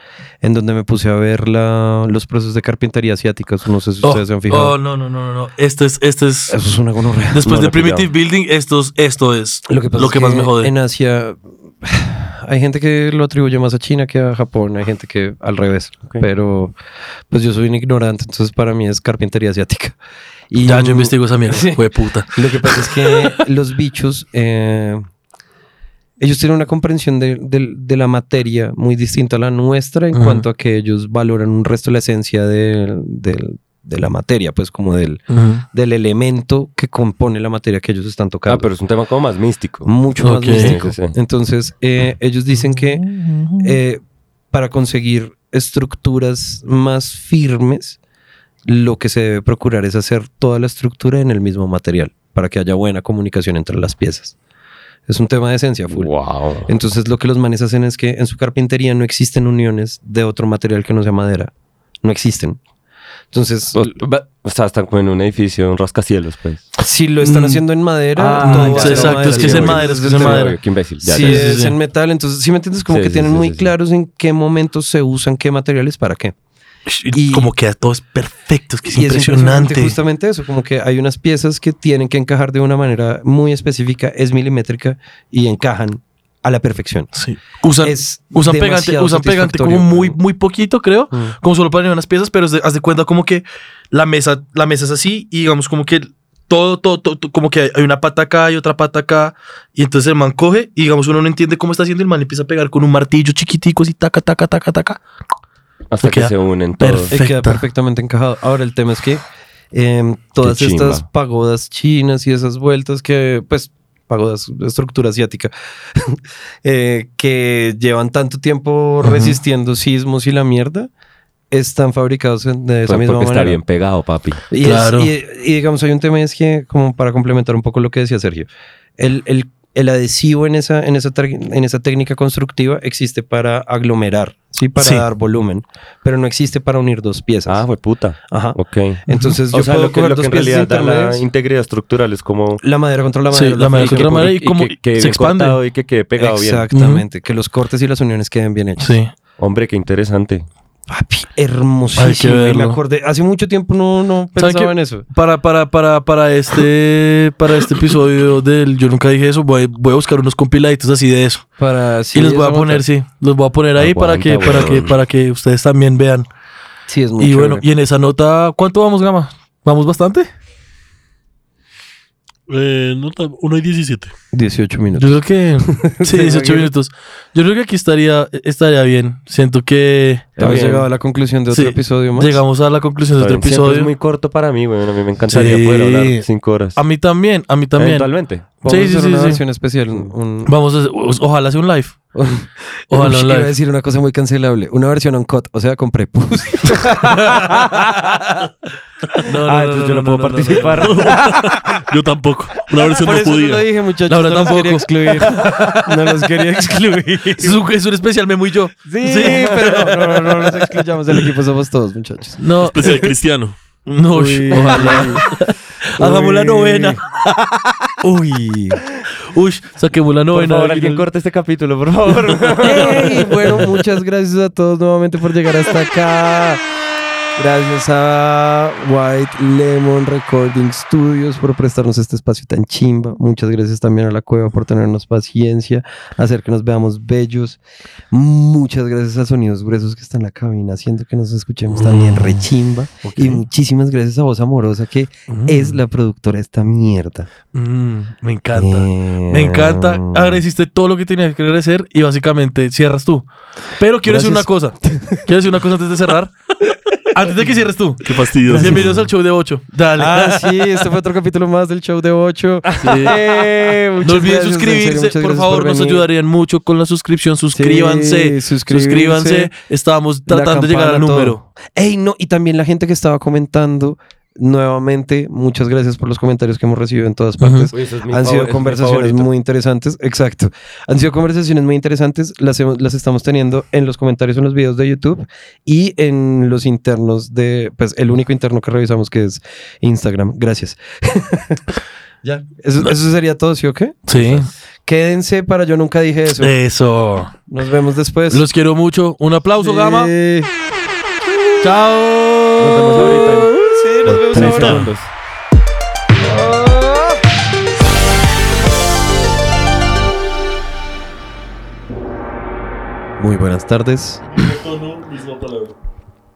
en donde me puse a ver la- los procesos de carpintería asiáticos. No sé si Oh, ustedes se han fijado. oh, no, no, no, no, no. Este es, este es. Eso es una gonorrea. Después No, de no, cuidado. Primitive Building, estos, esto es lo que, pasa es más me jode. En Asia hay gente que lo atribuye más a China que a Japón, hay gente que al revés, Ok. pero pues yo soy un ignorante, entonces para mí es carpintería asiática. Y, Ya yo mm, investigo esa mierda, Sí. hijo de puta. Lo que pasa es que los bichos, eh, ellos tienen una comprensión de, de- de la materia muy distinta a la nuestra en Ajá. cuanto a que ellos valoran un resto la esencia del- del- de la materia, pues como del, del elemento que compone la materia que ellos están tocando. Ah, pero es un tema como más místico. Mucho Ok. más místico. Sí, sí, sí. Entonces, eh, ellos dicen que eh, para conseguir estructuras más firmes, lo que se debe procurar es hacer toda la estructura en el mismo material para que haya buena comunicación entre las piezas. Es un tema de esencia full. Wow. Entonces, lo que los manes hacen es que en su carpintería no existen uniones de otro material que no sea madera. No existen. Entonces, O, va- o sea, están como en un edificio, un rascacielos, pues. si lo están Mm. haciendo en madera, Ah, todo va ya, a ser exacto, madera, es que es en sí, madera, porque es que ese es en tema- madera. Obvio, qué imbécil. Ya, si ya, ya. es sí. en metal, entonces, si me entiendes, como Sí, que sí, tienen sí, muy sí, sí. claros en qué momentos se usan, qué materiales para qué. Y, Y- como queda todo es perfecto, es que es Y impresionante. justamente eso, como que hay unas piezas que tienen que encajar de una manera muy específica, es milimétrica y encajan a la perfección. Sí. Usan, Es usan pegante, demasiado usan pegante como satisfactorio. muy, muy poquito, creo. Mm. Como solo para animar las piezas, pero es de- haz de cuenta como que la mesa, la mesa es así y digamos como que todo, todo, todo, todo- como que hay- hay una pata acá y otra pata acá. Y entonces el man coge y digamos uno no entiende cómo está haciendo y el man empieza a pegar con un martillo chiquitico así, taca, taca, taca, taca. Hasta que queda se unen todos. Eh, queda Perfecta. perfectamente encajado. Ahora el tema es que eh, todas Qué chimba. estas pagodas chinas y esas vueltas que, pues, pagodas, estructura asiática, eh, que llevan tanto tiempo Ujú. resistiendo sismos y la mierda, están fabricados en- de esa Pues, misma porque manera. está bien pegado, papi. Y, es- Claro. y- y digamos, hay un tema es que, como para complementar un poco lo que decía Sergio, el, el- el adhesivo en esa, en, esa tra- en esa técnica constructiva existe para aglomerar, ¿sí? para Sí. dar volumen, pero no existe para unir dos piezas. Ah, Pues fue puta. Ajá. Ok. Entonces, yo o sea, puedo lo que, coger lo que dos en piezas realidad da la intermedias, integridad estructural es como. la madera contra la madera. Sí, la madera fibra contra la contra- madera y como que, que se bien expande. cortado y que quede pegado bien. Exactamente, que los cortes y las uniones queden bien hechos. Sí. Hombre, qué interesante. Papi, hermosísimo. Hay que y me verlo. acordé, hace mucho tiempo no, no ¿Saben pensaba qué? en eso. Para, para, para, para este, para este episodio del Yo nunca dije eso, voy, voy a buscar unos compiladitos así de eso. Para, sí, y los voy a eso poner, monta- sí, los voy a poner ahí para Aguanta, que, para que, weón. para que ustedes también vean. Sí, es muy Y bueno, chévere. y en esa nota, ¿cuánto vamos, Gama? ¿Vamos bastante? Eh, no, tan- uno y 17. 18 minutos. Yo creo que. Sí, Sí, 18 ok. minutos. Yo creo que aquí estaría, estaría bien. Siento que Hemos También. llegado a la conclusión de otro Sí, episodio más. llegamos a la conclusión de otro También siempre episodio. Es muy corto para mí, bueno, a mí me encantaría Sí. poder hablar cinco horas. A mí también, a mí también. Eventualmente. Vamos Sí, a sí, hacer sí, una sí. versión especial. un- Vamos a hacer- o- ojalá sea un live. un- Ojalá Ush, un iba a live. decir una cosa muy cancelable. Una versión on cut, o sea, con prepucio. No, ah, entonces yo no, puedo participar. Yo tampoco. Una versión Por no eso no lo podía. dije, muchachos. La verdad, no los quería tampoco. excluir. No los quería excluir. Es un, es un especial me y yo. Sí, pero no, no, no, no nos excluyamos del equipo, somos todos, muchachos. No, Especial cristiano. no, uy, ojalá. Hagamos la Uy. novena. Uy. Uy, saquemos la Por novena. favor, alguien corte este capítulo, por favor. Ey, bueno, muchas gracias a todos nuevamente por llegar hasta acá. Gracias a White Lemon Recording Studios por prestarnos este espacio tan chimba. Muchas gracias también a la cueva por tenernos paciencia, hacer que nos veamos bellos. Muchas gracias a Sonidos Gruesos que está en la cabina haciendo que nos escuchemos también re chimba. Y muchísimas gracias a Voz Amorosa que es la productora de esta mierda. Mm, me encanta. Me encanta. Bien. Agradeciste todo lo que tenías que agradecer y básicamente cierras tú. Pero quiero decir una Gracias. cosa. Quiero decir una cosa antes de cerrar. antes de que cierres tú. Qué fastidio. Bienvenidos al show de 8. Dale. Ah, sí, este fue otro capítulo más del show de Eh, 8. no olviden suscribirse, por favor, nos ayudarían mucho con la suscripción. Suscríbanse, Sí, suscribirse. suscríbanse. Estábamos tratando de llegar al número. Ey, no, y también la gente que estaba comentando. Nuevamente, muchas gracias por los comentarios que hemos recibido en todas partes. Uy, eso es mi Han favor- sido es mi conversaciones favorito. muy interesantes. Exacto. Han sido conversaciones muy interesantes. Las, hemos- las estamos teniendo en los comentarios, en los videos de YouTube y en los internos de, pues, el único interno que revisamos que es Instagram. Gracias. ya. Eso, eso sería todo, ¿sí o qué? Sí, Quédense para yo nunca dije eso. Eh, eso. Nos vemos después. Eh, Los quiero mucho. Un aplauso, Gama. Sí. Chao. Nos vemos ahorita. Sí, nos vemos Tres ahora. segundos. Muy buenas tardes.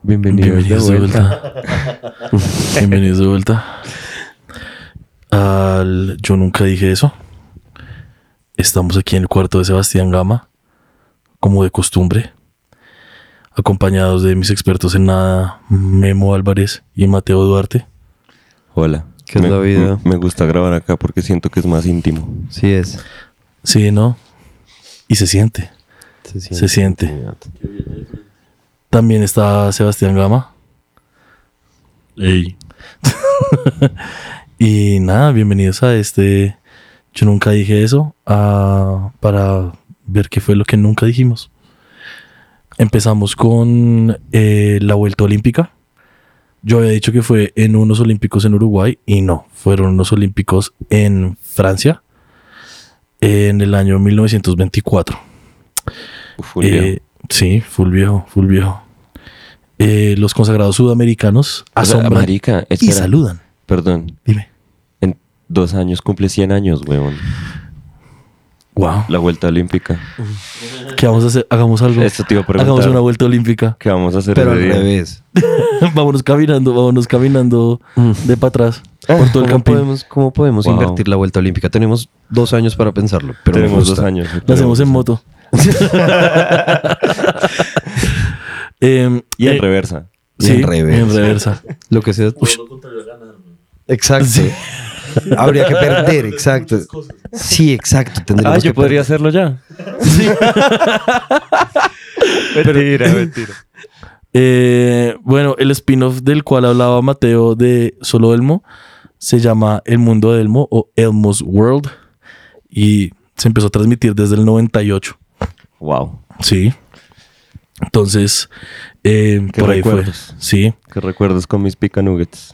Bienvenidos de vuelta. Bienvenidos de vuelta. Al Yo nunca dije eso. Estamos aquí en el cuarto de Sebastián Gama, como de costumbre, acompañados de mis expertos en nada, Memo Álvarez y Mateo Duarte. Hola. ¿Qué es Me- la vida? Me gusta grabar acá porque siento que es más íntimo. Sí es. Sí, ¿no? Y se siente, Se se siente. También está Sebastián Gama. Ey. Y nada, bienvenidos a este Yo nunca dije eso, a- para ver qué fue lo que nunca dijimos. Empezamos con eh, la vuelta olímpica. Yo había dicho que fue en unos olímpicos en Uruguay y no, fueron unos olímpicos en Francia en el año 1924. Eh, sí, full viejo, full viejo. Eh, los consagrados sudamericanos asombran marica, y espera. saludan. Perdón. Dime. En dos años cumple 100 años, weón. Wow. La vuelta olímpica. ¿Qué vamos a hacer? Hagamos algo. Esto te iba a preguntar. Hagamos una vuelta olímpica. ¿Qué vamos a hacer Pero al ese día? revés. vámonos caminando, vámonos caminando Mm. de para atrás por todo el ¿Cómo campín. podemos, cómo podemos Wow. invertir la vuelta olímpica? Tenemos dos años para pensarlo. Pero me Tenemos gusta. dos años. Lo hacemos en moto. Em, Y en eh, reversa. y en reversa. en reversa. Lo que sea. Exacto. Habría que perder, exacto. Sí, exacto. Tendríamos que perder. hacerlo ya. mentira, mentira. Eh, bueno, el spin-off del cual hablaba Mateo de Solo Elmo se llama El Mundo de Elmo o Elmo's World y se empezó a transmitir desde el 98. Wow. Sí. Entonces, eh, Qué por ahí recuerdos. fue. Sí. ¿Qué recuerdos con mis pica nuggets?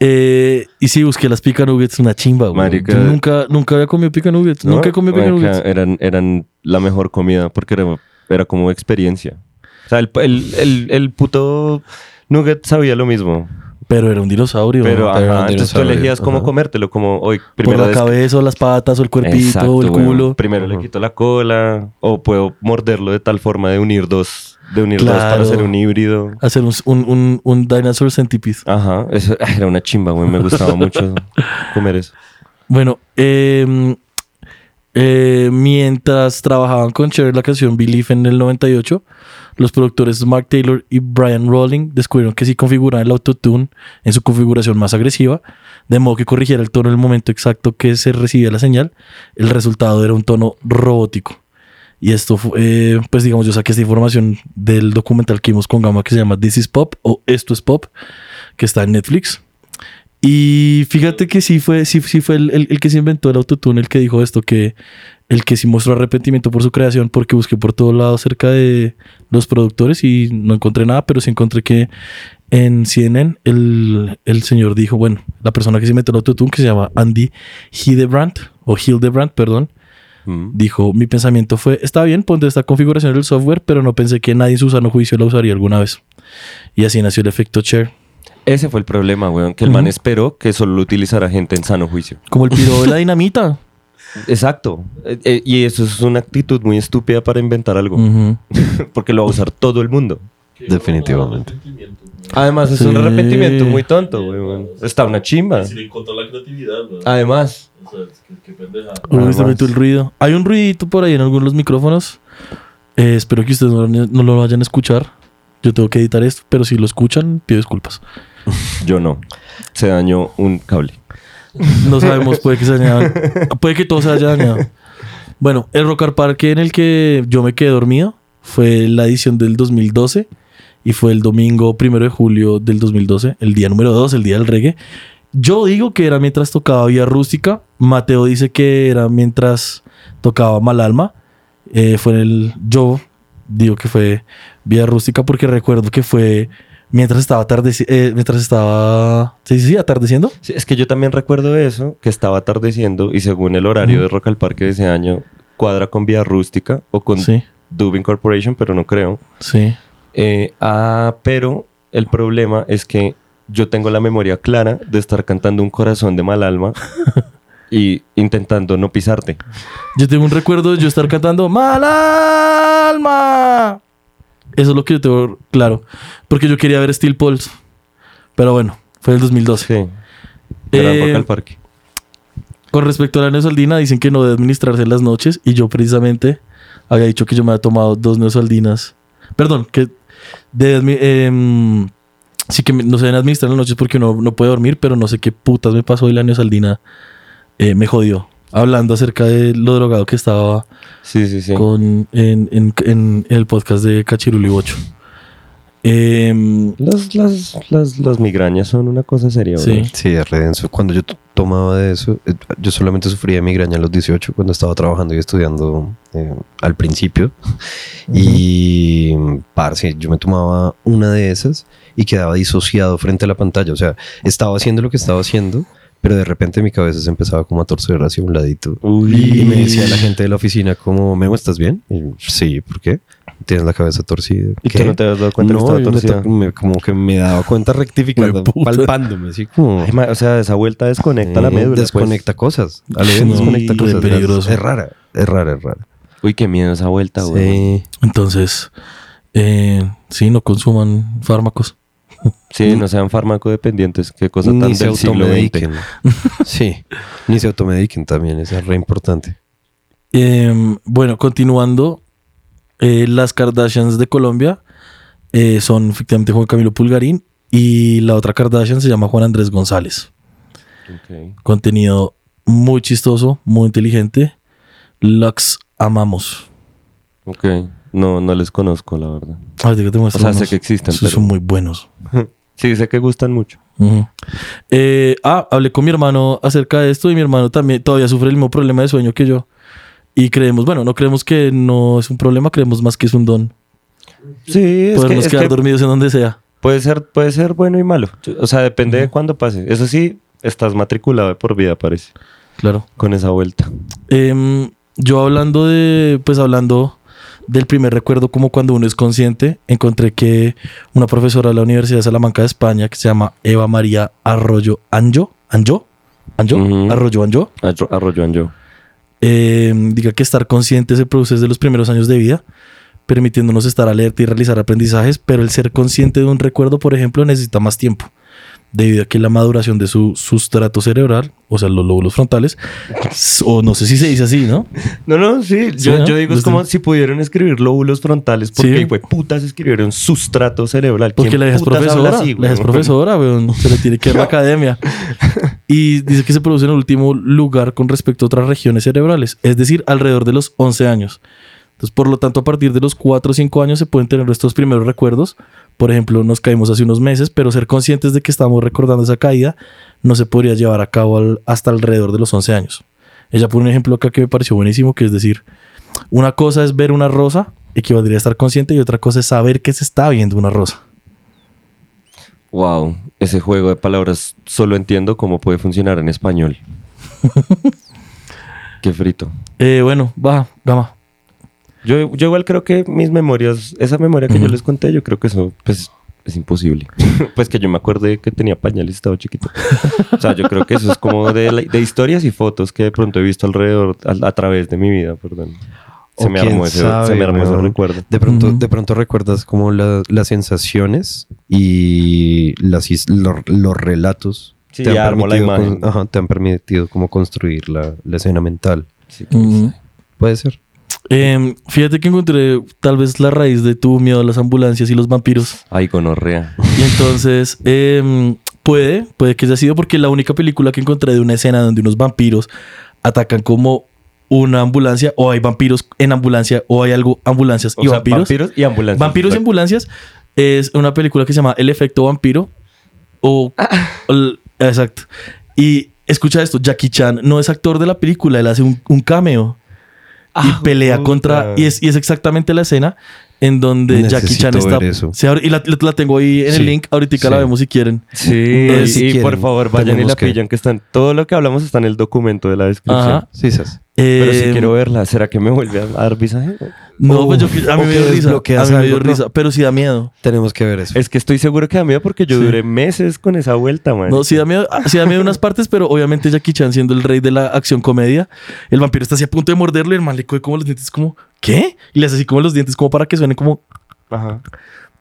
Eh, y sí, busqué las pica nuggets, una chimba, güey. Marica. Yo nunca, nunca había comido pica nuggets. ¿no? Nunca he comido pica Marica, nuggets. Eran, eran la mejor comida porque era, era como experiencia. O sea, el, el, el, el puto nugget sabía lo mismo. Pero era un dinosaurio. Pero, ¿no? ajá, era un entonces tú dinosaurio, elegías cómo ajá. comértelo, como hoy por primero la cabeza, o las patas, o el cuerpito, o el culo. Primero le Ajá. quito la cola o puedo morderlo de tal forma de unir dos, de unir dos para Claro. hacer un híbrido. Hacer un, un, un, un dinosaur centipede. Ajá, eso ah, era una chimba, güey, me gustaba mucho comer eso. Bueno, eh, eh, mientras trabajaban con Cher la canción Believe en el 98, los productores Mark Taylor y Brian Rowling descubrieron que si configuraban el autotune en su configuración más agresiva, de modo que corrigiera el tono en el momento exacto que se recibía la señal, el resultado era un tono robótico. Y esto, fu- eh, pues digamos, yo saqué esta información del documental que vimos con Gama que se llama This is Pop o Esto es Pop, que está en Netflix. Y fíjate que sí fue, sí, sí fue el, el- el que se inventó el autotune, el que dijo esto, que el que sí mostró arrepentimiento por su creación, porque busqué por todos lados cerca de los productores y no encontré nada, pero sí encontré que en CNN el, el señor dijo, bueno, la persona que se inventó el autotune, que se llama Andy Hildebrandt, o Hildebrandt, perdón, Mm. Dijo, mi pensamiento fue, está bien, pondré esta configuración del software, pero no pensé que nadie en su sano juicio la usaría alguna vez. Y así nació el efecto share. Ese fue el problema, weón, que el man esperó que solo lo utilizara gente en sano juicio. Como el piro de la dinamita. Exacto. Eh, eh, y eso es una actitud muy estúpida para inventar algo, Ujú. porque lo va a usar todo el mundo. Definitivamente. Además, es un Sí. arrepentimiento muy tonto, weón. Está una chimba. Si le encontró la creatividad, ¿no? Además, O sea, es que, qué pendeja. Uy, Además. se metió el ruido. Hay un ruidito por ahí en algunos de los micrófonos. Eh, espero que ustedes no, lo- no lo vayan a escuchar. Yo tengo que editar esto, pero si lo escuchan, pido disculpas. yo no. Se dañó un cable. No sabemos, puede que se dañaran. Puede que todo se haya dañado. Bueno, el Rock al Parque en el que yo me quedé dormido fue la edición del 2012 y fue el domingo primero de julio del 2012, el día número 2, el día del reggae. Yo digo que era mientras tocaba Vía Rústica. Mateo dice que era mientras tocaba Mal Alma. Eh, fue en el. Yo digo que fue Vía Rústica porque recuerdo que fue mientras estaba atardeci- eh, mientras estaba. Sí, sí, sí, atardeciendo. Sí, es que yo también recuerdo eso, que estaba atardeciendo y según el horario de Rock al Parque de ese año, cuadra con Vía Rústica o con Sí, Dubin Corporation, pero no creo. sí. Eh, ah, pero el problema es que yo tengo la memoria clara de estar cantando un corazón de mal alma y intentando no pisarte. Yo tengo un recuerdo de yo estar cantando Mal alma. Eso es lo que yo tengo claro. Porque yo quería ver Steel Pulse. Pero bueno, fue el 2012. Sí. Era Eh, Rock al Parque. Con respecto a la neosaldina, dicen que no debe administrarse en las noches. Y yo precisamente había dicho que yo me había tomado dos neosaldinas. Perdón, que debe admi- em, sí que me- no se deben administrar en las noches porque uno no puede dormir, pero no sé qué putas me pasó y la neosaldina eh, me jodió. Hablando acerca de lo drogado que estaba Sí, sí, sí. con, en, en- en el podcast de Cachiruli Bocho. Em, Las, las, las, las migrañas son una cosa seria, Sí. ¿verdad? Sí, es re denso. Cuando yo t- tomaba de eso, eh, yo solamente sufría de migraña a los 18 cuando estaba trabajando y estudiando eh, al principio. Y, parce, yo me tomaba una de esas y quedaba disociado frente a la pantalla. O sea, estaba haciendo lo que estaba haciendo, pero de repente mi cabeza se empezaba como a torcer hacia un ladito. Y me decía la gente de la oficina como, Memo, ¿estás bien? Y yo, sí, ¿por qué? Tienes la cabeza torcida. ¿Y ¿Qué?". tú no te has dado cuenta no, que estaba yo me torcida? to- me- como que me daba cuenta rectificando, Hueputa. palpándome, así como... Ay, ma- O sea, esa vuelta desconecta la Eh, médula. pues. Desconecta cosas. A la vez Sí, desconecta re cosas. peligroso. Es rara, es rara, es rara. Uy, qué miedo esa vuelta, güey. Sí. entonces, eh, sí, no consuman fármacos. Sí, no sean farmacodependientes. Qué cosa tan Ni se del siglo XX. automediquen. sí. Ni se automediquen también, eso es re importante. Em, bueno, continuando, eh, las Kardashians de Colombia eh, son efectivamente Juan Camilo Pulgarín y la otra Kardashian se llama Juan Andrés González. Ok. Contenido muy chistoso, muy inteligente. Lux amamos. Ok. No, no les conozco, la verdad. Ahorita te muestro O sea, sé unos. que existen, Esos pero- son muy buenos. Sí, sé que gustan mucho. Ujú. Eh, ah, hablé con mi hermano acerca de esto y mi hermano también todavía sufre el mismo problema de sueño que yo. Y creemos, bueno, no creemos que no es un problema, creemos más que es un don. Sí, es que, Podernos es quedar que dormidos en donde sea. puede, ser, puede ser bueno y malo. O sea, depende de cuándo pase. Eso sí, estás matriculado de por vida, parece. Claro. Con esa vuelta. Em, yo hablando de, pues hablando del primer recuerdo, como cuando uno es consciente, encontré que una profesora de la Universidad de Salamanca de España, que se llama Eva María Arroyo Anjo, Anjo, Anjo, Ujú. Arroyo Anjo, Arro- Arroyo Anjo. eh, diga que estar consciente se produce desde los primeros años de vida, permitiéndonos estar alerta y realizar aprendizajes, pero el ser consciente de un recuerdo, por ejemplo, necesita más tiempo, debido a que la maduración de su sustrato cerebral, o sea, los lóbulos frontales, s- o no sé si se dice así, ¿no? No, no, sí. Yo, ¿no? yo digo, es Desde- como si pudieran escribir lóbulos frontales. Porque, Sí. güey, putas escribieron sustrato cerebral. Porque ¿Quién la hija es putas habla profesora, así, la hija es güey? profesora, weón, se le tiene que ir a la academia. Y dice que se produce en el último lugar con respecto a otras regiones cerebrales, es decir, alrededor de los 11 años. Entonces, por lo tanto, a partir de los 4 o 5 años se pueden tener estos primeros recuerdos. Por ejemplo, nos caímos hace unos meses, pero ser conscientes de que estamos recordando esa caída no se podría llevar a cabo al- hasta alrededor de los 11 años. Ella pone un ejemplo acá que me pareció buenísimo, que es decir, una cosa es ver una rosa, equivaldría a estar consciente, y otra cosa es saber que se está viendo una rosa. Wow, ese juego de palabras solo entiendo cómo puede funcionar en español. Qué frito. Eh, bueno, baja, gama. Yo, yo igual creo que mis memorias, esa memoria que yo les conté, yo creo que eso pues, es imposible. pues que yo me acuerde que tenía pañales estaba chiquito. o sea, yo creo que eso es como de, la- de historias y fotos que de pronto he visto alrededor, a, a través de mi vida, perdón. Se O me quién armó, ese, sabe, se me armó ese weón. recuerdo. De pronto, Ujú. de pronto recuerdas como la- las sensaciones y las, his- lo- los relatos. Sí, ya armó la permitido imagen. con- ajá, te han permitido como construir la, la escena mental. Puede ser. Em, fíjate que encontré tal vez la raíz de tu miedo a las ambulancias y los vampiros. Ay, gonorrea. Y entonces, em, puede, puede que haya sido porque la única película que encontré de una escena donde unos vampiros atacan como una ambulancia o hay vampiros en ambulancia o hay algo ambulancias O y sea, vampiros. y ambulancias. Vampiros y ambulancias es una película que se llama El efecto vampiro o el- exacto. Y escucha esto, Jackie Chan no es actor de la película, él hace un, un cameo y pelea puta. contra y es, y es exactamente la escena en donde Jackie Necesito Chan está ver eso. se abre- y la, la- la tengo ahí en Sí, el link, ahorita la sí. vemos si quieren. Sí, Eh, y si quieren, por favor, vayan y tenemos la que- pillan, que están, todo lo que hablamos está en el documento de la descripción. Ajá. Sí, esas. Pero si Eh, quiero verla, ¿será que me vuelve a dar visaje? No, pues yo, a mí o me que dio risa, a desbloqueas mí me dio algo, ¿no? risa, pero sí da miedo. Tenemos que ver eso. Es que estoy seguro que da miedo porque yo Sí. duré meses con esa vuelta, man. No, sí da miedo, ah, sí da miedo unas partes, pero obviamente Jackie Chan siendo el rey de la acción comedia, el vampiro está así a punto de morderlo y el man le coge como los dientes como, ¿qué? Y le hace así como los dientes como para que suene como, Ajá.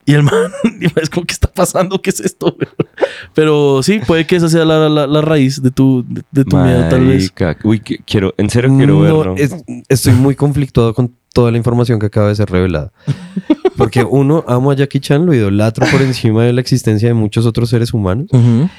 y el man, y el man es como, ¿qué está pasando? ¿Qué es esto? Pero sí, puede que esa sea la, la- la raíz de tu, de, de tu miedo tal vez. Marica. Uy, que- quiero, en serio quiero No, verlo. es- estoy muy conflictuado con toda la información que acaba de ser revelada. Porque uno, amo a Jackie Chan, lo idolatro por encima de la existencia de muchos otros seres humanos. Ujú.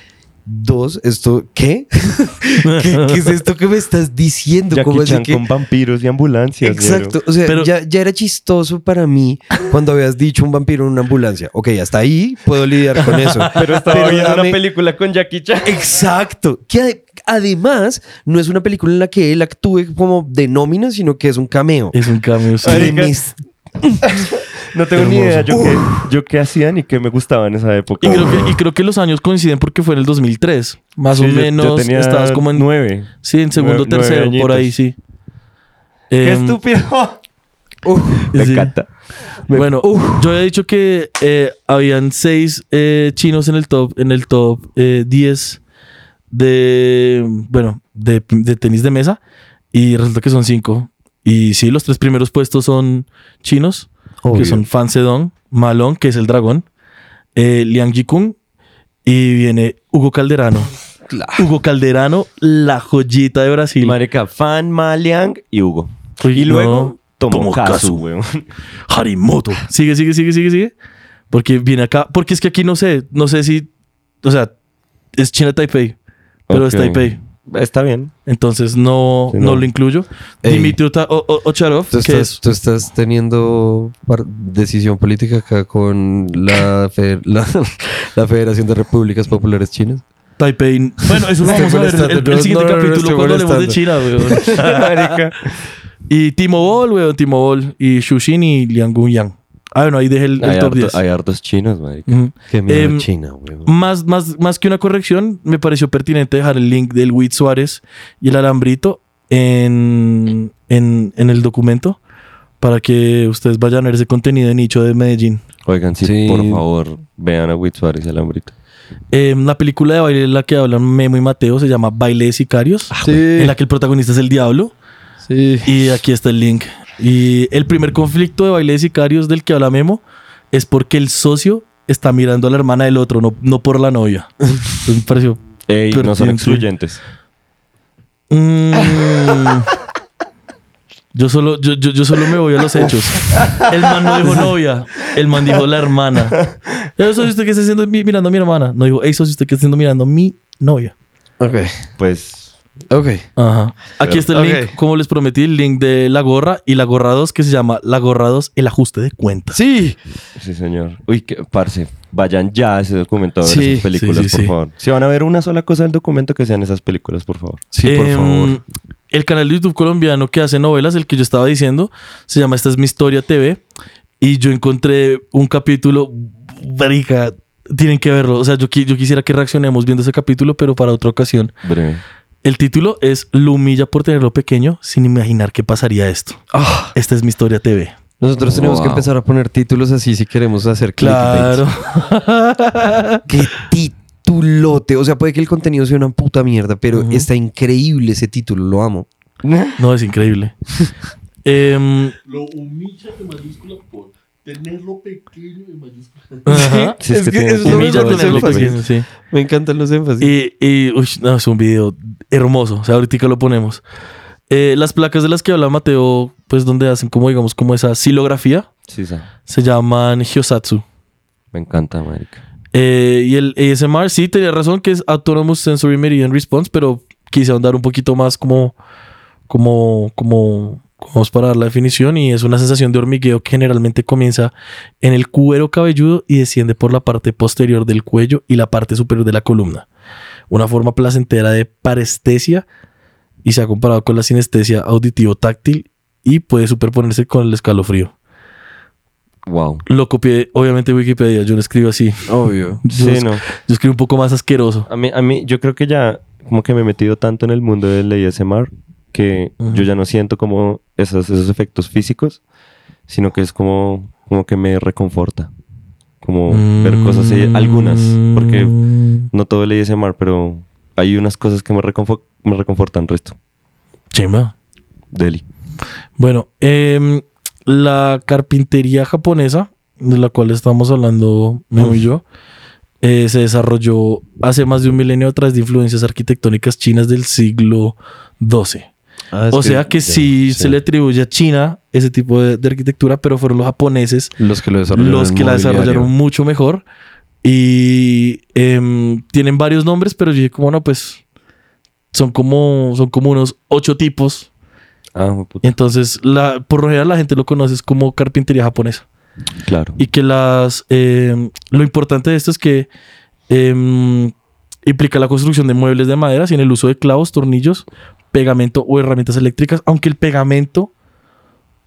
Dos, esto, ¿qué? ¿Qué, qué es esto que me estás diciendo? Jackie ¿Cómo así Chan que- con vampiros y ambulancias. Exacto. O sea, Pero- ya, ya era chistoso para mí cuando habías dicho un vampiro en una ambulancia. Ok, hasta ahí puedo lidiar con eso. Pero Eh, estaba viendo dame- una película con Jackie Chan. Exacto. Que ade- además no es una película en la que él actúe como de nómina, sino que es un cameo. Es un cambio, sí. Que Marica. me es- No tengo ni idea yo qué, yo qué hacía ni qué me gustaba en esa época. Y creo, que, y creo que los años coinciden porque fue en el 2003, más Sí, o yo- yo menos, tenía estabas como en, nueve. sí, en segundo, nueve- nueve tercero, por ahí, añitos. sí. ¡Qué Em, estúpido! Me me sí. encanta. encanta. Bueno, yo he dicho que eh, habían seis eh, chinos en el top, en el top eh, 10 de, bueno, de, de tenis de mesa y resulta que son cinco. Y sí, los tres primeros puestos son chinos, que son Fan Sedong, Malón, que es el dragón, eh, Liang Jikun y viene Hugo Calderano. Hugo Calderano, la joyita de Brasil. Marica, Fan, Maliang y Hugo. Uy, Y no. luego Tomokazu. Tomokazu, weón. Harimoto. Sigue, sigue, sigue, sigue, sigue. Porque viene acá. Porque es que aquí no sé. No sé si. O sea, es China Taipei. Pero es Ok. Taipei. Está bien. Entonces no, Sí, no. no. lo incluyo. Ey. Dimitri Ota- O- O- Ocharov, que Tú estás, es. tú estás teniendo par- decisión política acá con la, fe- la, la Federación de Repúblicas Populares Chinas. Taipei. Bueno, eso lo Estoy vamos a ver el, molestando, el no, siguiente no, no, no, capítulo estoy cuando hablemos de molestando. China, weón. Marica. y Timo Bol, weón. Timo Bol. Y Shushin y Liang Gunyang. Ah, bueno, ahí dejé el, el Hay, top harto- 10. hay hartos chinos, marica. Ujú. Qué miedo Em, China, weón. Más, más, más que una corrección, me pareció pertinente dejar el link del Wit Suárez y el alambrito en, en, en el documento para que ustedes vayan a ver ese contenido de nicho de Medellín. Oigan, sí, Sí. por favor, vean a Witt Suárez y Alambrito. Eh, la película de baile de la que hablan Memo y Mateo se llama Baile de Sicarios, Ah, Sí, en la que el protagonista es el diablo. sí. Y aquí está el link. Y el primer conflicto de baile de sicarios del que habla Memo es porque el socio está mirando a la hermana del otro, no, no por la novia. Entonces me pareció Ey, no son Pertinente. excluyentes. Mm. Yo solo, yo, yo- yo solo me voy a los hechos. El man no dijo novia. El man dijo la hermana. Eso soy usted que está haciendo mi- mirando a mi hermana. No dijo, eso soy usted que está haciendo mirando a mi novia. Ok, Pues, ok. Ajá. Aquí está el Ok. link, como les prometí, el link de la gorra y la gorra 2 que se llama La gorra 2, el ajuste de cuentas. Sí, sí, señor. Uy, qué, parce, vayan ya a ese documento a ver Sí, esas películas, sí, sí, por sí. favor. Si van a ver una sola cosa del documento, que sean esas películas, por favor. sí, por Em, favor. El canal de YouTube colombiano que hace novelas, el que yo estaba diciendo, se llama Esta es mi historia TV. Y yo encontré un capítulo, marica, tienen que verlo. O sea, yo, qui- yo quisiera que reaccionemos viendo ese capítulo, pero para otra ocasión. Breve. El título es Lo humilla por tenerlo pequeño sin imaginar qué pasaría esto. Ah, Esta es mi historia TV. nosotros tenemos que empezar a poner títulos así si queremos hacer clickbait. Claro. Qué titulote. O sea, puede que el contenido sea una puta mierda, pero Ujú. está increíble ese título. Lo amo. No, es increíble. Em, Lo humilla en mayúscula por tenerlo pequeño en mayúscula. ajá. Sí, es que tiene eso todo Humilla el por tenerlo énfasis. pequeño, sí. Me encantan los énfasis. Y, y uy, no, es un video hermoso. O sea, ahorita lo ponemos. Eh, las placas de las que habla Mateo, pues donde hacen como, digamos, como esa silografía, Sí, sa- se llaman Hyosatsu. me encanta, marica. Eh, y el ASMR, sí, tenía razón que es Autonomous Sensory Meridian Response, pero quise ahondar un poquito más como, como, como, como es para dar la definición y es una sensación de hormigueo que generalmente comienza en el cuero cabelludo y desciende por la parte posterior del cuello y la parte superior de la columna. Una forma placentera de parestesia y se ha comparado con la sinestesia auditivo-táctil y puede superponerse con el escalofrío. Wow. Lo copié, obviamente, de Wikipedia. Yo lo escribo así. Obvio. Sí, no. Yo escribo un poco más asqueroso. A mí, a mí, yo creo que ya como que me he metido tanto en el mundo del ASMR que Ujú. yo ya no siento como esas- esos efectos físicos, sino que es como, como que me reconforta. Como ver cosas, eh, Mm. algunas, porque no todo el ASMR, pero hay unas cosas que me, reconfo- me reconfortan, resto. Chimba. Deli. Bueno, em, la carpintería japonesa, de la cual estamos hablando Memo y yo, eh, se desarrolló hace más de un milenio atrás de influencias arquitectónicas chinas del siglo XII. o sea Ah, que sí, se le atribuye a China ese tipo de, de arquitectura, pero fueron los japoneses Los que lo desarrollaron. los que la desarrollaron mucho mejor. Y em, tienen varios nombres, pero yo dije, como no, pues son como, son como unos ocho tipos Ah, jue puta. Entonces, la, por lo general la gente lo conoce es como carpintería japonesa. Claro. Y que las... eh, lo importante de esto es que eh, implica la construcción de muebles de madera sin el uso de clavos, tornillos, pegamento o herramientas eléctricas, aunque el pegamento,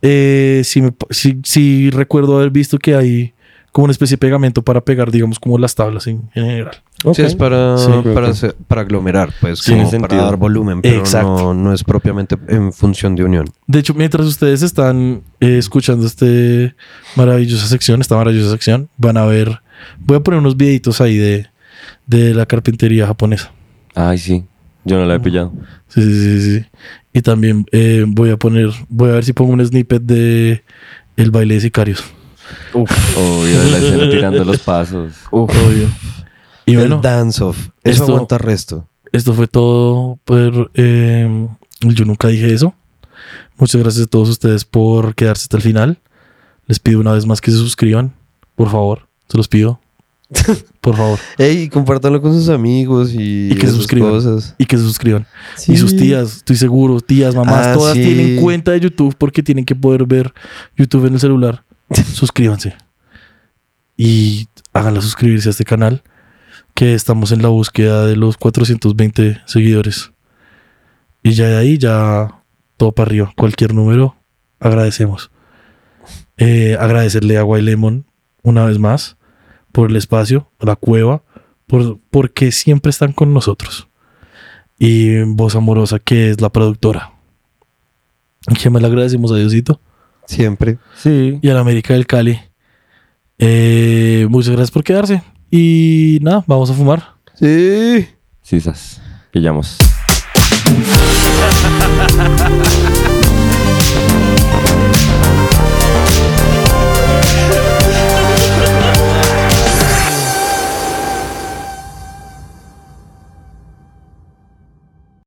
eh, si, me- si- si recuerdo haber visto que hay como una especie de pegamento para pegar, digamos, como las tablas en, en general. Sí, es para, Sí, creo para, que- hacer- para aglomerar, pues, Tiene como para sentido. dar volumen, pero Exacto. no, no es propiamente en función de unión. De hecho, mientras ustedes están eh, escuchando este maravillosa sección, esta maravillosa sección, van a ver. Voy a poner unos videitos ahí de, de la carpintería japonesa. Ay, sí. Yo no la he pillado. Sí, sí, sí, sí, sí. Y también eh, voy a poner, voy a ver si pongo un snippet de el baile de sicarios. Obvio, de la escena tirando los pasos. Obvio. Y el bueno, dance off. Eso esto- aguanta resto. esto fue todo por eh, Yo nunca dije eso. Muchas gracias a todos ustedes por quedarse hasta el final. Les pido una vez más que se suscriban. Por favor, se los pido. Por favor. Ey, compártanlo con sus amigos y, Y que se esas suscriban. cosas. Y que se suscriban. Sí. Y sus tías, estoy seguro, tías, mamás, Ah, todas sí. tienen cuenta de YouTube porque tienen que poder ver YouTube en el celular. Suscríbanse. Y háganla suscribirse a este canal que estamos en la búsqueda de los 420 seguidores. Y ya de ahí, ya todo para arriba. Cualquier número, agradecemos. Eh, agradecerle a White Lemon una vez más por el espacio, a la cueva, por, porque siempre están con nosotros. Y Voz Amorosa, que es la productora. Que me le agradecemos a Diosito Siempre. Sí. y a la América del Cali. Eh, muchas gracias por quedarse. Y nada, vamos a fumar. Sí. Sí, sas. Pillamos.